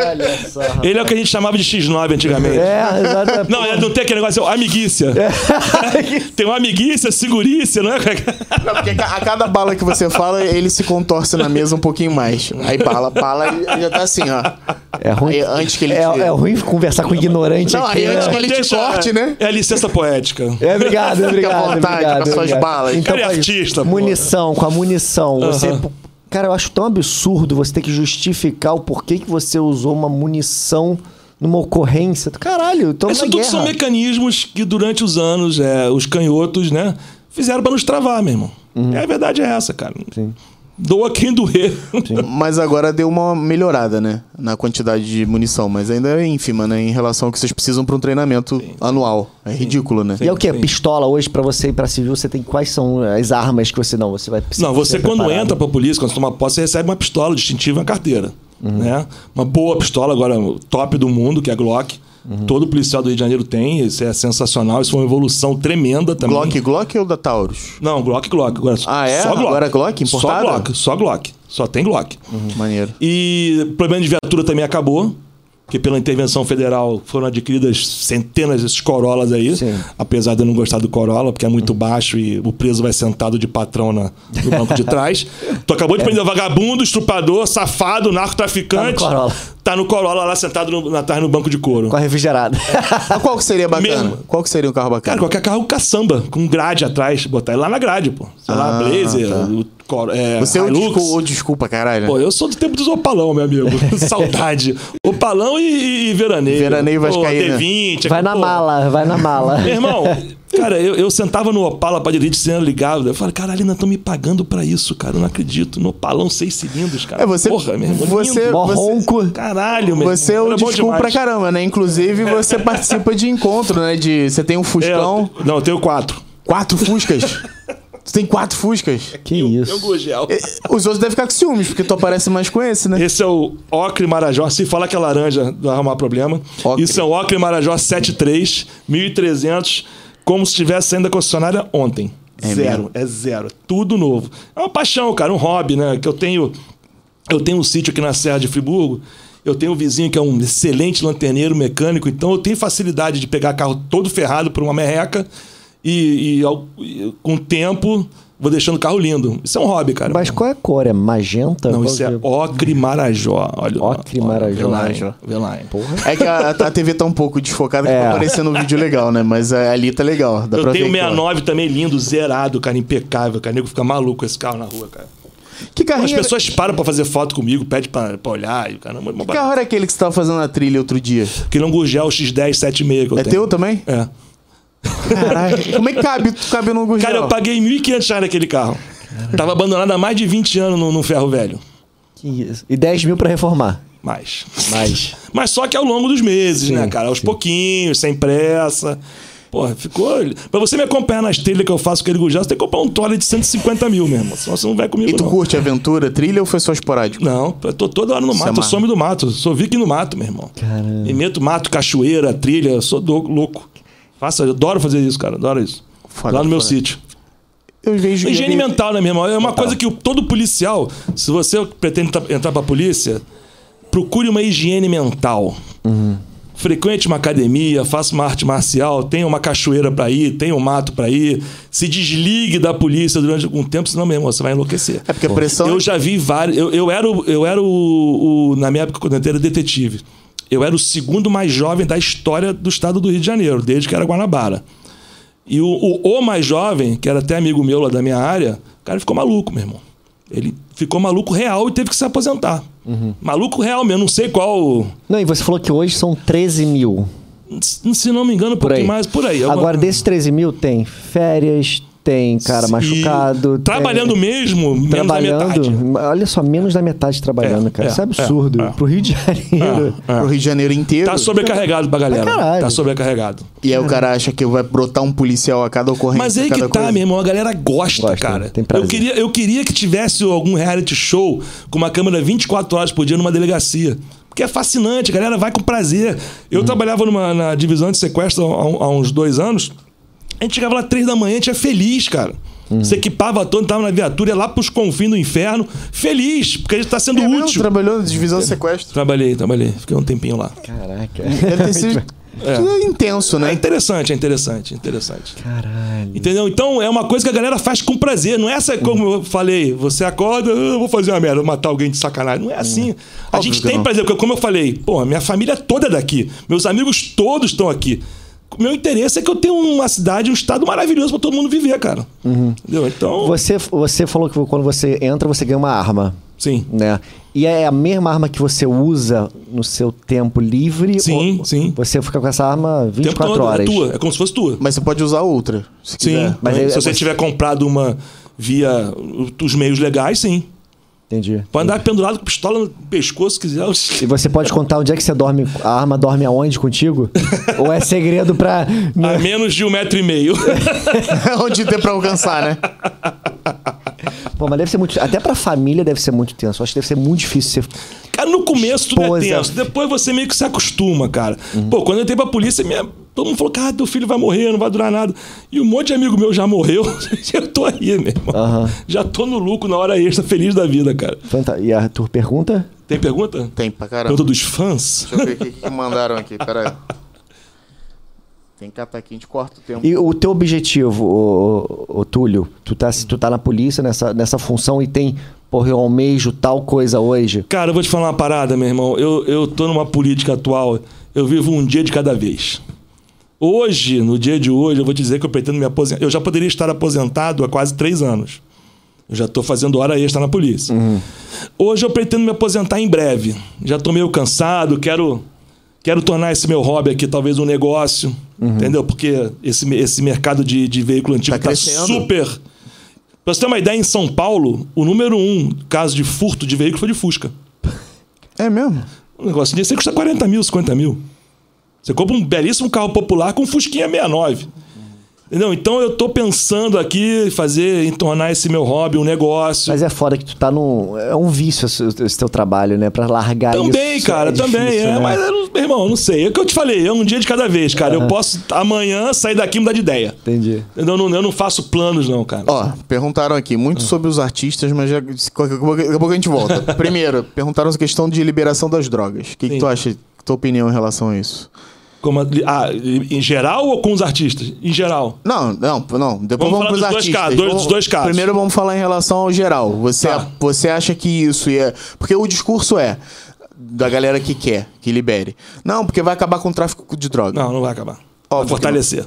[SPEAKER 1] Olha só.
[SPEAKER 3] Ele é o que a gente chamava de X9 antigamente.
[SPEAKER 1] É, exatamente.
[SPEAKER 3] Não, não tem aquele negócio, é amiguícia.
[SPEAKER 2] É.
[SPEAKER 3] tem uma amiguícia, segurícia, não é?
[SPEAKER 2] Não, porque ca- a cada bala que você fala, ele se contorce na mesa um pouquinho mais. Aí bala, bala, ele já tá assim, ó.
[SPEAKER 1] É ruim.
[SPEAKER 2] Aí, antes que ele
[SPEAKER 1] é,
[SPEAKER 2] te-
[SPEAKER 1] é ruim conversar com ignorante
[SPEAKER 2] Não,
[SPEAKER 1] aqui.
[SPEAKER 2] aí antes
[SPEAKER 1] né?
[SPEAKER 2] que ele te
[SPEAKER 3] Deixa-
[SPEAKER 2] é corte, né?
[SPEAKER 3] É a licença poética.
[SPEAKER 1] É, obrigado, obrigado.
[SPEAKER 2] à vontade
[SPEAKER 1] obrigado,
[SPEAKER 2] com as suas
[SPEAKER 1] obrigado.
[SPEAKER 2] balas.
[SPEAKER 3] Cara, é
[SPEAKER 1] faz-
[SPEAKER 3] artista, pô.
[SPEAKER 1] Munição, com a munição. Você,
[SPEAKER 3] Aham.
[SPEAKER 1] pô, cara, eu acho tão absurdo você ter que justificar o porquê que você usou uma munição numa ocorrência. Caralho, então
[SPEAKER 3] Isso
[SPEAKER 1] na
[SPEAKER 3] tudo
[SPEAKER 1] guerra.
[SPEAKER 3] são mecanismos que durante os anos é, os canhotos né, fizeram pra nos travar, meu irmão.
[SPEAKER 2] Uhum.
[SPEAKER 3] É, a verdade é essa, cara. Doa quem doer.
[SPEAKER 2] Mas agora deu uma melhorada, né? Na quantidade de munição, mas ainda é ínfima, né? Em relação ao que vocês precisam pra um treinamento anual. É ridículo, né?
[SPEAKER 1] E é o quê? Pistola hoje, pra você ir pra civil, você tem quais são as armas que você não? Você vai precisar.
[SPEAKER 3] Não,
[SPEAKER 2] é
[SPEAKER 3] você
[SPEAKER 1] ser
[SPEAKER 3] quando
[SPEAKER 1] preparado.
[SPEAKER 3] entra pra polícia, quando você toma posse, você recebe uma
[SPEAKER 2] Uhum.
[SPEAKER 3] pistola distintiva na carteira. Né? Uma boa pistola, agora top do mundo, que é a Glock.
[SPEAKER 2] Uhum.
[SPEAKER 3] Todo policial do Rio de Janeiro tem, isso é sensacional, isso foi uma evolução tremenda também.
[SPEAKER 2] Glock, Glock ou da Taurus?
[SPEAKER 3] Não, Glock, Glock. Agora,
[SPEAKER 2] Ah, é?
[SPEAKER 3] Só Glock.
[SPEAKER 2] Agora Glock, Uhum. importada?
[SPEAKER 3] Só Glock, só Glock. Só tem Glock.
[SPEAKER 2] Maneiro.
[SPEAKER 3] E problema de viatura também acabou, porque pela intervenção federal foram adquiridas centenas desses Corollas aí,
[SPEAKER 1] Sim.
[SPEAKER 3] apesar de eu não gostar do Corolla, porque é muito baixo e o preso vai sentado de patrão na- no banco de trás. Tu acabou
[SPEAKER 2] É.
[SPEAKER 3] de prender o vagabundo, estrupador, safado, narcotraficante.
[SPEAKER 1] Tá no Corolla.
[SPEAKER 3] Tá no Corolla lá sentado no, na tarde no banco de couro.
[SPEAKER 2] é?
[SPEAKER 1] Com a refrigerada.
[SPEAKER 2] Mas Ah, qual que seria bacana?
[SPEAKER 3] Mesmo.
[SPEAKER 2] Qual que seria um carro bacana?
[SPEAKER 3] Cara, qualquer carro caçamba, com grade atrás, botar ele lá na grade, pô. Sei lá,
[SPEAKER 2] Ah,
[SPEAKER 3] Blazer,
[SPEAKER 2] tá.
[SPEAKER 3] o Cor- é,
[SPEAKER 2] Você é o
[SPEAKER 3] Hilux.
[SPEAKER 2] desculpa, o desculpa, caralho.
[SPEAKER 3] Pô, eu sou do tempo dos Opalão, meu amigo. Saudade. Opalão e, e Veraneio.
[SPEAKER 2] Veraneio vascaína.
[SPEAKER 3] Pô, D20.
[SPEAKER 1] Vai na
[SPEAKER 3] pô.
[SPEAKER 1] mala, vai na mala.
[SPEAKER 3] Meu irmão, cara, eu, eu sentava no Opala pra dirigir, sendo ligado. Eu falei, caralho, ainda estão me pagando pra isso, cara. Eu não acredito. No Opalão, seis cilindros, cara.
[SPEAKER 2] É, você-
[SPEAKER 3] Porra, meu irmão.
[SPEAKER 2] você-
[SPEAKER 3] lindo.
[SPEAKER 1] Mó
[SPEAKER 2] você-
[SPEAKER 1] ronco.
[SPEAKER 3] Caralho, meu
[SPEAKER 2] Você é o
[SPEAKER 3] irmão. Era bom
[SPEAKER 2] desculpa pra
[SPEAKER 3] demais.
[SPEAKER 2] caramba, né? Inclusive, você participa de encontro, né? De, você tem um
[SPEAKER 3] É, eu-
[SPEAKER 2] Fuscão.
[SPEAKER 3] Não, eu tenho quatro.
[SPEAKER 2] Quatro Fuscas. Você tem quatro Fuscas.
[SPEAKER 1] Que
[SPEAKER 3] Eu é
[SPEAKER 1] isso.
[SPEAKER 3] gugel.
[SPEAKER 2] E- Os outros devem ficar com ciúmes, porque tu aparece mais com esse, né?
[SPEAKER 3] Esse é o Ocre Marajó. Se falar que é laranja, vai arrumar problema.
[SPEAKER 2] Ocre.
[SPEAKER 3] Isso é o Ocre Marajó 73, 1300, como se estivesse saindo da concessionária ontem.
[SPEAKER 2] É
[SPEAKER 3] zero,
[SPEAKER 2] mesmo?
[SPEAKER 3] é zero. Tudo novo. É uma paixão, cara, um hobby, né? Que eu tenho. Eu tenho um sítio aqui na Serra de Friburgo. Eu tenho um vizinho que é um excelente lanterneiro mecânico, então eu tenho facilidade de pegar carro todo ferrado por uma merreca e, e ao- e com o tempo vou deixando o carro lindo. Isso é um hobby, cara.
[SPEAKER 1] Mas qual é a cor? É magenta?
[SPEAKER 3] Não,
[SPEAKER 2] Tá
[SPEAKER 1] Qual
[SPEAKER 3] isso é
[SPEAKER 1] que
[SPEAKER 3] Ocre Marajó. Olha,
[SPEAKER 1] Ocre
[SPEAKER 3] olha,
[SPEAKER 1] Marajó.
[SPEAKER 3] Veline, Veline.
[SPEAKER 2] É que a, a TV tá um pouco desfocada, que
[SPEAKER 1] É.
[SPEAKER 2] tá aparecendo um vídeo legal, né? Mas é, ali tá legal. Dá
[SPEAKER 3] Eu
[SPEAKER 2] pra
[SPEAKER 3] tenho um
[SPEAKER 2] ver aqui, ó.
[SPEAKER 3] 69 também lindo, zerado, cara, impecável, cara. O nego fica maluco com esse carro na rua, cara.
[SPEAKER 2] Que
[SPEAKER 3] As
[SPEAKER 2] carrinho,
[SPEAKER 3] pessoas param pra fazer foto comigo, pedem pra, pra olhar e caramba,
[SPEAKER 2] que carro era aquele que você tava fazendo na trilha outro dia?
[SPEAKER 3] que não gurgel X10 76 que eu
[SPEAKER 2] É
[SPEAKER 3] tenho.
[SPEAKER 2] teu também?
[SPEAKER 3] É.
[SPEAKER 2] Caralho. Como é que cabe? Tu cabe no gurgel?
[SPEAKER 3] Cara, eu paguei 1.500 reais naquele carro. Tava abandonado há mais de 20 anos num, num ferro velho.
[SPEAKER 1] Que isso. E 10 mil pra reformar.
[SPEAKER 3] Mais.
[SPEAKER 1] Mas.
[SPEAKER 3] Mas só que ao longo dos meses, né, cara? Aos pouquinhos, sem pressa. Porra, ficou. Pra você me acompanhar nas trilhas que eu faço com aquele gurgel, você tem que comprar um Tolly de 150 mil mesmo. Senão você não vai comigo.
[SPEAKER 2] E tu
[SPEAKER 3] não.
[SPEAKER 2] curte aventura, trilha ou foi só esporádico?
[SPEAKER 3] Não, eu tô toda hora no mato, eu
[SPEAKER 2] amarra.
[SPEAKER 3] some do mato. eu Sou viking no mato, meu irmão.
[SPEAKER 1] Caramba.
[SPEAKER 3] Me meto mato, cachoeira, trilha, eu sou do- louco. Faça, eu adoro fazer isso, cara, adoro isso.
[SPEAKER 2] Foda,
[SPEAKER 3] Lá no meu
[SPEAKER 2] foda.
[SPEAKER 3] sítio.
[SPEAKER 2] Eu vejo.
[SPEAKER 3] Higiene mental, né, meu irmão? É uma coisa que o- todo policial, se você pretende tra- entrar pra polícia, procure uma higiene mental. Frequente uma academia, faça uma arte marcial, tenha uma cachoeira pra ir, tenha um mato pra ir. Se desligue da polícia durante algum tempo, senão, meu irmão, você vai enlouquecer.
[SPEAKER 2] É porque a pressão.
[SPEAKER 3] Eu já vi vários. Eu, eu era, o, eu era o, o- Na minha época, quando eu entrei, era detetive. Eu era o segundo mais jovem da história do estado do Rio de Janeiro, desde que era Guanabara. E o, o, o mais jovem, que era até amigo meu lá da minha área, o cara ficou maluco, meu irmão. Ele ficou maluco real e teve que se aposentar.
[SPEAKER 1] Uhum.
[SPEAKER 3] Maluco real mesmo, não sei qual.
[SPEAKER 1] Não, e você falou que hoje são 13 mil.
[SPEAKER 3] Se se não me engano, um
[SPEAKER 1] Por aí.
[SPEAKER 3] pouquinho mais por aí. Alguma-
[SPEAKER 1] Agora, desses 13 mil, tem férias, tem cara
[SPEAKER 3] E
[SPEAKER 1] machucado. tem-
[SPEAKER 3] Trabalhando mesmo, menos da metade.
[SPEAKER 1] Trabalhando. Olha só, menos da metade trabalhando,
[SPEAKER 3] É,
[SPEAKER 1] cara. Isso é
[SPEAKER 3] é,
[SPEAKER 1] absurdo.
[SPEAKER 3] é, Ah. é.
[SPEAKER 1] Pro Rio de Janeiro.
[SPEAKER 2] é Pro Rio de Janeiro inteiro.
[SPEAKER 3] Tá sobrecarregado pra galera.
[SPEAKER 1] Pra caralho.
[SPEAKER 3] tá sobrecarregado.
[SPEAKER 2] E aí o cara acha que vai brotar um policial a cada ocorrência.
[SPEAKER 3] Mas aí
[SPEAKER 2] a cada
[SPEAKER 3] que tá,
[SPEAKER 2] coisa.
[SPEAKER 3] meu irmão. A galera gosta,
[SPEAKER 1] Gosta,
[SPEAKER 3] cara.
[SPEAKER 1] tem prazer.
[SPEAKER 3] eu, queria, eu queria que tivesse algum reality show com uma câmera 24 horas por dia numa delegacia. Porque é fascinante, a galera vai com prazer. Eu trabalhava numa, na divisão de sequestro há, um- há uns dois anos. A gente chegava lá três da manhã, a gente ia feliz, cara. Se equipava todo, tava na viatura, ia lá pros confins do inferno, feliz, porque a gente tá sendo
[SPEAKER 2] É mesmo?
[SPEAKER 3] útil.
[SPEAKER 2] Trabalhou na divisão de sequestro.
[SPEAKER 3] Trabalhei, trabalhei. Fiquei um tempinho lá.
[SPEAKER 1] Caraca.
[SPEAKER 2] Deve ter sido intenso,
[SPEAKER 3] É
[SPEAKER 2] né?
[SPEAKER 3] interessante, é interessante, é interessante.
[SPEAKER 1] Caralho.
[SPEAKER 3] Entendeu? Então é uma coisa que a galera faz com prazer. Não é essa, como eu falei, você acorda, "Ah, eu vou fazer uma merda, vou matar alguém de sacanagem. Não é assim. A
[SPEAKER 2] Óbvio
[SPEAKER 3] gente
[SPEAKER 2] que
[SPEAKER 3] tem
[SPEAKER 2] não.
[SPEAKER 3] prazer, porque como eu falei, pô, minha família toda é daqui, meus amigos todos estão aqui. O Meu interesse é que eu tenha uma cidade, um estado maravilhoso pra todo mundo viver, cara. Entendeu? Então,
[SPEAKER 1] Você, você falou que quando você entra, você ganha uma arma.
[SPEAKER 3] sim.
[SPEAKER 1] Né? E é a mesma arma que você usa no seu tempo livre?
[SPEAKER 3] Sim,
[SPEAKER 1] ou
[SPEAKER 3] sim.
[SPEAKER 1] Você fica com essa arma
[SPEAKER 3] O tempo
[SPEAKER 1] 24
[SPEAKER 3] todo
[SPEAKER 1] horas.
[SPEAKER 3] é tua, é como se fosse tua.
[SPEAKER 2] Mas é, você pode usar outra. Se
[SPEAKER 3] Sim.
[SPEAKER 2] quiser.
[SPEAKER 1] Mas
[SPEAKER 3] se
[SPEAKER 1] aí-
[SPEAKER 3] você
[SPEAKER 1] você-
[SPEAKER 3] tiver comprado uma via os meios legais, sim.
[SPEAKER 1] Entendi.
[SPEAKER 3] Pode andar pendurado com pistola no pescoço, se quiser.
[SPEAKER 1] E você pode contar onde é que você dorme, a arma dorme aonde contigo? ou é segredo pra.
[SPEAKER 3] A menos de um metro e meio.
[SPEAKER 2] Onde tem pra alcançar, né?
[SPEAKER 1] Pô, mas deve ser muito. Até pra família deve ser muito tenso. Acho que deve ser muito difícil você
[SPEAKER 3] Cara, no começo tudo é
[SPEAKER 1] Esposa.
[SPEAKER 3] tenso. Depois você meio que se acostuma, cara. Pô, quando eu entrei pra polícia, minha- todo mundo falou, cara, teu filho vai morrer, não vai durar nada. E um monte de amigo meu já morreu. eu tô aí, meu irmão.
[SPEAKER 1] Aham.
[SPEAKER 3] Já tô no lucro na hora extra, feliz da vida, cara.
[SPEAKER 1] Fanta- E Arthur pergunta?
[SPEAKER 3] Tem pergunta?
[SPEAKER 2] Tem pra caramba.
[SPEAKER 3] Pergunta dos fãs?
[SPEAKER 2] Deixa eu ver o que, que mandaram aqui, peraí. Tem que catar aqui, a gente corta o tempo.
[SPEAKER 1] E o teu objetivo, ô, ô, ô, Túlio, tu tá, se tu tá na polícia nessa, nessa função e tem, porra, eu almejo tal coisa hoje.
[SPEAKER 3] Cara, eu vou te falar uma parada, meu irmão. Eu, eu tô numa política atual, eu vivo um dia de cada vez. Hoje, no dia de hoje, eu vou te dizer que eu pretendo me aposentar. Eu já poderia estar aposentado há quase três anos. Eu já tô fazendo hora extra na polícia.
[SPEAKER 2] Uhum.
[SPEAKER 3] Hoje eu pretendo me aposentar em breve. Já tô meio cansado, quero quero tornar esse meu hobby aqui talvez um negócio, entendeu? Porque esse, me- esse mercado de, de veículo antigo
[SPEAKER 2] Uhum. Tá
[SPEAKER 3] tá,
[SPEAKER 2] crescendo.
[SPEAKER 3] super... Pra você ter uma ideia, em São Paulo, o número um caso de furto de veículo foi de Fusca.
[SPEAKER 2] É mesmo?
[SPEAKER 3] Um negócio desse aí custa 40 mil, 50 mil. Você compra um belíssimo carro popular com um Fusquinha 69. Entendeu? Então eu tô pensando aqui em fazer, em tornar esse meu hobby um negócio.
[SPEAKER 1] Mas é foda que tu tá num. É um vício esse, esse teu trabalho, né? Pra largar
[SPEAKER 3] também,
[SPEAKER 1] isso.
[SPEAKER 3] cara,
[SPEAKER 1] é
[SPEAKER 3] também.
[SPEAKER 1] difícil,
[SPEAKER 3] é,
[SPEAKER 1] né?
[SPEAKER 3] mas, eu não- meu irmão, eu não sei. É o que eu te falei, é um dia de cada vez, cara. Eu posso amanhã sair daqui e mudar de ideia.
[SPEAKER 1] Entendi.
[SPEAKER 3] Entendeu? Eu não, eu não faço planos, não, cara.
[SPEAKER 2] Ó, perguntaram aqui
[SPEAKER 3] Ah.
[SPEAKER 2] muito sobre os artistas, mas já, se- daqui a pouco- daqui a pouco a gente volta. Primeiro, perguntaram essa questão de liberação das drogas. O que, que
[SPEAKER 3] Sim.
[SPEAKER 2] tu acha, tua opinião em relação a isso?
[SPEAKER 3] Como a- ah, em geral ou com os artistas? Em geral.
[SPEAKER 2] Não, não, não. Depois
[SPEAKER 3] Vamos
[SPEAKER 2] vamos,
[SPEAKER 3] falar
[SPEAKER 2] para os
[SPEAKER 3] dos dois
[SPEAKER 2] artistas.
[SPEAKER 3] casos, dois-
[SPEAKER 2] Vamos-
[SPEAKER 3] dos dois casos.
[SPEAKER 2] Primeiro vamos falar em relação ao geral. Você,
[SPEAKER 3] Tá.
[SPEAKER 2] você acha que isso é. Porque o discurso é da galera que quer que libere. Não, porque vai acabar com o tráfico de droga.
[SPEAKER 3] Não, não vai acabar.
[SPEAKER 2] Óbvio
[SPEAKER 3] Vai
[SPEAKER 2] que
[SPEAKER 3] fortalecer.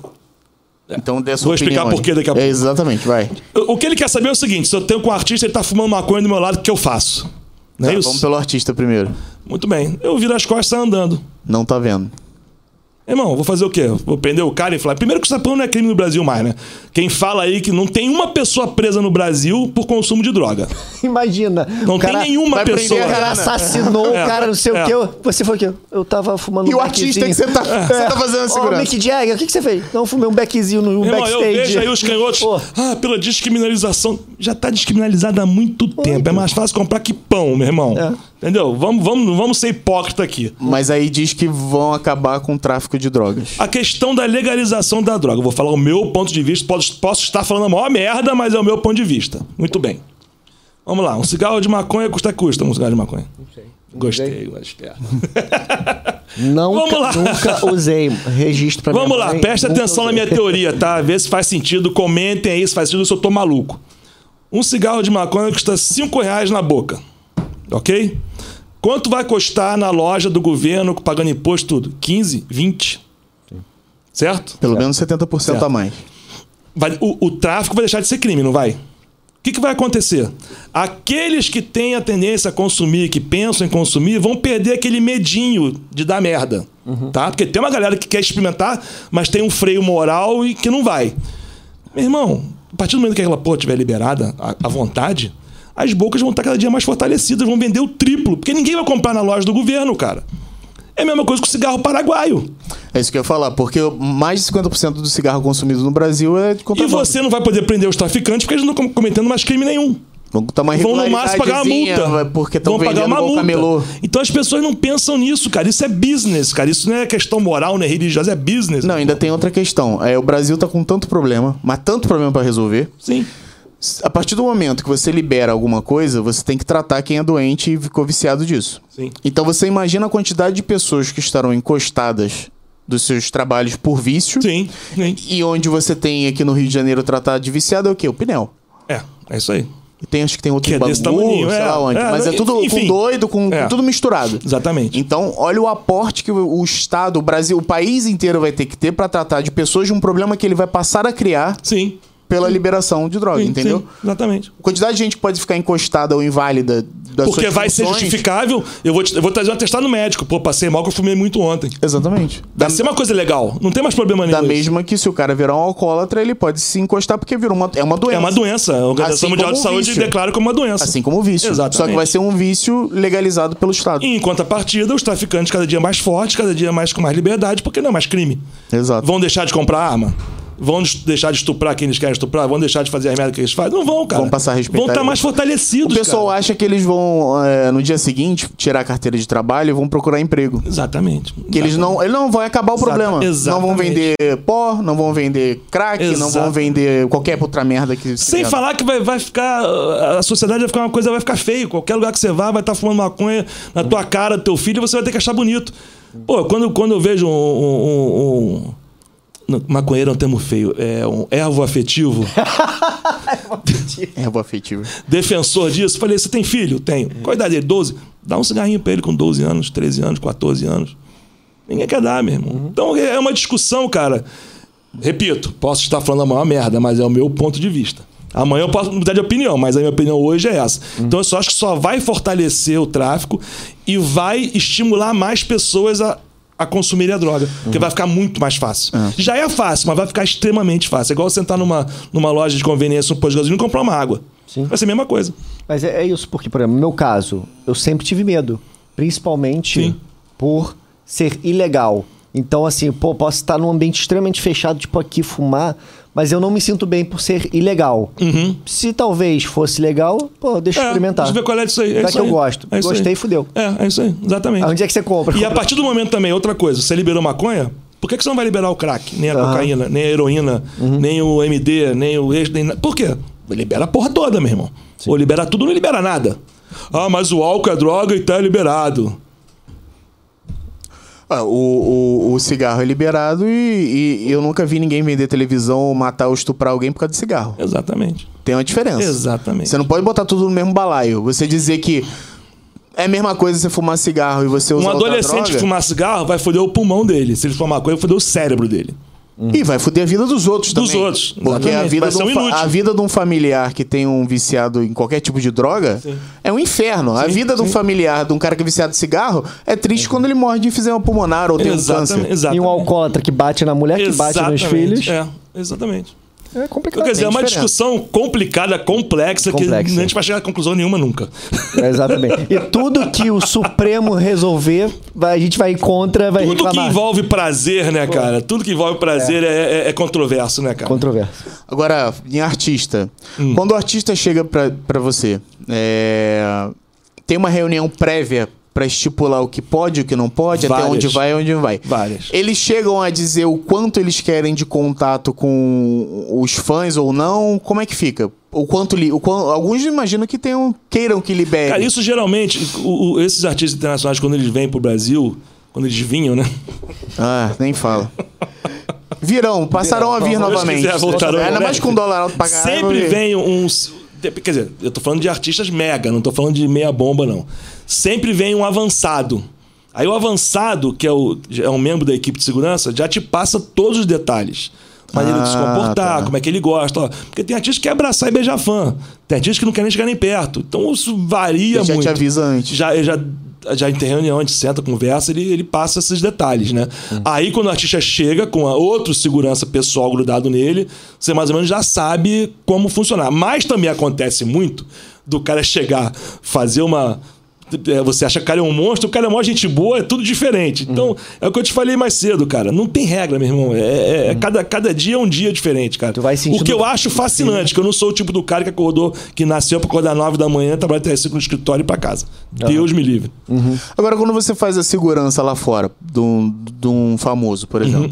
[SPEAKER 2] Então dê a sua
[SPEAKER 3] Vou explicar
[SPEAKER 2] opinião aí.
[SPEAKER 3] por quê daqui a pouco.
[SPEAKER 2] É, exatamente, vai.
[SPEAKER 3] O o que ele quer saber é o seguinte: se eu tenho com um artista, ele tá fumando maconha do meu lado, o que eu faço? Não é
[SPEAKER 2] Tá,
[SPEAKER 3] isso?
[SPEAKER 2] Vamos pelo artista primeiro.
[SPEAKER 3] Muito bem. Eu viro as costas e saio andando.
[SPEAKER 2] Não tá vendo.
[SPEAKER 3] Irmão, vou fazer o quê? Vou prender o cara e falar. Primeiro que o sapão não é crime no Brasil mais, né? Quem fala aí que não tem uma pessoa presa no Brasil por consumo de droga.
[SPEAKER 1] Imagina.
[SPEAKER 3] Não
[SPEAKER 1] o
[SPEAKER 3] tem
[SPEAKER 1] cara,
[SPEAKER 3] nenhuma
[SPEAKER 2] vai prender
[SPEAKER 3] pessoa.
[SPEAKER 1] O cara assassinou o
[SPEAKER 3] É,
[SPEAKER 1] cara, não sei
[SPEAKER 3] é.
[SPEAKER 1] o que. Você foi o quê? Eu tava fumando
[SPEAKER 2] E
[SPEAKER 1] um
[SPEAKER 2] o artista que
[SPEAKER 1] beckzinho.
[SPEAKER 2] você tá, você tá fazendo a
[SPEAKER 1] Ô,
[SPEAKER 2] segurança.
[SPEAKER 1] Mick Jagger, o que, que você fez? Não, fumei um beckzinho no um
[SPEAKER 3] Irmão,
[SPEAKER 1] backstage.
[SPEAKER 3] eu vejo aí os canhotos.
[SPEAKER 1] Pô,
[SPEAKER 3] Ah, pela descriminalização. Já tá descriminalizada há muito tempo. É mais fácil comprar que pão, meu irmão.
[SPEAKER 1] É.
[SPEAKER 3] Entendeu? Vamos, vamos, vamos ser hipócrita aqui.
[SPEAKER 2] Mas aí diz que vão acabar com o tráfico de drogas.
[SPEAKER 3] A questão da legalização da droga. Eu vou falar o meu ponto de vista. Posso, posso estar falando a maior merda, mas é o meu ponto de vista. Muito bem. Vamos lá. Um cigarro de maconha custa custa um cigarro de maconha? Não sei. Gostei, gostei.
[SPEAKER 1] nunca,
[SPEAKER 3] Vamos lá.
[SPEAKER 1] nunca usei. Registro pra
[SPEAKER 3] Vamos
[SPEAKER 1] minha
[SPEAKER 3] lá,
[SPEAKER 1] mãe,
[SPEAKER 3] presta
[SPEAKER 1] nunca
[SPEAKER 3] atenção na
[SPEAKER 1] usei.
[SPEAKER 3] minha teoria, tá? Vê se faz sentido, comentem aí se faz sentido, se eu tô maluco. Um cigarro de maconha custa 5 reais na boca, ok? Quanto vai custar na loja do governo, pagando imposto, tudo? 15, 20, certo?
[SPEAKER 2] Pelo menos 70% a mais.
[SPEAKER 3] Vai- o, o tráfico vai deixar de ser crime, não vai? O que, que vai acontecer? Aqueles que têm a tendência a consumir, que pensam em consumir, vão perder aquele medinho de dar merda. Tá? Porque tem uma galera que quer experimentar, mas tem um freio moral e que não vai. Meu irmão, a partir do momento que aquela porra estiver liberada, à à vontade, as bocas vão estar cada dia mais fortalecidas, vão vender o triplo. Porque ninguém vai comprar na loja do governo, cara. É a mesma coisa que o cigarro paraguaio.
[SPEAKER 2] É isso que eu ia falar, porque mais de 50% do cigarro consumido no Brasil é de
[SPEAKER 3] E
[SPEAKER 2] contrabando.
[SPEAKER 3] você não vai poder prender os traficantes porque eles não estão cometendo mais crime nenhum.
[SPEAKER 2] Vão botar uma
[SPEAKER 3] vão no máximo pagar uma
[SPEAKER 2] regularidadezinha,
[SPEAKER 3] multa.
[SPEAKER 2] Porque estão
[SPEAKER 3] vão pagar
[SPEAKER 2] vendendo
[SPEAKER 3] uma
[SPEAKER 2] igual
[SPEAKER 3] multa.
[SPEAKER 2] camelô.
[SPEAKER 3] Então as pessoas não pensam nisso, cara. Isso é business, cara. Isso não é questão moral, não é religiosa, é business.
[SPEAKER 2] Não, ainda tem outra questão. É, o Brasil tá com tanto problema, mas tanto problema pra resolver.
[SPEAKER 3] Sim.
[SPEAKER 2] A partir do momento que você libera alguma coisa, você tem que tratar quem é doente e ficou viciado disso.
[SPEAKER 3] Sim.
[SPEAKER 2] Então você imagina a quantidade de pessoas que estarão encostadas dos seus trabalhos por vício.
[SPEAKER 3] Sim. Sim.
[SPEAKER 2] E onde você tem aqui no Rio de Janeiro tratar de viciado é o quê? O pneu.
[SPEAKER 3] É, é isso aí.
[SPEAKER 2] E tem, acho que tem outro
[SPEAKER 3] Que é
[SPEAKER 2] em Bangu,
[SPEAKER 3] desse tamaninho,
[SPEAKER 2] sei
[SPEAKER 3] é.
[SPEAKER 2] lá onde.
[SPEAKER 3] É,
[SPEAKER 2] Mas é
[SPEAKER 3] não,
[SPEAKER 2] tudo com
[SPEAKER 3] enfim.
[SPEAKER 2] doido, com, com
[SPEAKER 3] É.
[SPEAKER 2] tudo misturado.
[SPEAKER 3] Exatamente.
[SPEAKER 2] Então, olha o aporte que o o Estado, o Brasil, o país inteiro vai ter que ter pra tratar de pessoas de um problema que ele vai passar a criar
[SPEAKER 3] Sim.
[SPEAKER 2] pela liberação de droga,
[SPEAKER 3] Sim,
[SPEAKER 2] entendeu?
[SPEAKER 3] sim, exatamente.
[SPEAKER 2] A quantidade de gente que pode ficar encostada ou inválida das
[SPEAKER 3] Porque
[SPEAKER 2] suas
[SPEAKER 3] vai ser
[SPEAKER 2] funções-
[SPEAKER 3] justificável. Eu vou, te- eu vou trazer um atestado médico. Pô, passei mal que eu fumei muito ontem.
[SPEAKER 2] Exatamente. Da,
[SPEAKER 3] Vai ser uma coisa legal. Não tem mais problema nenhum.
[SPEAKER 2] da
[SPEAKER 3] isso.
[SPEAKER 2] mesma que se o cara virar um alcoólatra, ele pode se encostar porque virou uma, é uma doença.
[SPEAKER 3] É uma doença. A
[SPEAKER 2] Assim
[SPEAKER 3] Organização Mundial de
[SPEAKER 2] como um
[SPEAKER 3] Saúde
[SPEAKER 2] vício.
[SPEAKER 3] declara como uma doença.
[SPEAKER 2] Assim como o vício.
[SPEAKER 3] Exatamente.
[SPEAKER 2] Só que vai ser um vício legalizado pelo Estado.
[SPEAKER 3] E em contrapartida, os traficantes cada dia mais fortes, cada dia mais com mais liberdade, porque não é mais crime.
[SPEAKER 2] Exato.
[SPEAKER 3] Vão deixar de comprar arma? Vão des- deixar de estuprar quem eles querem estuprar? Vão deixar de fazer as merdas que eles fazem? Não vão, cara.
[SPEAKER 2] Vão passar a respeitar
[SPEAKER 3] Vão estar
[SPEAKER 2] ele.
[SPEAKER 3] mais
[SPEAKER 2] O
[SPEAKER 3] fortalecidos,
[SPEAKER 2] pessoal
[SPEAKER 3] cara.
[SPEAKER 2] acha que eles vão, é, no dia seguinte, tirar a carteira de trabalho e vão procurar emprego.
[SPEAKER 3] Exatamente.
[SPEAKER 2] Que eles não, eles não vão acabar o
[SPEAKER 3] Exata-
[SPEAKER 2] problema. Não vão
[SPEAKER 3] exatamente.
[SPEAKER 2] vender pó, não vão vender crack, não
[SPEAKER 3] Exato.
[SPEAKER 2] vão vender qualquer outra merda que se
[SPEAKER 3] Sem
[SPEAKER 2] venda.
[SPEAKER 3] falar que vai, vai ficar. A sociedade vai ficar uma coisa, vai ficar feio. Qualquer lugar que você vá, vai estar fumando maconha na tua cara, do teu filho, você vai ter que achar bonito. Pô, quando, quando eu vejo um. um- um- um- maconheiro é um termo feio. É um ervo afetivo.
[SPEAKER 2] É boa afetiva.
[SPEAKER 3] defensor disso. Falei, você tem filho? Tenho. Qual a idade dele? 12? Dá um cigarrinho pra ele com 12 anos, 13 anos, 14 anos. Ninguém quer dar, meu irmão. Então é uma discussão, cara. Repito, posso estar falando a maior merda, mas é o meu ponto de vista. Amanhã eu posso mudar de opinião, mas a minha opinião hoje é essa. Então eu só acho que só vai fortalecer o tráfico e vai estimular mais pessoas a, a consumirem a droga. Porque vai ficar muito mais fácil. Já é fácil, mas vai ficar extremamente fácil. É igual você entrar numa, numa loja de conveniência, um posto de gasolina e comprar uma água.
[SPEAKER 1] Sim.
[SPEAKER 3] Vai ser a mesma coisa.
[SPEAKER 1] Mas é, é isso, porque, por exemplo, no meu caso, eu sempre tive medo. Principalmente
[SPEAKER 3] Sim.
[SPEAKER 1] por ser ilegal. Então, assim, pô, posso estar num ambiente extremamente fechado, tipo aqui, fumar, mas eu não me sinto bem por ser ilegal. Se talvez fosse legal, pô, deixa eu experimentar.
[SPEAKER 3] Deixa eu ver qual Uhum. é disso aí. É
[SPEAKER 1] Já
[SPEAKER 3] isso
[SPEAKER 1] que eu
[SPEAKER 3] aí.
[SPEAKER 1] gosto.
[SPEAKER 3] É isso aí.
[SPEAKER 1] Gostei, fudeu.
[SPEAKER 3] É, é isso aí, exatamente.
[SPEAKER 1] Onde é que você compra?
[SPEAKER 3] E a
[SPEAKER 1] Compra-
[SPEAKER 3] partir do momento também, outra coisa, você liberou maconha, por que, que você não vai liberar o crack, nem a
[SPEAKER 1] Aham. Uhum.
[SPEAKER 3] cocaína, nem a heroína, nem o MD, nem o ex, nem nada? Por quê? Libera a porra toda, meu irmão. Ou libera tudo ou não libera nada. Ah, mas o álcool é droga e tá liberado.
[SPEAKER 2] Ah, o, o, o cigarro é liberado e, e- e eu nunca vi ninguém vender televisão ou matar ou estuprar alguém por causa de cigarro.
[SPEAKER 3] Exatamente.
[SPEAKER 2] Tem uma diferença.
[SPEAKER 3] Exatamente.
[SPEAKER 2] Você não pode botar tudo no mesmo balaio. Você dizer que é a mesma coisa você fumar cigarro e você usar
[SPEAKER 3] Um
[SPEAKER 1] é
[SPEAKER 2] outra
[SPEAKER 3] adolescente
[SPEAKER 2] droga,
[SPEAKER 3] que fumar cigarro vai foder o pulmão dele. Se ele fumar maconha, vai foder o cérebro dele.
[SPEAKER 2] E vai foder a vida dos outros
[SPEAKER 3] Dos
[SPEAKER 2] também.
[SPEAKER 3] outros,
[SPEAKER 2] Porque a
[SPEAKER 3] exatamente.
[SPEAKER 2] vida,
[SPEAKER 3] Mas
[SPEAKER 2] de um
[SPEAKER 3] são
[SPEAKER 2] fa-
[SPEAKER 3] inúteis.
[SPEAKER 2] a vida de um familiar que tem um viciado em qualquer tipo de droga é um inferno. a vida de um familiar, de um cara que é viciado em cigarro, é triste quando ele morre de enfisema pulmonar ou tem um câncer.
[SPEAKER 1] E um alcoólatra que bate na mulher, que bate nos
[SPEAKER 3] Exatamente,
[SPEAKER 1] filhos. É,
[SPEAKER 3] É, exatamente.
[SPEAKER 1] complicado.
[SPEAKER 3] Quer dizer, é uma
[SPEAKER 2] diferença.
[SPEAKER 3] discussão complicada, complexa,
[SPEAKER 1] Complexa.
[SPEAKER 3] que a gente vai chegar a conclusão nenhuma nunca.
[SPEAKER 1] É, Exatamente. E tudo que o Supremo resolver, vai- a gente vai contra, vai
[SPEAKER 3] Tudo que
[SPEAKER 1] reclamar.
[SPEAKER 3] envolve prazer, né, cara? Tudo que envolve prazer é, é- é controverso, né, cara?
[SPEAKER 1] Controverso.
[SPEAKER 2] Agora, em artista.
[SPEAKER 3] Hum.
[SPEAKER 2] Quando o artista chega pra, pra você, é, tem uma reunião prévia pra estipular o que pode, o que não pode,
[SPEAKER 3] Várias.
[SPEAKER 2] até onde vai e onde não vai.
[SPEAKER 3] Várias.
[SPEAKER 2] Eles chegam a dizer o quanto eles querem de contato com os fãs ou não? Como é que fica? O quanto li- o quan- alguns imagino que tenham queiram que libere.
[SPEAKER 3] Cara, isso geralmente, o- o- esses artistas internacionais, quando eles vêm pro Brasil, quando eles vinham, né?
[SPEAKER 2] Ah, nem fala. Virão, passarão a vir
[SPEAKER 3] Deus
[SPEAKER 2] novamente.
[SPEAKER 3] quiser, voltarão.
[SPEAKER 2] Ainda mais com dólar alto pra caralho.
[SPEAKER 3] Sempre vem uns. Quer dizer, eu tô falando de artistas mega, não tô falando de meia bomba, não. Sempre vem um avançado. Aí o avançado, que é, o, é um membro da equipe de segurança, já te passa todos os detalhes. Maneira de se
[SPEAKER 2] Ah,
[SPEAKER 3] comportar,
[SPEAKER 2] tá.
[SPEAKER 3] como é que ele gosta. ó. Porque tem artista que quer abraçar e beijar fã. Tem artista que não quer nem chegar nem perto. Então isso varia
[SPEAKER 2] Ele já te
[SPEAKER 3] muito.
[SPEAKER 2] avisa antes.
[SPEAKER 3] Já, já, já em reunião, a gente senta, conversa, ele, ele passa esses detalhes, né?
[SPEAKER 1] Uhum.
[SPEAKER 3] Aí quando o artista chega com a outro segurança pessoal grudado nele, você mais ou menos já sabe como funcionar. Mas também acontece muito do cara chegar, fazer uma. é, Você acha que o cara é um monstro, o cara é uma gente boa, é tudo diferente.
[SPEAKER 1] Uhum.
[SPEAKER 3] Então, é o que eu te falei mais cedo, cara. Não tem regra, meu irmão. É, é- é cada, cada dia é um dia diferente, cara.
[SPEAKER 1] Uhum. Tu vai sentindo
[SPEAKER 3] O que eu acho fascinante, que eu não sou o tipo do cara que acordou, que nasceu pra acordar 9 da manhã, trabalhar até 5 no escritório e ir pra casa. Deus me livre.
[SPEAKER 2] Agora, quando você faz a segurança lá fora, de um, de um famoso, por exemplo,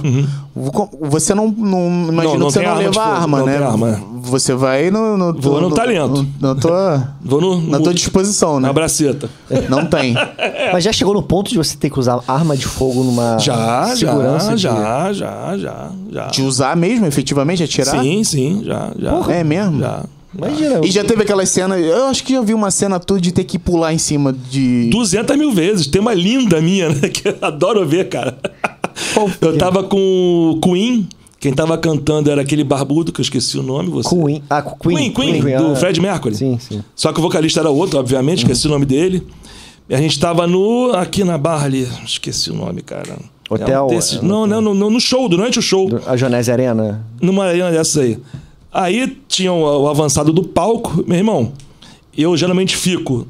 [SPEAKER 2] vo- você não, não imagina
[SPEAKER 3] Uhum, Não, não
[SPEAKER 2] que você
[SPEAKER 3] tem
[SPEAKER 2] não
[SPEAKER 3] arma de
[SPEAKER 2] leva
[SPEAKER 3] fogo,
[SPEAKER 2] arma,
[SPEAKER 3] não
[SPEAKER 2] né?
[SPEAKER 3] tem arma, é.
[SPEAKER 2] Você vai no. no
[SPEAKER 3] Vou no talento.
[SPEAKER 2] No, na tua,
[SPEAKER 3] Vou no,
[SPEAKER 2] na
[SPEAKER 3] no-
[SPEAKER 2] tua disposição, né?
[SPEAKER 3] na braceta.
[SPEAKER 2] Não tem.
[SPEAKER 3] É.
[SPEAKER 1] Mas já chegou no ponto de você ter que usar arma de fogo numa
[SPEAKER 3] Já,
[SPEAKER 1] É. segurança?
[SPEAKER 3] já,
[SPEAKER 1] de-
[SPEAKER 3] já, já, já, já.
[SPEAKER 2] De usar mesmo, efetivamente, atirar?
[SPEAKER 3] Sim, sim, já, já.
[SPEAKER 2] É mesmo?
[SPEAKER 3] Já.
[SPEAKER 1] Imagina.
[SPEAKER 2] E já teve aquelas cenas. Eu acho que já vi uma cena toda de ter que pular em cima de.
[SPEAKER 3] 200 mil vezes. Tem uma linda minha, né? Que eu adoro ver, cara.
[SPEAKER 1] Qual
[SPEAKER 3] Eu
[SPEAKER 1] que-
[SPEAKER 3] tava com o Queen. Quem tava cantando era aquele barbudo, que eu esqueci o nome. Você...
[SPEAKER 1] Queen. Ah, Queen.
[SPEAKER 3] Queen, Queen, do
[SPEAKER 1] ah.
[SPEAKER 3] Fred Mercury.
[SPEAKER 1] Sim, sim.
[SPEAKER 3] Só que o vocalista era outro, obviamente,
[SPEAKER 1] Uhum.
[SPEAKER 3] esqueci o nome dele. E a gente tava no. aqui na barra ali. Esqueci o nome, cara.
[SPEAKER 1] Hotel,
[SPEAKER 3] um desses-
[SPEAKER 1] é,
[SPEAKER 3] não, não, não, não, no show, durante o show
[SPEAKER 1] A Jonese Arena.
[SPEAKER 3] numa arena dessa aí. Aí tinha o, o avançado do palco, meu irmão. Eu geralmente fico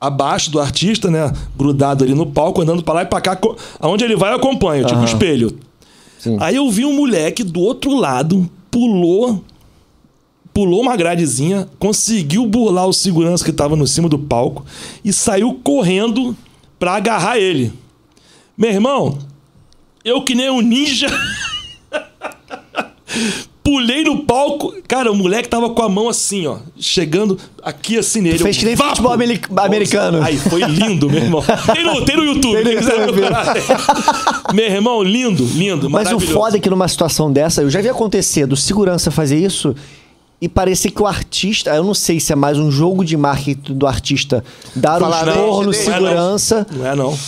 [SPEAKER 3] abaixo do artista, né? Grudado ali no palco, andando pra lá e pra cá. co- Aonde ele vai, eu acompanho, tipo espelho.
[SPEAKER 1] Sim.
[SPEAKER 3] Aí eu vi um moleque do outro lado, pulou, pulou uma gradezinha, conseguiu burlar o segurança que tava no cima do palco e saiu correndo pra agarrar ele. Meu irmão, eu que nem um ninja. Pulei no palco. Cara, o moleque tava com a mão assim, ó. Chegando aqui assim nele.
[SPEAKER 1] fez
[SPEAKER 3] Eu,
[SPEAKER 1] que nem
[SPEAKER 3] vapo!
[SPEAKER 1] futebol ameri-
[SPEAKER 3] Nossa,
[SPEAKER 1] americano.
[SPEAKER 3] Aí foi lindo, meu irmão. Tem no, tem no YouTube.
[SPEAKER 1] Tem no
[SPEAKER 3] quem quiser
[SPEAKER 1] YouTube.
[SPEAKER 3] procurar. meu irmão, lindo, lindo.
[SPEAKER 1] Mas o
[SPEAKER 3] maravilhoso.
[SPEAKER 1] foda é que numa situação dessa, eu já vi acontecer do segurança fazer isso e parecer que o artista, eu não sei se é mais um jogo de marketing do artista dar
[SPEAKER 2] Falar,
[SPEAKER 1] um
[SPEAKER 2] "Não,
[SPEAKER 1] esporro no
[SPEAKER 2] deixa, deixa."
[SPEAKER 1] segurança
[SPEAKER 3] Não é, não.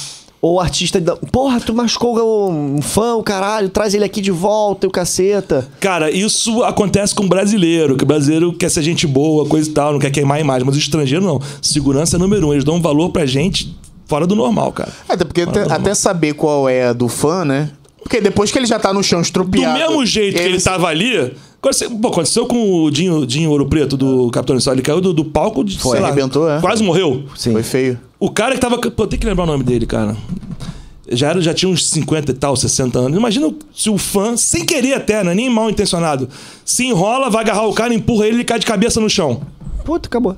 [SPEAKER 1] ou o artista, dá- porra, tu machucou um fã, o caralho, traz ele aqui de volta, e o caceta.
[SPEAKER 3] Cara, isso acontece com o brasileiro, que o brasileiro quer ser gente boa, coisa e tal, não quer queimar a imagem. Mas o estrangeiro não. Segurança é número um. Eles dão um valor pra gente fora do normal, cara.
[SPEAKER 2] É, Até porque
[SPEAKER 3] Ah,
[SPEAKER 2] até,
[SPEAKER 3] tá
[SPEAKER 2] até saber qual é a do fã, né? Porque depois que ele já tá no chão
[SPEAKER 3] Do
[SPEAKER 2] estrupiado.
[SPEAKER 3] mesmo jeito que ele
[SPEAKER 2] se-
[SPEAKER 3] tava ali. aconteceu- Pô, aconteceu com o Dinho, Dinho Ouro Preto do Capitão Sol. Ele caiu do, do palco de.
[SPEAKER 2] Foi,
[SPEAKER 3] sei lá,
[SPEAKER 2] arrebentou, é.
[SPEAKER 3] Quase morreu.
[SPEAKER 1] Sim.
[SPEAKER 2] Foi feio.
[SPEAKER 3] O cara que tava. Pô, tem que lembrar o nome dele, cara. Já, era, já tinha uns 50 e tal, 60 anos. Imagina se o fã, sem querer até, né, nem mal intencionado, se enrola, vai agarrar o cara, empurra ele e cai de cabeça no chão.
[SPEAKER 1] Puta, acabou.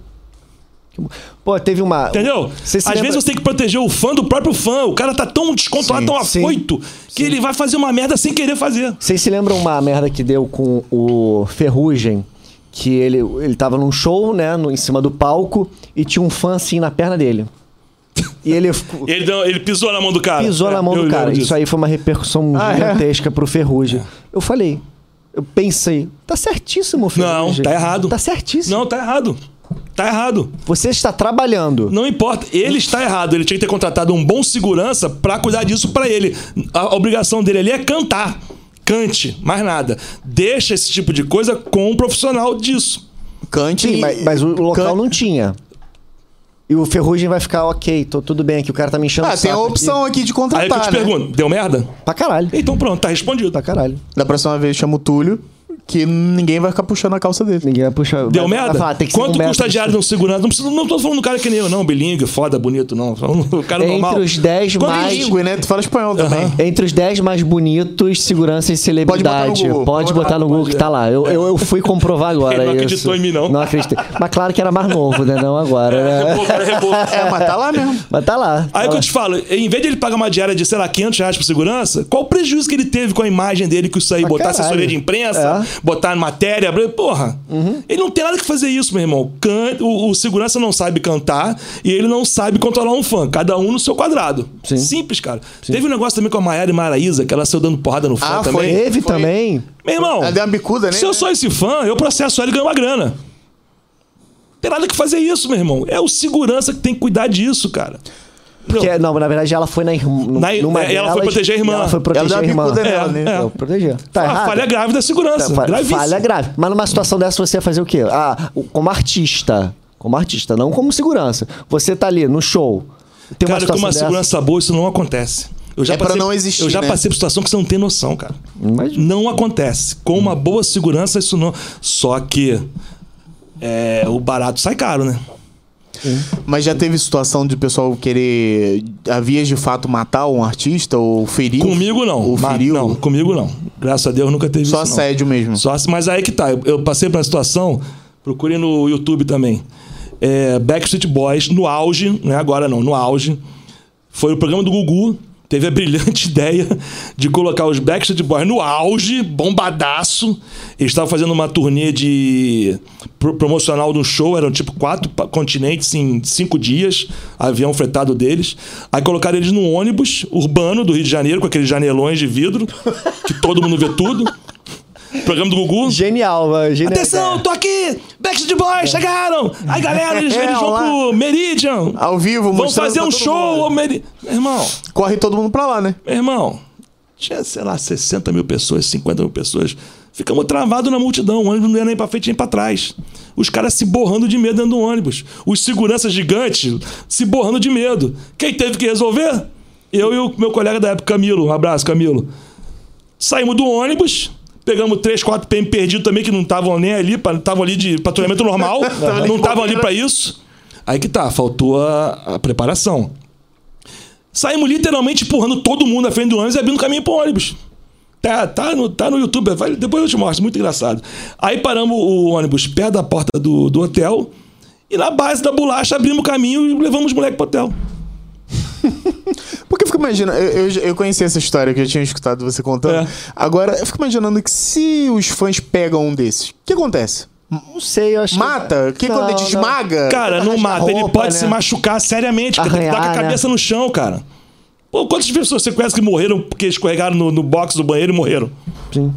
[SPEAKER 1] Acabou. Pô, teve uma.
[SPEAKER 3] Entendeu?
[SPEAKER 1] Você
[SPEAKER 3] Às
[SPEAKER 1] se lembra-
[SPEAKER 3] vezes você tem que proteger o fã do próprio fã. O cara tá tão descontrolado,
[SPEAKER 2] Sim,
[SPEAKER 3] tão
[SPEAKER 1] sim,
[SPEAKER 3] afoito, que ele vai fazer uma merda sem querer fazer.
[SPEAKER 1] Vocês se lembram uma merda que deu com o Ferrugem? Que ele, ele tava num show, né, no, em cima do palco, e tinha um fã assim na perna dele. E ele ficou-
[SPEAKER 3] Ele, deu- ele pisou na mão do cara.
[SPEAKER 1] pisou na mão
[SPEAKER 3] É, eu
[SPEAKER 1] do cara.
[SPEAKER 3] lembro
[SPEAKER 1] Isso
[SPEAKER 3] disso.
[SPEAKER 1] aí foi uma repercussão
[SPEAKER 2] Ah, é?
[SPEAKER 1] gigantesca pro Ferrugem. Eu falei, eu pensei, tá certíssimo o
[SPEAKER 3] Não,
[SPEAKER 1] Ferrugem.
[SPEAKER 3] tá errado.
[SPEAKER 1] Tá certíssimo.
[SPEAKER 3] Não, tá errado. Tá errado.
[SPEAKER 1] Você está trabalhando.
[SPEAKER 3] Não importa. Ele está errado. Ele tinha que ter contratado um bom segurança pra cuidar disso pra ele. A obrigação dele ali é cantar. Cante, mais nada. Deixa esse tipo de coisa com um profissional disso.
[SPEAKER 2] Cante.
[SPEAKER 1] Sim,
[SPEAKER 2] e-
[SPEAKER 1] mas, mas o local
[SPEAKER 2] can-
[SPEAKER 1] não tinha. E o Ferrugem vai ficar, ok, tô tudo bem aqui, o cara tá me enchendo
[SPEAKER 2] Ah,
[SPEAKER 1] o
[SPEAKER 2] tem a
[SPEAKER 1] saco aqui."
[SPEAKER 2] opção aqui de
[SPEAKER 1] Então
[SPEAKER 3] Aí é
[SPEAKER 1] tá,
[SPEAKER 2] contratar.
[SPEAKER 3] eu te
[SPEAKER 2] né?
[SPEAKER 3] pergunto, deu merda?
[SPEAKER 1] Pra caralho,
[SPEAKER 3] Então pronto, tá respondido.
[SPEAKER 1] pra caralho.
[SPEAKER 2] né? Da próxima vez chama o Túlio, que ninguém vai ficar puxando a calça dele.
[SPEAKER 1] Ninguém vai puxar.
[SPEAKER 3] Deu
[SPEAKER 1] vai- vai
[SPEAKER 3] merda?
[SPEAKER 1] falar, tem que ser
[SPEAKER 3] Quanto
[SPEAKER 1] um
[SPEAKER 3] custa a
[SPEAKER 1] metro.
[SPEAKER 3] diária de um segurança? Não, precisa, não tô falando do cara que nem eu, não. Bilingue, foda, bonito, não. Tô falando do cara
[SPEAKER 1] Entre
[SPEAKER 3] normal.
[SPEAKER 1] os 10
[SPEAKER 3] Quanto
[SPEAKER 1] mais-
[SPEAKER 3] bilingue?
[SPEAKER 2] Língua, né? Tu fala espanhol também.
[SPEAKER 1] Entre os 10 mais bonitos, segurança e celebridade.
[SPEAKER 2] botar no Google.
[SPEAKER 1] Pode
[SPEAKER 2] Vou botar
[SPEAKER 1] botar no Google que tá lá. Eu, eu, eu fui comprovar agora.
[SPEAKER 3] Ele não
[SPEAKER 1] isso.
[SPEAKER 3] acreditou em mim, não.
[SPEAKER 1] Não acreditei. Mas claro que era mais novo, né? Não agora, né?
[SPEAKER 3] Rebou, cara, rebou.
[SPEAKER 2] É, mas tá lá mesmo.
[SPEAKER 1] Mas tá lá. tá
[SPEAKER 3] Aí é o que
[SPEAKER 2] Ah.
[SPEAKER 1] lá.
[SPEAKER 3] eu te falo, em vez de ele pagar uma diária de, sei lá, 500 reais por segurança, qual o prejuízo que ele teve com a imagem dele que isso aí?
[SPEAKER 1] Ah,
[SPEAKER 3] botar
[SPEAKER 1] caralho.
[SPEAKER 3] assessoria de imprensa,
[SPEAKER 2] É.
[SPEAKER 3] botar matéria, blá, porra.
[SPEAKER 2] Uhum.
[SPEAKER 3] Ele não tem nada que fazer isso, meu irmão. Can- O, o segurança não sabe cantar e ele não sabe controlar um fã. Cada um no seu quadrado.
[SPEAKER 1] Sim.
[SPEAKER 3] Simples, cara. Teve um negócio também com a Maiara e Maraísa, que ela saiu dando porrada no fã
[SPEAKER 2] Ah, foi?
[SPEAKER 3] também.
[SPEAKER 1] Teve
[SPEAKER 2] Foi-
[SPEAKER 1] também.
[SPEAKER 3] Meu irmão,
[SPEAKER 2] Ela deu uma bicuda, né?
[SPEAKER 3] se eu sou esse fã, eu processo ela e ganho uma grana. Tem nada que fazer isso, meu irmão. É o segurança que tem que cuidar disso, cara. Entendeu?
[SPEAKER 1] Que, é- não, na verdade ela foi na irmã.
[SPEAKER 3] Na-
[SPEAKER 1] numa
[SPEAKER 3] ela foi
[SPEAKER 1] delas,
[SPEAKER 3] proteger a irmã.
[SPEAKER 1] e Ela foi proteger
[SPEAKER 2] Ela
[SPEAKER 1] a
[SPEAKER 2] deu
[SPEAKER 1] irmã.
[SPEAKER 2] uma bicuda nela,
[SPEAKER 3] É,
[SPEAKER 2] né?
[SPEAKER 3] é.
[SPEAKER 1] Ela proteger. Tá
[SPEAKER 3] Ah,
[SPEAKER 1] errado. Tá,
[SPEAKER 3] falha grave da segurança.
[SPEAKER 1] Fa-
[SPEAKER 3] gravíssima.
[SPEAKER 1] Falha grave. Mas numa situação dessa você ia fazer o quê? Ah, o- como artista. Como artista, não como segurança. Você tá ali no show. Tem uma
[SPEAKER 3] Cara, com
[SPEAKER 1] situação
[SPEAKER 3] uma
[SPEAKER 1] dessa.
[SPEAKER 3] segurança boa, isso não acontece. Eu já
[SPEAKER 2] É pra
[SPEAKER 3] passei-
[SPEAKER 2] não existir,
[SPEAKER 3] Eu já
[SPEAKER 2] né?
[SPEAKER 3] passei por situação que você não tem noção, cara.
[SPEAKER 1] Imagina.
[SPEAKER 3] Não acontece. Com uma boa segurança, isso não. Só que. é, o barato sai caro, né?
[SPEAKER 2] Mas já teve situação de o pessoal querer. Havia de fato matar um artista ou ferir?
[SPEAKER 3] Comigo não.
[SPEAKER 2] Ou
[SPEAKER 3] Ma-
[SPEAKER 2] feriu?
[SPEAKER 3] Não, comigo não. Graças a Deus nunca teve
[SPEAKER 2] Só
[SPEAKER 3] isso. não.
[SPEAKER 2] assédio mesmo.
[SPEAKER 3] Só ass- mas aí que tá. Eu, eu passei por uma situação, procurei no YouTube também. É, Backstreet Boys, no auge, não é agora não, no auge. Foi o programa do Gugu. Teve a brilhante ideia de colocar os Backstreet Boys no auge, bombadaço. Eles estavam fazendo uma turnê de pro- promocional do show, eram tipo quatro pa- continentes em cinco dias, avião fretado deles. Aí colocaram eles num ônibus urbano do Rio de Janeiro, com aqueles janelões de vidro, que todo mundo vê tudo. Programa do Gugu.
[SPEAKER 2] é
[SPEAKER 1] Genial, mano. Genial.
[SPEAKER 3] Atenção, tô aqui! Backstreet Boys chegaram! Aí, galera, eles,
[SPEAKER 2] É,
[SPEAKER 3] eles vão
[SPEAKER 2] lá.
[SPEAKER 3] pro Meridian.
[SPEAKER 2] Ao vivo,
[SPEAKER 3] Vão
[SPEAKER 2] mostrando
[SPEAKER 3] fazer
[SPEAKER 2] pra
[SPEAKER 3] um
[SPEAKER 2] todo
[SPEAKER 3] show
[SPEAKER 2] mundo.
[SPEAKER 3] ao Meridian. Irmão,
[SPEAKER 2] Corre todo mundo pra lá, né?
[SPEAKER 3] meu irmão, tinha, sei lá, 60 mil pessoas, 50 mil pessoas. Ficamos travados na multidão. O ônibus não ia nem pra frente nem pra trás. Os caras se borrando de medo dentro do ônibus. Os seguranças gigantes se borrando de medo. Quem teve que resolver? Eu e o meu colega da época, Camilo. Um abraço, Camilo. Saímos do ônibus, pegamos três, quatro PM perdidos também, que não estavam nem ali, pra- estavam ali de patrulhamento normal, não estavam ali pra isso. Aí que tá, faltou a, a preparação. Saímos literalmente empurrando todo mundo à frente do ônibus e abrindo caminho pro ônibus. Tá, tá, no, tá no YouTube, vai- depois eu te mostro, muito engraçado. Aí paramos o ônibus perto da porta do, do hotel e na base da bolacha abrimos o caminho e levamos os moleques pro hotel.
[SPEAKER 2] Porque eu fico imaginando, eu, eu, eu conheci essa história que eu tinha escutado você contando.
[SPEAKER 3] É.
[SPEAKER 2] Agora, eu fico imaginando que se os fãs pegam um desses, o que acontece?
[SPEAKER 1] Não sei, eu acho
[SPEAKER 2] Mata? O que
[SPEAKER 1] Não,
[SPEAKER 2] acontece?
[SPEAKER 1] não.
[SPEAKER 2] Esmaga?
[SPEAKER 3] Cara, não
[SPEAKER 1] arranjar
[SPEAKER 3] mata. Ele
[SPEAKER 1] roupa,
[SPEAKER 3] pode
[SPEAKER 1] né?
[SPEAKER 3] se machucar seriamente, cara. Tem que
[SPEAKER 1] Arranhar,
[SPEAKER 3] dar com a
[SPEAKER 1] né?
[SPEAKER 3] cabeça no chão, cara. Pô, quantas pessoas você conhece que morreram porque escorregaram no, no box do banheiro e morreram?
[SPEAKER 1] Sim.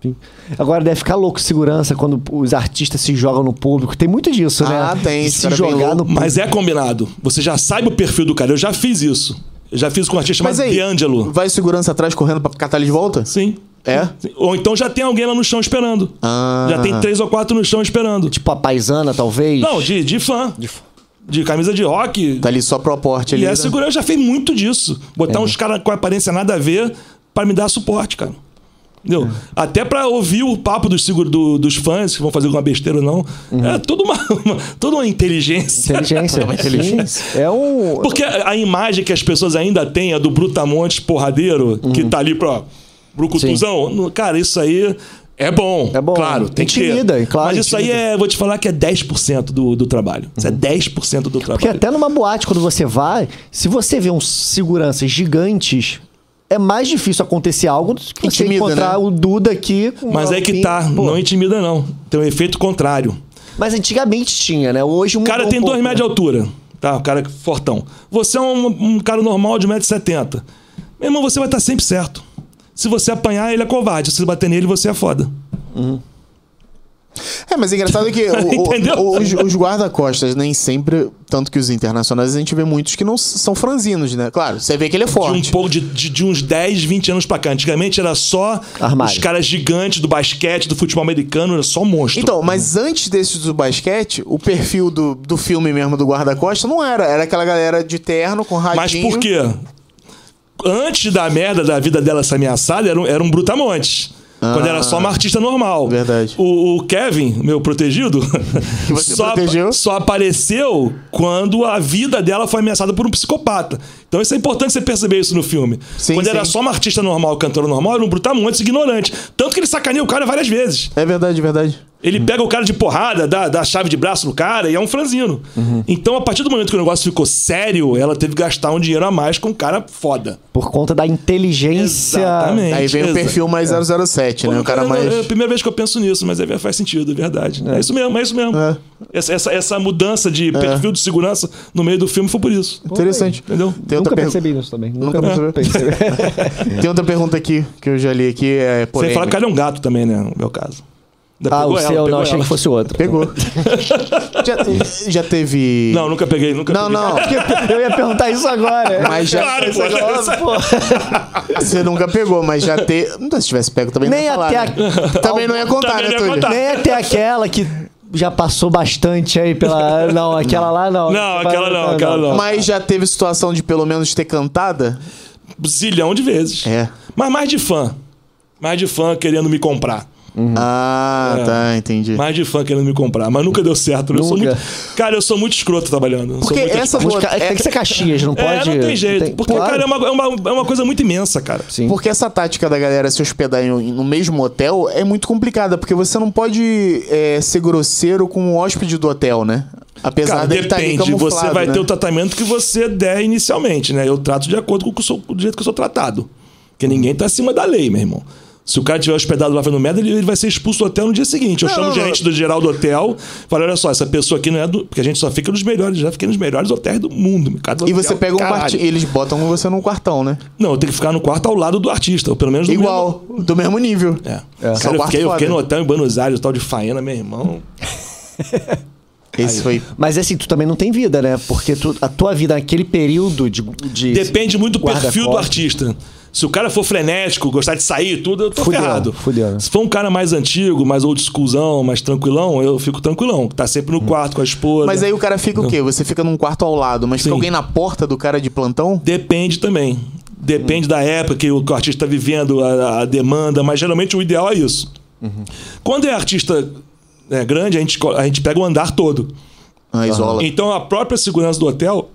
[SPEAKER 1] Sim. Agora deve ficar louco segurança quando os artistas se jogam no público. Tem muito disso, né?
[SPEAKER 2] Ah, tem,
[SPEAKER 1] De
[SPEAKER 2] esse
[SPEAKER 1] Se
[SPEAKER 2] cara é bem
[SPEAKER 1] jogar
[SPEAKER 2] louco.
[SPEAKER 1] no público.
[SPEAKER 3] Mas é combinado. Você já sabe o perfil do cara. Eu já fiz isso. Eu já fiz com um artista
[SPEAKER 2] Mas
[SPEAKER 3] chamado
[SPEAKER 2] aí,
[SPEAKER 3] D'Angelo.
[SPEAKER 2] vai segurança atrás correndo pra catar ele de volta?
[SPEAKER 3] Sim.
[SPEAKER 2] É?
[SPEAKER 3] Sim. Ou então já tem alguém lá no chão esperando.
[SPEAKER 2] Ah.
[SPEAKER 3] Já tem três ou quatro no chão esperando.
[SPEAKER 1] Tipo a paisana, talvez.
[SPEAKER 3] Não, de, de fã. De, camisa de rock.
[SPEAKER 2] Tá ali só pro aporte ali.
[SPEAKER 3] e
[SPEAKER 2] né?
[SPEAKER 3] é segurança. Eu já fiz muito disso. Botar uns caras com aparência nada a ver pra me dar suporte, cara. Entendeu? Até pra ouvir o papo dos, seguro, do- dos fãs, que vão fazer alguma besteira ou não. É toda uma, uma- toda uma inteligência.
[SPEAKER 1] Inteligência. Sim. É um.
[SPEAKER 3] Porque a a imagem que as pessoas ainda têm é do Brutamontes porradeiro, que
[SPEAKER 1] Uhum.
[SPEAKER 3] tá ali pro Brucutuzão. No- Cara, isso aí é bom.
[SPEAKER 1] É bom.
[SPEAKER 3] Claro, tem que
[SPEAKER 1] Intimida,
[SPEAKER 3] ter.
[SPEAKER 1] claro,
[SPEAKER 3] Mas isso aí
[SPEAKER 1] intimida. Uhum.
[SPEAKER 3] é, vou te falar que é 10% do, do trabalho. Isso é 10% do trabalho.
[SPEAKER 1] Porque até numa boate, quando você vai, se você vê uns seguranças gigantes, é mais difícil acontecer algo do que você
[SPEAKER 2] Intimida,
[SPEAKER 1] encontrar
[SPEAKER 2] né?
[SPEAKER 1] o Duda aqui. com
[SPEAKER 3] Mas
[SPEAKER 1] uma
[SPEAKER 3] é que
[SPEAKER 1] pin-
[SPEAKER 3] tá,
[SPEAKER 1] Pô.
[SPEAKER 3] não intimida não. Tem um efeito contrário.
[SPEAKER 1] Mas antigamente tinha, né? Hoje um.
[SPEAKER 3] O cara tem 2 metros de altura, tá? O cara fortão. Você é um, um cara normal de 1,70m. Meu irmão, você vai estar sempre certo. Se você apanhar, ele é covarde. Se você bater nele, você é foda.
[SPEAKER 2] É, mas é engraçado que o- o-
[SPEAKER 3] Entendeu?
[SPEAKER 2] o- os, os guarda-costas nem sempre, tanto que os internacionais, a gente vê muitos que não s- são franzinos, né? Claro, você vê que ele é
[SPEAKER 3] De um
[SPEAKER 2] forte.
[SPEAKER 3] pouco de, de- de uns 10, 20 anos pra cá. Antigamente era só
[SPEAKER 1] Armário.
[SPEAKER 3] os caras gigantes do basquete, do futebol americano, era só monstro.
[SPEAKER 2] Então, mas antes desses do basquete, o perfil do, do filme mesmo do guarda-costa não era. Era aquela galera de terno, com radinho.
[SPEAKER 3] Mas por quê? Antes da merda da vida dela ser ameaçada, era um, era um brutamonte. Quando era só uma artista normal.
[SPEAKER 2] Ah, Verdade.
[SPEAKER 3] O, o Kevin, meu protegido,
[SPEAKER 2] você
[SPEAKER 3] só,
[SPEAKER 2] protegeu?
[SPEAKER 3] só apareceu quando a vida dela foi ameaçada por um psicopata. Então isso é importante você perceber isso no filme.
[SPEAKER 2] Sim,
[SPEAKER 3] quando era
[SPEAKER 2] sim.
[SPEAKER 3] só uma artista normal, cantora normal, era um brutamonte ignorante. Tanto que ele sacaneia o cara várias vezes.
[SPEAKER 2] É verdade, verdade.
[SPEAKER 3] Ele pega o cara de porrada, dá, dá a chave de braço no cara e é um franzino. Então, a partir do momento que o negócio ficou sério, ela teve que gastar um dinheiro a mais com um cara foda.
[SPEAKER 1] Por conta da inteligência.
[SPEAKER 3] Exatamente.
[SPEAKER 2] Aí vem o
[SPEAKER 3] exa-
[SPEAKER 2] perfil
[SPEAKER 3] É.
[SPEAKER 2] mais 007, né? O cara
[SPEAKER 3] Cara,
[SPEAKER 2] mais.
[SPEAKER 3] É a primeira vez que eu penso nisso, mas é, faz sentido, é verdade. É, isso mesmo, é isso mesmo.
[SPEAKER 2] É.
[SPEAKER 3] Essa, essa, essa mudança
[SPEAKER 1] É.
[SPEAKER 3] de perfil de segurança no meio do filme foi por isso.
[SPEAKER 2] Interessante.
[SPEAKER 3] Entendeu?
[SPEAKER 2] Tem outra,
[SPEAKER 1] Nunca
[SPEAKER 2] pergu-
[SPEAKER 1] percebi isso também.
[SPEAKER 2] Nunca
[SPEAKER 1] Nunca,
[SPEAKER 2] percebeu?
[SPEAKER 1] percebi.
[SPEAKER 2] É. Tem outra pergunta aqui que eu já li aqui. É
[SPEAKER 3] Sem falar que o
[SPEAKER 2] polêmica.
[SPEAKER 3] cara é um gato também, né? No meu caso. Ainda
[SPEAKER 1] ah,
[SPEAKER 3] pegou
[SPEAKER 1] o
[SPEAKER 3] ela,
[SPEAKER 1] seu,
[SPEAKER 3] pegou
[SPEAKER 1] não, achei
[SPEAKER 3] ela.
[SPEAKER 1] que fosse o outro.
[SPEAKER 2] Pegou. já, já teve.
[SPEAKER 3] Não, nunca peguei, nunca
[SPEAKER 2] não.
[SPEAKER 3] peguei. É
[SPEAKER 2] não.
[SPEAKER 1] Eu ia perguntar isso agora.
[SPEAKER 2] Mas já.
[SPEAKER 3] Claro, pô.
[SPEAKER 2] assim, Você nunca pegou, mas já te. Não, se tivesse pego também
[SPEAKER 1] Nem
[SPEAKER 2] não ia falar,
[SPEAKER 1] até
[SPEAKER 2] né? Também não ia contar,
[SPEAKER 3] Também
[SPEAKER 2] né,
[SPEAKER 3] não ia
[SPEAKER 2] Túlio?
[SPEAKER 3] contar.
[SPEAKER 1] Nem até aquela que já passou bastante aí pela. Não, aquela lá não.
[SPEAKER 3] Não, aquela não, aquela não.
[SPEAKER 2] Mas já teve situação de pelo menos ter cantada?
[SPEAKER 3] zilhão de vezes.
[SPEAKER 2] É.
[SPEAKER 3] Mas mais de fã. Mais de fã querendo me comprar.
[SPEAKER 2] Ah,
[SPEAKER 3] É.
[SPEAKER 2] tá, entendi.
[SPEAKER 3] Mais de fã querendo me comprar. Mas nunca deu certo. né? Eu sou
[SPEAKER 1] Nunca.
[SPEAKER 3] muito... Cara, eu sou muito escroto trabalhando. Eu sou
[SPEAKER 2] Porque
[SPEAKER 3] muito
[SPEAKER 2] essa
[SPEAKER 1] Música-
[SPEAKER 2] boa-
[SPEAKER 1] Tem que ser Caxias, não
[SPEAKER 3] É,
[SPEAKER 1] pode.
[SPEAKER 3] não tem jeito. porque,
[SPEAKER 1] claro.
[SPEAKER 3] cara, é uma, é, uma, é uma coisa muito imensa, cara.
[SPEAKER 1] Sim.
[SPEAKER 2] Porque essa tática da galera se hospedar em, um- no mesmo hotel é muito complicada, porque você não pode é, ser grosseiro com o hóspede do hotel, né? Apesar
[SPEAKER 3] Cara,
[SPEAKER 2] dele estar ali
[SPEAKER 3] depende.
[SPEAKER 2] camuflado,
[SPEAKER 3] Você vai
[SPEAKER 2] né?
[SPEAKER 3] ter o tratamento que você der inicialmente, né? Eu trato de acordo com o, que eu sou- com o jeito que eu sou tratado. Porque ninguém tá acima da lei, meu irmão. Se o cara tiver hospedado lá fazendo merda, ele, ele vai ser expulso do hotel no dia seguinte. Eu
[SPEAKER 2] Não,
[SPEAKER 3] chamo
[SPEAKER 2] não,
[SPEAKER 3] o gerente do geral do hotel, falo, olha só, essa pessoa aqui não é do... Porque a gente só fica nos melhores, já fiquei nos melhores hotéis do mundo. meu. Cada
[SPEAKER 2] E
[SPEAKER 3] hotel,
[SPEAKER 2] você pega um
[SPEAKER 3] caralho.
[SPEAKER 2] quartinho. Eles botam você num quartão, né?
[SPEAKER 3] Não, eu tenho que ficar no quarto ao lado do artista, ou pelo menos no
[SPEAKER 2] Igual, do mesmo nível.
[SPEAKER 3] Mesmo... É.
[SPEAKER 2] Só
[SPEAKER 3] Cara, eu
[SPEAKER 2] quarto
[SPEAKER 3] fiquei, eu
[SPEAKER 2] foda.
[SPEAKER 3] fiquei no hotel em Buenos Aires, o tal de Faena, meu irmão.
[SPEAKER 2] Esse foi.
[SPEAKER 1] Mas assim, tu também não tem vida, né? Porque tu- a tua vida naquele período de. de
[SPEAKER 3] Depende muito do
[SPEAKER 1] Guarda
[SPEAKER 3] perfil do
[SPEAKER 1] costas.
[SPEAKER 3] artista. Se o cara for frenético, gostar de sair, tudo, eu tô
[SPEAKER 1] Fudeu,
[SPEAKER 3] ferrado.
[SPEAKER 1] fudeu, né?
[SPEAKER 3] Se for um cara mais antigo, mais old schoolzão, mais tranquilão, eu fico tranquilão. Tá sempre no quarto com a esposa.
[SPEAKER 2] Mas aí o cara fica o quê? Você fica num quarto ao lado, mas
[SPEAKER 3] Sim.
[SPEAKER 2] fica alguém na porta do cara de plantão?
[SPEAKER 3] Depende também. Depende da época que o, que o artista está vivendo, a, a demanda, mas geralmente o ideal é isso. Quando é artista né, grande, a gente, co- a gente pega o andar todo.
[SPEAKER 2] Ah, isola.
[SPEAKER 3] Então a própria segurança do hotel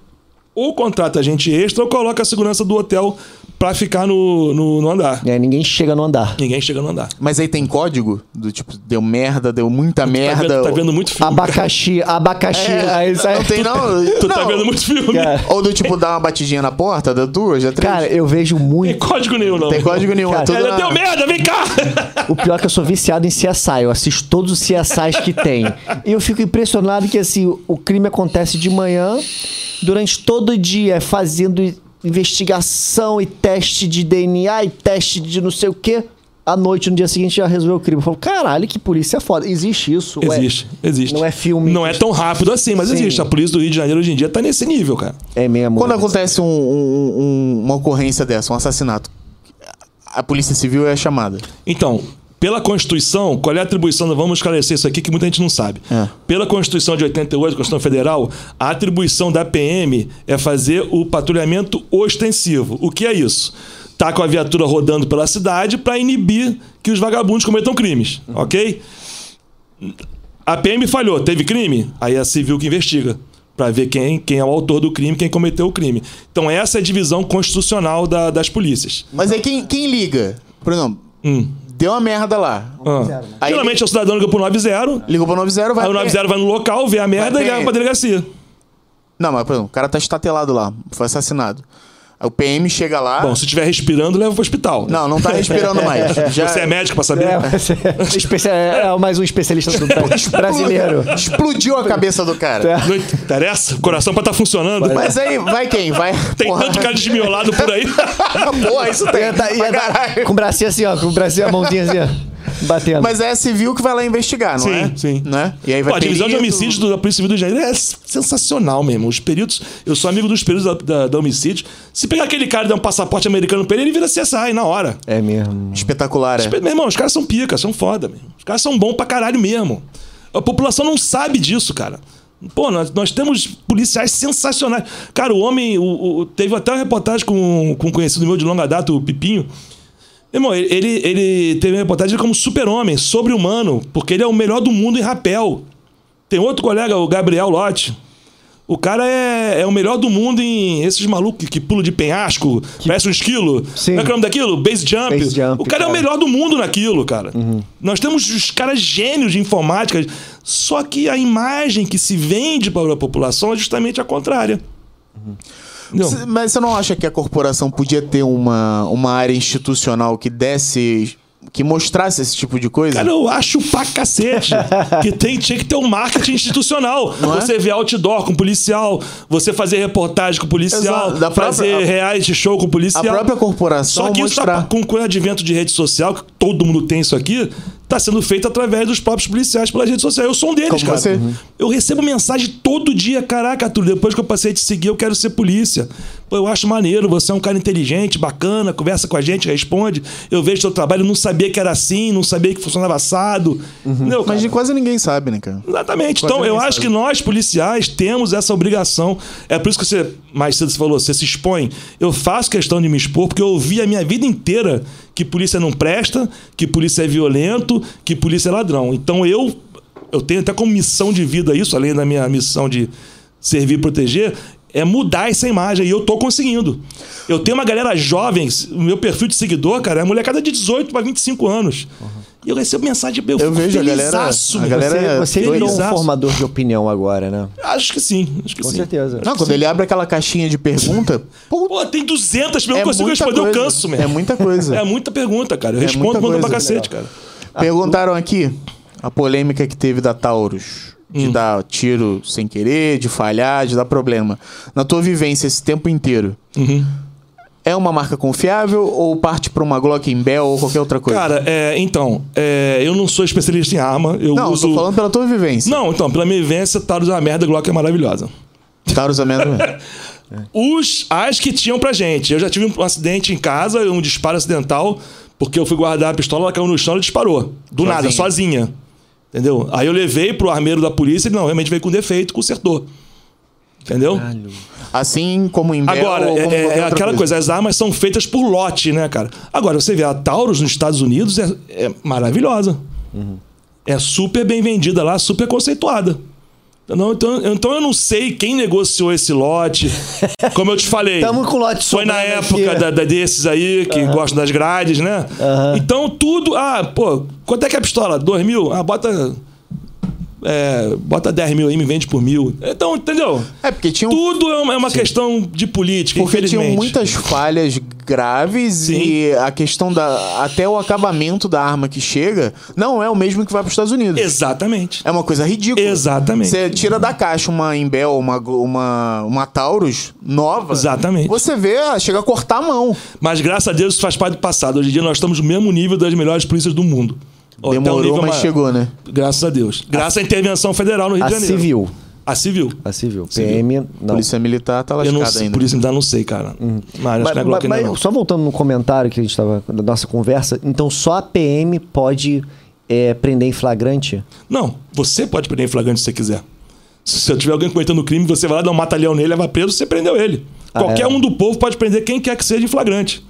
[SPEAKER 3] ou contrata gente extra ou coloca a segurança do hotel pra ficar no, no, no andar.
[SPEAKER 1] E aí É, ninguém chega no andar.
[SPEAKER 3] Ninguém chega no andar.
[SPEAKER 2] Mas aí tem código? Do tipo, deu merda, deu muita
[SPEAKER 3] Tá
[SPEAKER 2] merda. É,
[SPEAKER 3] vendo, tá vendo muito É, filme.
[SPEAKER 1] Abacaxi, abacaxi. aí sai...
[SPEAKER 2] Não tem, não.
[SPEAKER 3] Tu
[SPEAKER 2] é não.
[SPEAKER 3] tá vendo muito filme.
[SPEAKER 1] Cara,
[SPEAKER 2] Ou do tipo, dar uma batidinha na porta, dá duas, dá três.
[SPEAKER 1] Cara, eu vejo
[SPEAKER 3] Tem
[SPEAKER 1] muito.
[SPEAKER 3] código nenhum, não.
[SPEAKER 2] tem código nenhum.
[SPEAKER 1] cara,
[SPEAKER 2] é tudo
[SPEAKER 3] Ela
[SPEAKER 2] na-
[SPEAKER 3] deu merda, vem cá!
[SPEAKER 1] O pior é que eu sou viciado em CSI. Eu assisto todos os CSIs que tem. E eu fico impressionado que, assim, o- o crime acontece de manhã, durante todo o dia, fazendo i- investigação e teste de DNA e teste de não sei o quê. À noite, no dia seguinte, já resolveu o crime. Eu falo, caralho, que polícia foda. Existe isso? ué?
[SPEAKER 3] Existe, existe.
[SPEAKER 1] Não é filme.
[SPEAKER 3] Não é tão rápido assim, mas
[SPEAKER 1] Sim.
[SPEAKER 3] existe. A polícia do Rio de Janeiro hoje em dia tá nesse nível, cara.
[SPEAKER 1] É mesmo.
[SPEAKER 2] Quando
[SPEAKER 1] né?
[SPEAKER 2] acontece um- um- um- uma ocorrência dessa, um assassinato, a polícia civil é chamada.
[SPEAKER 3] Então, pela Constituição, qual é a atribuição? Vamos esclarecer isso aqui que muita gente não sabe.
[SPEAKER 2] É.
[SPEAKER 3] Pela Constituição de 88, Constituição Federal, a atribuição da PM é fazer o patrulhamento ostensivo. O que é isso? Tá com a viatura rodando pela cidade para inibir que os vagabundos cometam crimes, ok? A PM falhou, teve crime? Aí é a civil que investiga. Pra ver quem, quem é o autor do crime, quem cometeu o crime. Então, essa é a divisão constitucional da- das polícias.
[SPEAKER 2] Mas aí quem, quem liga? Por exemplo,
[SPEAKER 3] Hum.
[SPEAKER 2] deu uma merda lá.
[SPEAKER 3] Ah.
[SPEAKER 2] Aí-
[SPEAKER 3] Geralmente é o cidadão liga pro 90,
[SPEAKER 2] Ligou pro 90, vai.
[SPEAKER 3] Aí o 90 vai no local, vê a merda
[SPEAKER 2] Vai
[SPEAKER 3] e
[SPEAKER 2] bem.
[SPEAKER 3] leva pra delegacia.
[SPEAKER 2] Não, mas por exemplo, o cara tá estatelado lá, foi assassinado. Aí o PM chega lá.
[SPEAKER 3] Bom, se estiver respirando, leva pro hospital.
[SPEAKER 2] Não, não tá respirando mais. Já
[SPEAKER 3] Você é médico pra saber?
[SPEAKER 1] É, mas é, especia- é mais um especialista do bra- brasileiro. Tá.
[SPEAKER 2] explodiu a cabeça do cara.
[SPEAKER 3] Não interessa? O coração pra estar funcionando.
[SPEAKER 2] Mas aí, vai quem? Vai.
[SPEAKER 3] Tem
[SPEAKER 2] porra.
[SPEAKER 3] tanto cara desmiolado por aí.
[SPEAKER 2] Porra, isso
[SPEAKER 1] Ia
[SPEAKER 2] tem.
[SPEAKER 1] tá- ia
[SPEAKER 2] Pra
[SPEAKER 1] tá-
[SPEAKER 2] caralho.
[SPEAKER 1] com o bracinho assim, ó. Com o bracinho, a mãozinha assim, ó. Batendo.
[SPEAKER 2] Mas é a civil que vai lá investigar, não
[SPEAKER 3] Sim,
[SPEAKER 2] é?
[SPEAKER 3] sim.
[SPEAKER 2] Né? E aí vai
[SPEAKER 3] Pô, a divisão de
[SPEAKER 2] perito.
[SPEAKER 3] homicídios do- da Polícia Civil do Rio de Janeiro é sensacional mesmo. Os peritos, eu sou amigo dos peritos da, da, da homicídio. Se pegar aquele cara e dar um passaporte americano pra ele, ele vira CSI na hora.
[SPEAKER 1] É mesmo.
[SPEAKER 2] Espetacular, é.
[SPEAKER 3] Meu irmão, os caras são pica, são foda, mesmo. Os caras são bons pra caralho mesmo. A população não sabe disso, cara. Pô, nós, nós temos policiais sensacionais. Cara, o homem. o- o- teve até uma reportagem com, com um conhecido meu de longa data, o Pipinho. Meu irmão, ele, ele, ele teve uma reportagem como super-homem, sobre-humano, porque ele é o melhor do mundo em rapel. Tem outro colega, o Gabriel Lotti. O cara é, é o melhor do mundo em esses malucos que, que pulam de penhasco, parece um esquilo.
[SPEAKER 1] Sim.
[SPEAKER 3] Como é que é o nome daquilo? Base jump.
[SPEAKER 1] Base jump,
[SPEAKER 3] o cara, é o
[SPEAKER 1] cara.
[SPEAKER 3] melhor do mundo naquilo, cara. Nós temos os caras gênios de informática, só que a imagem que se vende para a população é justamente a contrária. Entendeu?
[SPEAKER 2] Cê- Mas você não acha que a corporação podia ter uma, uma área institucional que desse. que mostrasse esse tipo de coisa?
[SPEAKER 3] Cara, eu acho pra cacete que tem, tinha que ter um marketing institucional.
[SPEAKER 2] Não é?
[SPEAKER 3] Você vê outdoor com policial, você fazer reportagem com policial,
[SPEAKER 2] Exato, da própria-
[SPEAKER 3] fazer
[SPEAKER 2] a-
[SPEAKER 3] reality show com
[SPEAKER 2] a
[SPEAKER 3] policial.
[SPEAKER 2] própria corporação
[SPEAKER 3] Só que isso tá,
[SPEAKER 2] mostrar.
[SPEAKER 3] com com o advento de rede social, que todo mundo tem isso aqui, tá sendo feito através dos próprios policiais pelas redes sociais. Eu sou um deles,
[SPEAKER 2] Como
[SPEAKER 3] cara.
[SPEAKER 2] você. Uhum.
[SPEAKER 3] Eu recebo mensagem todo dia, caraca, Arthur, depois que eu passei a te seguir, eu quero ser polícia. Pô, eu acho maneiro, você é um cara inteligente, bacana, conversa com a gente, responde. Eu vejo seu trabalho, não sabia que era assim, não sabia que funcionava assado. Entendeu,
[SPEAKER 2] Mas
[SPEAKER 3] cara?
[SPEAKER 2] de quase ninguém sabe, né, cara?
[SPEAKER 3] Exatamente.
[SPEAKER 2] Quase
[SPEAKER 3] então, eu
[SPEAKER 2] ninguém
[SPEAKER 3] acho
[SPEAKER 2] sabe.
[SPEAKER 3] que nós, policiais, temos essa obrigação. É por isso que você, mais cedo, você falou, você se expõe. Eu faço questão de me expor, porque eu ouvi a minha vida inteira que polícia não presta, que polícia é violento, que polícia é ladrão. Então, eu, eu tenho até como missão de vida isso, além da minha missão de servir e proteger, é mudar essa imagem. E eu tô conseguindo. Eu tenho uma galera jovem, o meu perfil de seguidor, cara, é molecada de 18 para 25 anos. E eu recebo mensagem, eu,
[SPEAKER 2] Uhum. Eu vejo a galera- a galera-
[SPEAKER 1] Você, você virou um
[SPEAKER 3] felizaço.
[SPEAKER 1] formador de opinião agora, né?
[SPEAKER 3] Acho que sim, acho que
[SPEAKER 1] Com
[SPEAKER 3] sim.
[SPEAKER 1] certeza.
[SPEAKER 2] Não, quando ele abre aquela caixinha de pergunta, pô,
[SPEAKER 3] Pô, tem 200, meu, eu
[SPEAKER 2] é
[SPEAKER 3] não consigo
[SPEAKER 2] muita
[SPEAKER 3] responder,
[SPEAKER 2] coisa.
[SPEAKER 3] eu canso, meu.
[SPEAKER 2] É muita coisa.
[SPEAKER 3] É muita pergunta, cara. Eu
[SPEAKER 2] É
[SPEAKER 3] respondo,
[SPEAKER 2] muita
[SPEAKER 3] manda pra
[SPEAKER 2] coisa.
[SPEAKER 3] cacete, cara.
[SPEAKER 2] Perguntaram aqui a polêmica que teve da Taurus. De
[SPEAKER 3] Hum.
[SPEAKER 2] dar tiro sem querer, de falhar, de dar problema. Na tua vivência esse tempo inteiro,
[SPEAKER 3] Uhum.
[SPEAKER 2] é uma marca confiável ou parte pra uma Glockenbell ou qualquer outra coisa?
[SPEAKER 3] Cara, é, então, é, eu não sou especialista em arma. Eu
[SPEAKER 2] não,
[SPEAKER 3] uso.
[SPEAKER 2] eu tô falando pela tua vivência.
[SPEAKER 3] Não, então, pela minha vivência, Taurus é uma merda, Glock é maravilhosa.
[SPEAKER 2] Taurus é menos mesmo.
[SPEAKER 3] Os, as que tinham pra gente. Eu já tive um acidente em casa, um disparo acidental, porque eu fui guardar a pistola, ela caiu no chão e disparou. Do nada, sozinha. Entendeu? Aí eu levei pro armeiro da polícia, ele não, realmente veio com defeito, consertou. Entendeu?
[SPEAKER 2] Assim como em Bell
[SPEAKER 3] Agora,
[SPEAKER 2] ou como
[SPEAKER 3] é, é
[SPEAKER 2] qualquer outra
[SPEAKER 3] aquela coisa. as armas são feitas por lote, né, cara? Agora, você vê, a Taurus nos Estados Unidos é, é maravilhosa. É super bem vendida lá, super conceituada. Não, então, então eu não sei quem negociou esse lote. Como eu te falei.
[SPEAKER 1] Tamo com lote
[SPEAKER 3] Foi na
[SPEAKER 1] sobrando
[SPEAKER 3] época
[SPEAKER 1] aqui.
[SPEAKER 3] da- da- desses aí, que gostam das grades, né? Então tudo. Ah, pô, quanto é que é a pistola? 2 mil? Ah, bota. é, bota 10 mil aí, me vende por mil. Então, entendeu?
[SPEAKER 2] É, porque tinham,
[SPEAKER 3] Tudo é uma, é uma questão de política,
[SPEAKER 2] porque tinham
[SPEAKER 3] infelizmente.
[SPEAKER 2] muitas falhas graves e a questão da. Até o acabamento da arma que chega não é o mesmo que vai para os Estados Unidos.
[SPEAKER 3] Exatamente.
[SPEAKER 2] É uma coisa ridícula.
[SPEAKER 3] Exatamente.
[SPEAKER 2] Você tira da caixa uma Imbel, uma, uma, uma Taurus nova.
[SPEAKER 3] Exatamente.
[SPEAKER 2] Você vê, ah, chega a cortar a mão.
[SPEAKER 3] Mas graças a Deus isso faz parte do passado. Hoje em dia nós estamos no mesmo nível das melhores polícias do mundo. Ou até um
[SPEAKER 2] Demorou,
[SPEAKER 3] nível
[SPEAKER 2] mas
[SPEAKER 3] maior.
[SPEAKER 2] chegou, né?
[SPEAKER 3] Graças a Deus. Graças à intervenção federal no Rio
[SPEAKER 1] A
[SPEAKER 3] de Janeiro.
[SPEAKER 1] civil. Tá
[SPEAKER 3] A civil.
[SPEAKER 1] A civil. PM, não.
[SPEAKER 2] Polícia militar tá
[SPEAKER 3] Eu não
[SPEAKER 2] lascada
[SPEAKER 3] sei,
[SPEAKER 2] ainda.
[SPEAKER 3] por isso ainda não sei, cara. Mas, acho
[SPEAKER 1] Mas,
[SPEAKER 3] que não é Glock
[SPEAKER 1] mas-
[SPEAKER 3] ainda
[SPEAKER 1] mas
[SPEAKER 3] não.
[SPEAKER 1] só voltando no comentário que a gente tava da nossa conversa, então só a PM pode é, prender em flagrante?
[SPEAKER 3] Não, você pode prender em flagrante se você quiser. Se eu tiver alguém cometendo crime, você vai lá, dá um matalhão nele, leva preso, você prendeu ele.
[SPEAKER 1] Ah,
[SPEAKER 3] Qualquer
[SPEAKER 1] é.
[SPEAKER 3] um do povo pode prender quem quer que seja em flagrante.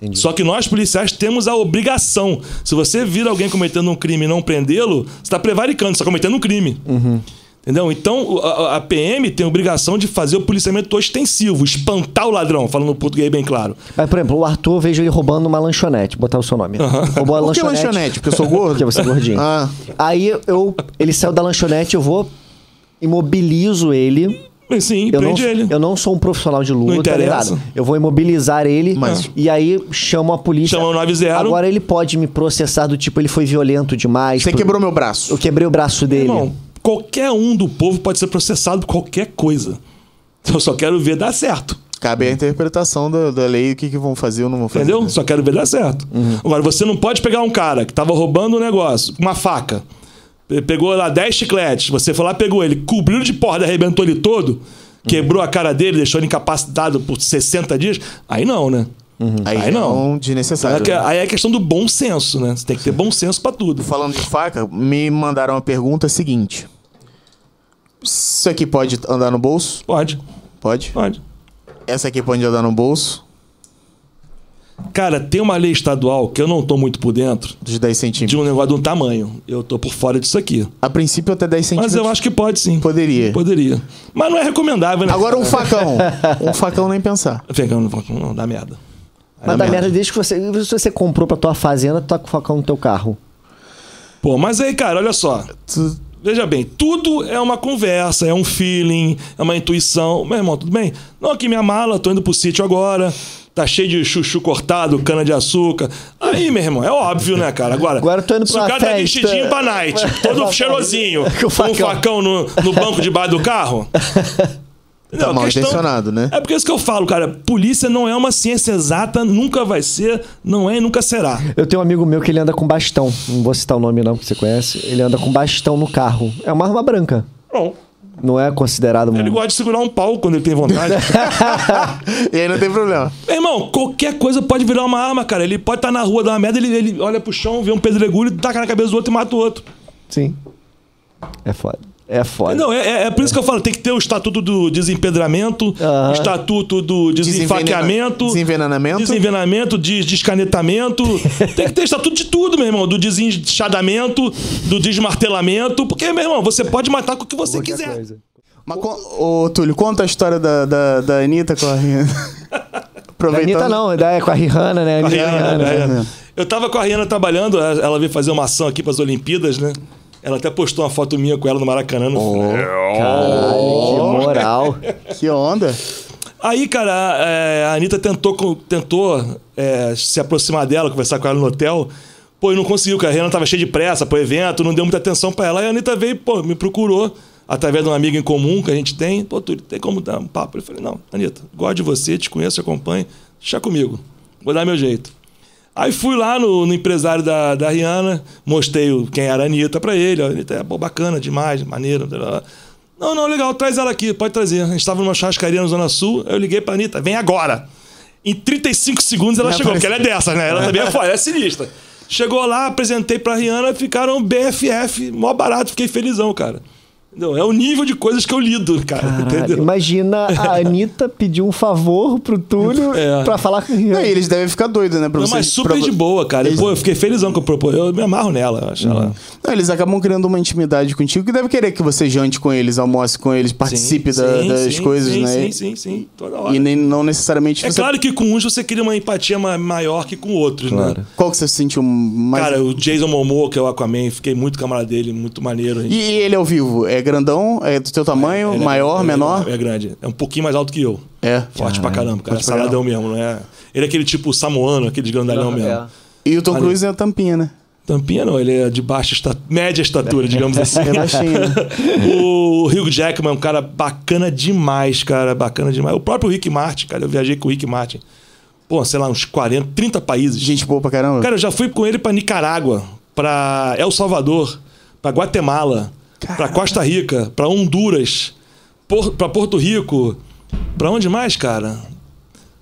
[SPEAKER 1] Entendi.
[SPEAKER 3] Só que nós, policiais, temos a obrigação. Se você vir alguém cometendo um crime e não prendê-lo, você está prevaricando, você está cometendo um crime.
[SPEAKER 1] Uhum.
[SPEAKER 3] Entendeu? Então, o- a, a PM tem a obrigação de fazer o policiamento ostensivo, espantar o ladrão, falando português bem claro.
[SPEAKER 1] Mas, por exemplo, o Arthur eu vejo ele roubando uma lanchonete, botar o seu nome. Roubou a
[SPEAKER 2] Por que
[SPEAKER 1] lanchonete.
[SPEAKER 2] lanchonete? Porque eu sou gordo?
[SPEAKER 1] Porque você é gordinho.
[SPEAKER 2] Ah.
[SPEAKER 1] Aí eu, ele saiu da lanchonete, eu vou, imobilizo ele.
[SPEAKER 3] Sim,
[SPEAKER 1] Eu não,
[SPEAKER 3] prende ele.
[SPEAKER 1] eu não sou um profissional de
[SPEAKER 3] Não
[SPEAKER 1] luta, tá
[SPEAKER 3] interessa.
[SPEAKER 1] ligado? Eu vou imobilizar ele
[SPEAKER 2] Mas-
[SPEAKER 1] e aí chamo a polícia.
[SPEAKER 3] Chama o 90.
[SPEAKER 1] Agora ele pode me processar do tipo, ele foi violento demais.
[SPEAKER 2] Você
[SPEAKER 1] por-
[SPEAKER 2] quebrou meu braço.
[SPEAKER 1] Eu quebrei o braço dele.
[SPEAKER 3] Irmão, qualquer um do povo pode ser processado por qualquer coisa. Então, Eu só quero ver dar certo.
[SPEAKER 2] Cabe a interpretação da, da lei, o que, que vão fazer ou não vão fazer.
[SPEAKER 3] Hum. Entendeu?
[SPEAKER 2] né?
[SPEAKER 3] Só quero ver dar certo. Agora, você não pode pegar um cara que tava roubando um negócio, com uma faca. Pe- Pegou lá 10 chicletes, você foi lá, pegou ele, cobriu de porra, arrebentou ele todo, quebrou a cara dele, deixou ele incapacitado por 60 dias. Aí não, né?
[SPEAKER 2] Aí,
[SPEAKER 3] Aí não.
[SPEAKER 2] não.
[SPEAKER 3] Aí é
[SPEAKER 2] Desnecessário.
[SPEAKER 3] que-
[SPEAKER 2] né?
[SPEAKER 3] Aí é questão do bom senso, né? Você tem que ter bom senso pra tudo.
[SPEAKER 2] Falando de faca, me mandaram a pergunta seguinte. Isso aqui pode andar no bolso?
[SPEAKER 3] Pode,
[SPEAKER 2] Pode.
[SPEAKER 3] pode.
[SPEAKER 2] Essa aqui pode andar no bolso?
[SPEAKER 3] Cara, tem uma lei estadual que eu não tô muito por dentro,
[SPEAKER 2] Dos 10
[SPEAKER 3] de
[SPEAKER 2] centímetros.
[SPEAKER 3] um negócio de um tamanho. Eu tô por fora disso aqui.
[SPEAKER 2] A princípio até 10 centímetros.
[SPEAKER 3] Mas eu acho que pode sim.
[SPEAKER 2] Poderia.
[SPEAKER 3] Poderia. Mas não é recomendável, né?
[SPEAKER 2] Agora um facão. um facão nem pensar.
[SPEAKER 3] Pegando, não, não dá merda. Aí
[SPEAKER 1] Mas
[SPEAKER 3] dá
[SPEAKER 1] da merda, desde que você. Se você comprou pra tua fazenda, tu tá com o facão no teu carro.
[SPEAKER 3] Pô, mas aí, cara, olha só. Veja bem, tudo é uma conversa, é um feeling, é uma intuição. Meu irmão, tudo bem? Não, aqui minha mala, tô indo pro sítio agora. Tá cheio de chuchu cortado, cana de açúcar. Aí, meu irmão, é óbvio, né, cara? Agora,
[SPEAKER 1] Agora eu tô indo
[SPEAKER 3] se
[SPEAKER 1] pra
[SPEAKER 3] o
[SPEAKER 1] uma
[SPEAKER 3] cara tá
[SPEAKER 1] festa.
[SPEAKER 3] vestidinho pra night, todo cheirosinho,
[SPEAKER 1] Com
[SPEAKER 3] com
[SPEAKER 1] o
[SPEAKER 3] um
[SPEAKER 1] facão.
[SPEAKER 3] facão no, no banco de baixo do carro. Não,
[SPEAKER 2] Tá
[SPEAKER 3] a
[SPEAKER 2] mal
[SPEAKER 3] questão-
[SPEAKER 2] intencionado, né?
[SPEAKER 3] É porque isso que eu falo, cara. Polícia não é uma ciência exata, nunca vai ser, não é e nunca será.
[SPEAKER 1] Eu tenho um amigo meu que ele anda com bastão. Não vou citar o nome, não, que você conhece. Ele anda com bastão no carro. É uma arma branca.
[SPEAKER 3] Bom,
[SPEAKER 1] Não é considerado um.
[SPEAKER 3] ele gosta de segurar um pau quando ele tem vontade. é
[SPEAKER 2] E aí não tem problema.
[SPEAKER 3] Meu irmão, qualquer coisa pode virar uma arma, cara. Ele pode estar na rua, dar uma merda, ele, ele olha pro chão, vê um pedregulho, taca na cabeça do outro e mata o outro.
[SPEAKER 1] Sim. É foda. É foda.
[SPEAKER 3] Não, é, é- é por isso que eu falo, tem que ter o estatuto do desempedramento,
[SPEAKER 1] Aham.
[SPEAKER 3] o estatuto do desenfaqueamento,
[SPEAKER 2] Desenvenenamento.
[SPEAKER 3] desenvenenamento, des- descanetamento. tem que ter estatuto de tudo, meu irmão. Do desenchadamento, do desmartelamento. Porque, meu irmão, você pode matar com o que você
[SPEAKER 1] Qualquer
[SPEAKER 3] quiser.
[SPEAKER 1] coisa.
[SPEAKER 2] Mas, con- ô, Túlio, conta a história da, da, da Anitta com a Rihanna.
[SPEAKER 1] Da
[SPEAKER 2] Aproveitando.
[SPEAKER 1] Anitta não, é da- é com a Rihanna, né?
[SPEAKER 3] A
[SPEAKER 1] Anitta
[SPEAKER 3] Rihanna,
[SPEAKER 1] Rihanna.
[SPEAKER 3] a Rihanna. Eu tava com a Rihanna trabalhando, ela ela veio fazer uma ação aqui pras Olimpíadas, né? Ela até postou uma foto minha com ela no Maracanã. no-
[SPEAKER 1] Caralho, que moral.
[SPEAKER 2] Que onda.
[SPEAKER 3] Aí, cara, a, é, a Anitta tentou, co- tentou é, se aproximar dela, conversar com ela no hotel. Pô, e não conseguiu, porque a Rihanna tava cheia de pressa pro evento, não deu muita atenção pra ela. Aí a Anitta veio, pô, me procurou, através de uma amiga em comum que a gente tem. Pô, Túlio, tem como dar um papo? Eu falei, não, Anitta, gosto de você, te conheço, te acompanho, deixa comigo, vou dar meu jeito. Aí fui lá no, no empresário da, da Rihanna, mostrei o- quem era a Anitta pra ele. ó, A Anitta é pô, bacana demais, maneira. blá, blá, blá. Não, não, legal, traz ela aqui, pode trazer. A gente estava numa churrascaria na Zona Sul, aí eu liguei pra Anitta, vem agora. Em 35 segundos ela chegou, porque ela é dessas, né? Ela também é foda, ela é sinistra. Chegou lá, apresentei pra Rihanna, ficaram BFF, mó barato, fiquei felizão, cara. Entendeu? É o nível de coisas que eu lido, cara.
[SPEAKER 1] Caralho,
[SPEAKER 3] entendeu?
[SPEAKER 1] imagina a Anitta pedir um favor pro Túlio
[SPEAKER 3] É.
[SPEAKER 1] pra falar com ele.
[SPEAKER 2] Aí eles devem ficar doidos, né? Pra
[SPEAKER 3] Não,
[SPEAKER 2] vocês,
[SPEAKER 3] mas super
[SPEAKER 2] pra-
[SPEAKER 3] de boa, cara. Pô, eu fiquei felizão que eu propus. Eu me amarro nela, eu acho ela.
[SPEAKER 2] Não, eles acabam criando uma intimidade contigo que deve querer que você jante com eles, almoce com eles, participe
[SPEAKER 3] Sim,
[SPEAKER 2] da-
[SPEAKER 3] sim,
[SPEAKER 2] das
[SPEAKER 3] sim,
[SPEAKER 2] coisas,
[SPEAKER 3] sim,
[SPEAKER 2] né?
[SPEAKER 3] Sim, sim, sim. Toda hora.
[SPEAKER 2] E nem, não necessariamente
[SPEAKER 3] É
[SPEAKER 2] você.
[SPEAKER 3] claro que com uns você cria uma empatia ma- maior que com outros, né?
[SPEAKER 2] Qual que você se sentiu mais.
[SPEAKER 3] Cara, o Jason Momoa, que é o Aquaman, fiquei muito camarada dele, muito maneiro. a gente-
[SPEAKER 2] E, e ele ao vivo? É grandão? É do teu tamanho?
[SPEAKER 3] Ele é-
[SPEAKER 2] maior,
[SPEAKER 3] ele é-
[SPEAKER 2] menor?
[SPEAKER 3] É grande. É um pouquinho mais alto que eu.
[SPEAKER 2] É.
[SPEAKER 3] Forte pra caramba, cara.
[SPEAKER 2] forte pra
[SPEAKER 3] Saladão mesmo, não é? Ele é aquele tipo samoano, aquele grandalhão mesmo.
[SPEAKER 1] É.
[SPEAKER 2] E o Tom
[SPEAKER 3] Olha.
[SPEAKER 2] Cruise é a tampinha, né?
[SPEAKER 3] Tampinha não, ele é de baixa estatura, média estatura, digamos assim.
[SPEAKER 2] É baixinho. né?
[SPEAKER 3] o Hugh Jackman é um cara bacana demais, cara, bacana demais. O próprio Rick Martin, cara, eu viajei com o Rick Martin. Pô, sei lá, uns 40, 30 países.
[SPEAKER 2] Gente boa pra caramba.
[SPEAKER 3] Cara, eu já fui com ele pra Nicarágua, pra El Salvador, pra Guatemala, pra Costa Rica, pra Honduras, por, pra Porto Rico. Pra onde mais, cara?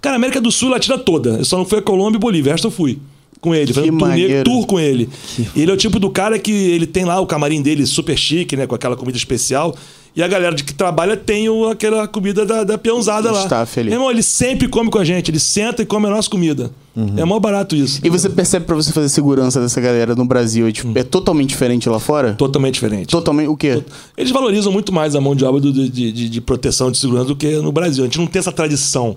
[SPEAKER 3] Cara, América do Sul e Latina toda. Eu só não fui a Colômbia e Bolívia, o resto eu fui. Com ele, fazendo turnê,
[SPEAKER 2] maneiro.
[SPEAKER 3] tour com ele. Ele é o tipo do cara que ele tem lá o camarim dele super chique, né? Com aquela comida especial. E a galera de que trabalha tem o- aquela comida da, da peãozada
[SPEAKER 2] O
[SPEAKER 3] lá.
[SPEAKER 2] staff ali.
[SPEAKER 3] Meu irmão, ele sempre come com a gente, ele senta e come a nossa comida. É mó barato isso.
[SPEAKER 2] Uhum. E você percebe pra você fazer segurança dessa galera no Brasil? É, tipo,
[SPEAKER 3] Hum.
[SPEAKER 2] é totalmente diferente lá fora?
[SPEAKER 3] Totalmente diferente.
[SPEAKER 2] Totalmente. O quê?
[SPEAKER 3] Eles valorizam muito mais a mão de obra do- de, de, de proteção, de segurança do que no Brasil. A gente não tem essa tradição.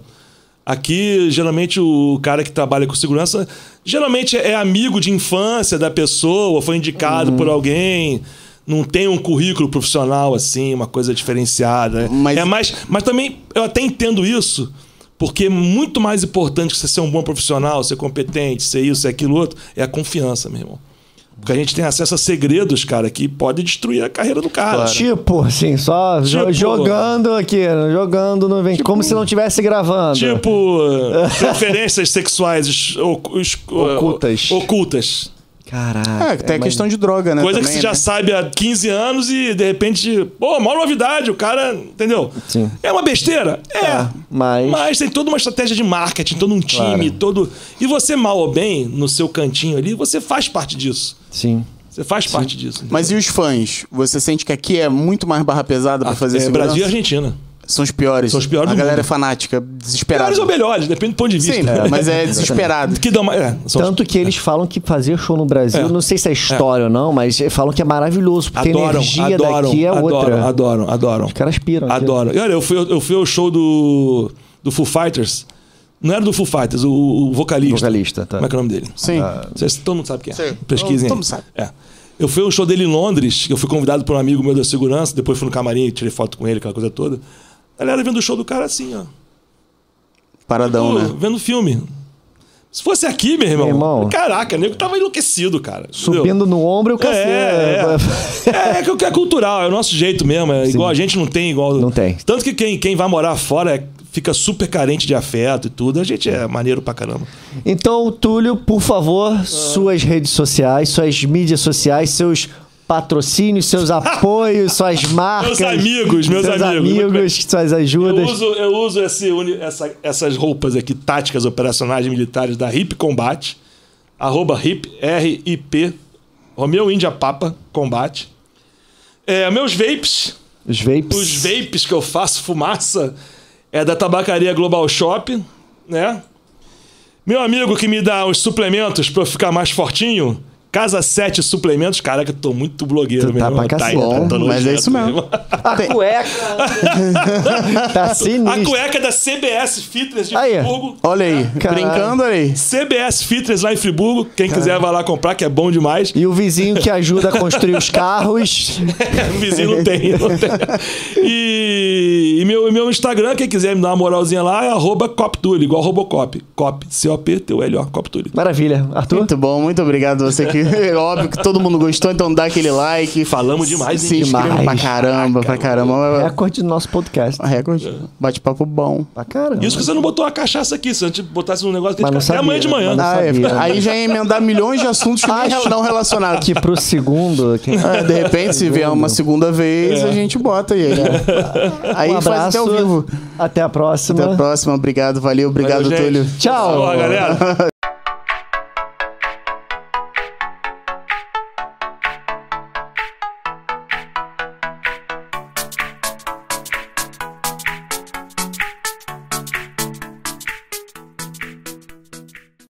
[SPEAKER 3] Aqui, geralmente, o cara que trabalha com segurança geralmente é amigo de infância da pessoa, foi indicado por alguém. Não tem um currículo profissional assim, uma coisa diferenciada. né?
[SPEAKER 2] Mas-
[SPEAKER 3] É mais, mas também eu até entendo isso, porque é muito mais importante que você ser um bom profissional, ser competente, ser isso, ser aquilo outro, é a confiança, meu irmão. Porque a gente tem acesso a segredos, cara, que pode destruir a carreira do cara.
[SPEAKER 1] Tipo, assim, só jo-
[SPEAKER 3] Tipo.
[SPEAKER 1] jogando aqui, jogando no evento, como se não estivesse gravando.
[SPEAKER 3] Tipo, preferências sexuais ocu- es-
[SPEAKER 1] Ocultas.
[SPEAKER 3] ocultas.
[SPEAKER 1] Caraca.
[SPEAKER 2] É, que tem a
[SPEAKER 1] mas-
[SPEAKER 2] questão de droga, né?
[SPEAKER 3] Coisa que
[SPEAKER 2] também,
[SPEAKER 3] você já
[SPEAKER 2] né?
[SPEAKER 3] sabe há 15 anos e de repente, pô, maior novidade, o cara, entendeu?
[SPEAKER 1] Sim.
[SPEAKER 3] É uma besteira? É.
[SPEAKER 1] mas-
[SPEAKER 3] Mas tem toda uma estratégia de marketing, todo um time, todo. E você, mal ou bem, no seu cantinho ali, você faz parte disso.
[SPEAKER 1] Sim.
[SPEAKER 3] Você faz parte disso.
[SPEAKER 2] Mas e os fãs? Você sente que aqui é muito mais barra pesada pra fazer
[SPEAKER 3] é,
[SPEAKER 2] segurança?
[SPEAKER 3] Brasil e Argentina.
[SPEAKER 2] São os piores.
[SPEAKER 3] São os piores
[SPEAKER 2] A
[SPEAKER 3] do
[SPEAKER 2] galera
[SPEAKER 3] mundo.
[SPEAKER 2] é fanática, desesperada.
[SPEAKER 3] Piores ou melhores, depende do ponto de vista.
[SPEAKER 2] Sim, né? mas é desesperado.
[SPEAKER 3] Que dá uma... é, são os
[SPEAKER 1] Tanto que eles falam que fazer show no Brasil,
[SPEAKER 3] É.
[SPEAKER 1] não sei se é história ou não, mas falam que é maravilhoso, porque a
[SPEAKER 3] Adoram,
[SPEAKER 1] energia
[SPEAKER 3] adoram,
[SPEAKER 1] daqui é
[SPEAKER 3] adoram,
[SPEAKER 1] outra.
[SPEAKER 3] adoram, adoram.
[SPEAKER 1] Os caras piram. aqui.
[SPEAKER 3] Adoro. E olha, eu fui, eu fui ao show do, do Foo Fighters. Não era do Foo Fighters, o, o vocalista.
[SPEAKER 1] Vocalista, tá.
[SPEAKER 3] Como é que é o nome dele?
[SPEAKER 2] Sim.
[SPEAKER 3] Vocês, todo mundo sabe quem é.
[SPEAKER 2] Sim.
[SPEAKER 3] Pesquisem. aí.
[SPEAKER 2] Todo mundo sabe.
[SPEAKER 3] É. Eu fui ao show dele em Londres, que eu fui convidado por um amigo meu da segurança, depois fui no camarim, tirei foto com ele, aquela coisa toda. A galera vendo o show do cara assim, ó.
[SPEAKER 2] Paradão,
[SPEAKER 3] Pô,
[SPEAKER 2] né?
[SPEAKER 3] Vendo filme. Se fosse aqui, meu irmão.
[SPEAKER 1] Então, Meu irmão.
[SPEAKER 3] Caraca, o nego tava enlouquecido, cara. entendeu?
[SPEAKER 1] Subindo no ombro e o cacete.
[SPEAKER 3] É, é. é que o que é cultural, é o nosso jeito mesmo. É igual a gente não tem, igual.
[SPEAKER 1] Não tem.
[SPEAKER 3] Tanto que quem, quem vai morar fora é- fica super carente de afeto e tudo. A gente é maneiro pra caramba.
[SPEAKER 1] Então, Túlio, por favor, suas redes sociais, suas mídias sociais, seus patrocínios, seus apoios, suas marcas.
[SPEAKER 3] amigos, meus
[SPEAKER 1] seus
[SPEAKER 3] amigos, muito bem.
[SPEAKER 1] amigos, suas
[SPEAKER 3] Eu
[SPEAKER 1] ajudas.
[SPEAKER 3] uso, eu uso esse uni- essa- essas roupas aqui, táticas operacionais militares da RIP Combate. Arroba RIP, R-I-P, Romeu Índia Papa Combate. É, meus vapes,
[SPEAKER 1] Os vapes.
[SPEAKER 3] os vapes que eu faço fumaça é da tabacaria Global Shop, né? Meu amigo que me dá os suplementos pra eu ficar mais fortinho, Casa 7 Suplementos, caraca, eu tô muito blogueiro
[SPEAKER 1] Tu tá
[SPEAKER 3] mesmo.
[SPEAKER 1] pra cacete. Bom,
[SPEAKER 3] tô
[SPEAKER 2] mas é
[SPEAKER 3] nojento,
[SPEAKER 2] isso mesmo.
[SPEAKER 3] irmão.
[SPEAKER 1] A cueca. Ah, tá
[SPEAKER 3] A
[SPEAKER 1] sinistro.
[SPEAKER 3] cueca é da CBS Fitness de
[SPEAKER 1] Aí.
[SPEAKER 3] Friburgo.
[SPEAKER 2] Olha aí,
[SPEAKER 1] Caralho.
[SPEAKER 2] brincando olha aí.
[SPEAKER 3] CBS Fitness lá em Friburgo. Quem quiser vai lá comprar, que é bom demais.
[SPEAKER 1] E o vizinho que ajuda a construir os carros.
[SPEAKER 3] O vizinho não tem, não tem. E, e meu, e meu Instagram, quem quiser me dar uma moralzinha lá, é arroba coptule, igual Robocop. Cop, C-O-P-T-U-L-O, coptule.
[SPEAKER 1] Maravilha. Arthur?
[SPEAKER 2] Muito bom, muito obrigado você que óbvio que todo mundo gostou, então dá aquele like.
[SPEAKER 3] Falamos demais,
[SPEAKER 2] se
[SPEAKER 3] hein?
[SPEAKER 2] inscreva
[SPEAKER 1] Demais. É
[SPEAKER 2] pra caramba, pra caramba.
[SPEAKER 1] Recorde do nosso podcast.
[SPEAKER 2] É. Recorde, bate-papo bom.
[SPEAKER 1] Pra caramba.
[SPEAKER 3] Isso que você não botou a cachaça aqui, se a gente botasse um negócio que a
[SPEAKER 1] Mas
[SPEAKER 3] gente
[SPEAKER 1] não
[SPEAKER 3] fica até
[SPEAKER 1] sabia,
[SPEAKER 3] amanhã de manhã.
[SPEAKER 1] mas não
[SPEAKER 2] Ah, é,
[SPEAKER 1] sabia.
[SPEAKER 2] aí já ia emendar milhões de assuntos que nem
[SPEAKER 1] Acho
[SPEAKER 2] não relacionados.
[SPEAKER 1] Que pro segundo. que-
[SPEAKER 2] Ah, de repente, se vier uma segunda vez, a gente bota e aí. né? Aí
[SPEAKER 1] Um
[SPEAKER 2] faz
[SPEAKER 1] abraço.
[SPEAKER 2] até ao vivo.
[SPEAKER 1] Até a próxima.
[SPEAKER 2] Até a próxima, obrigado, valeu, obrigado,
[SPEAKER 3] Valeu, gente.
[SPEAKER 2] Túlio.
[SPEAKER 1] Tchau.
[SPEAKER 3] Boa, galera.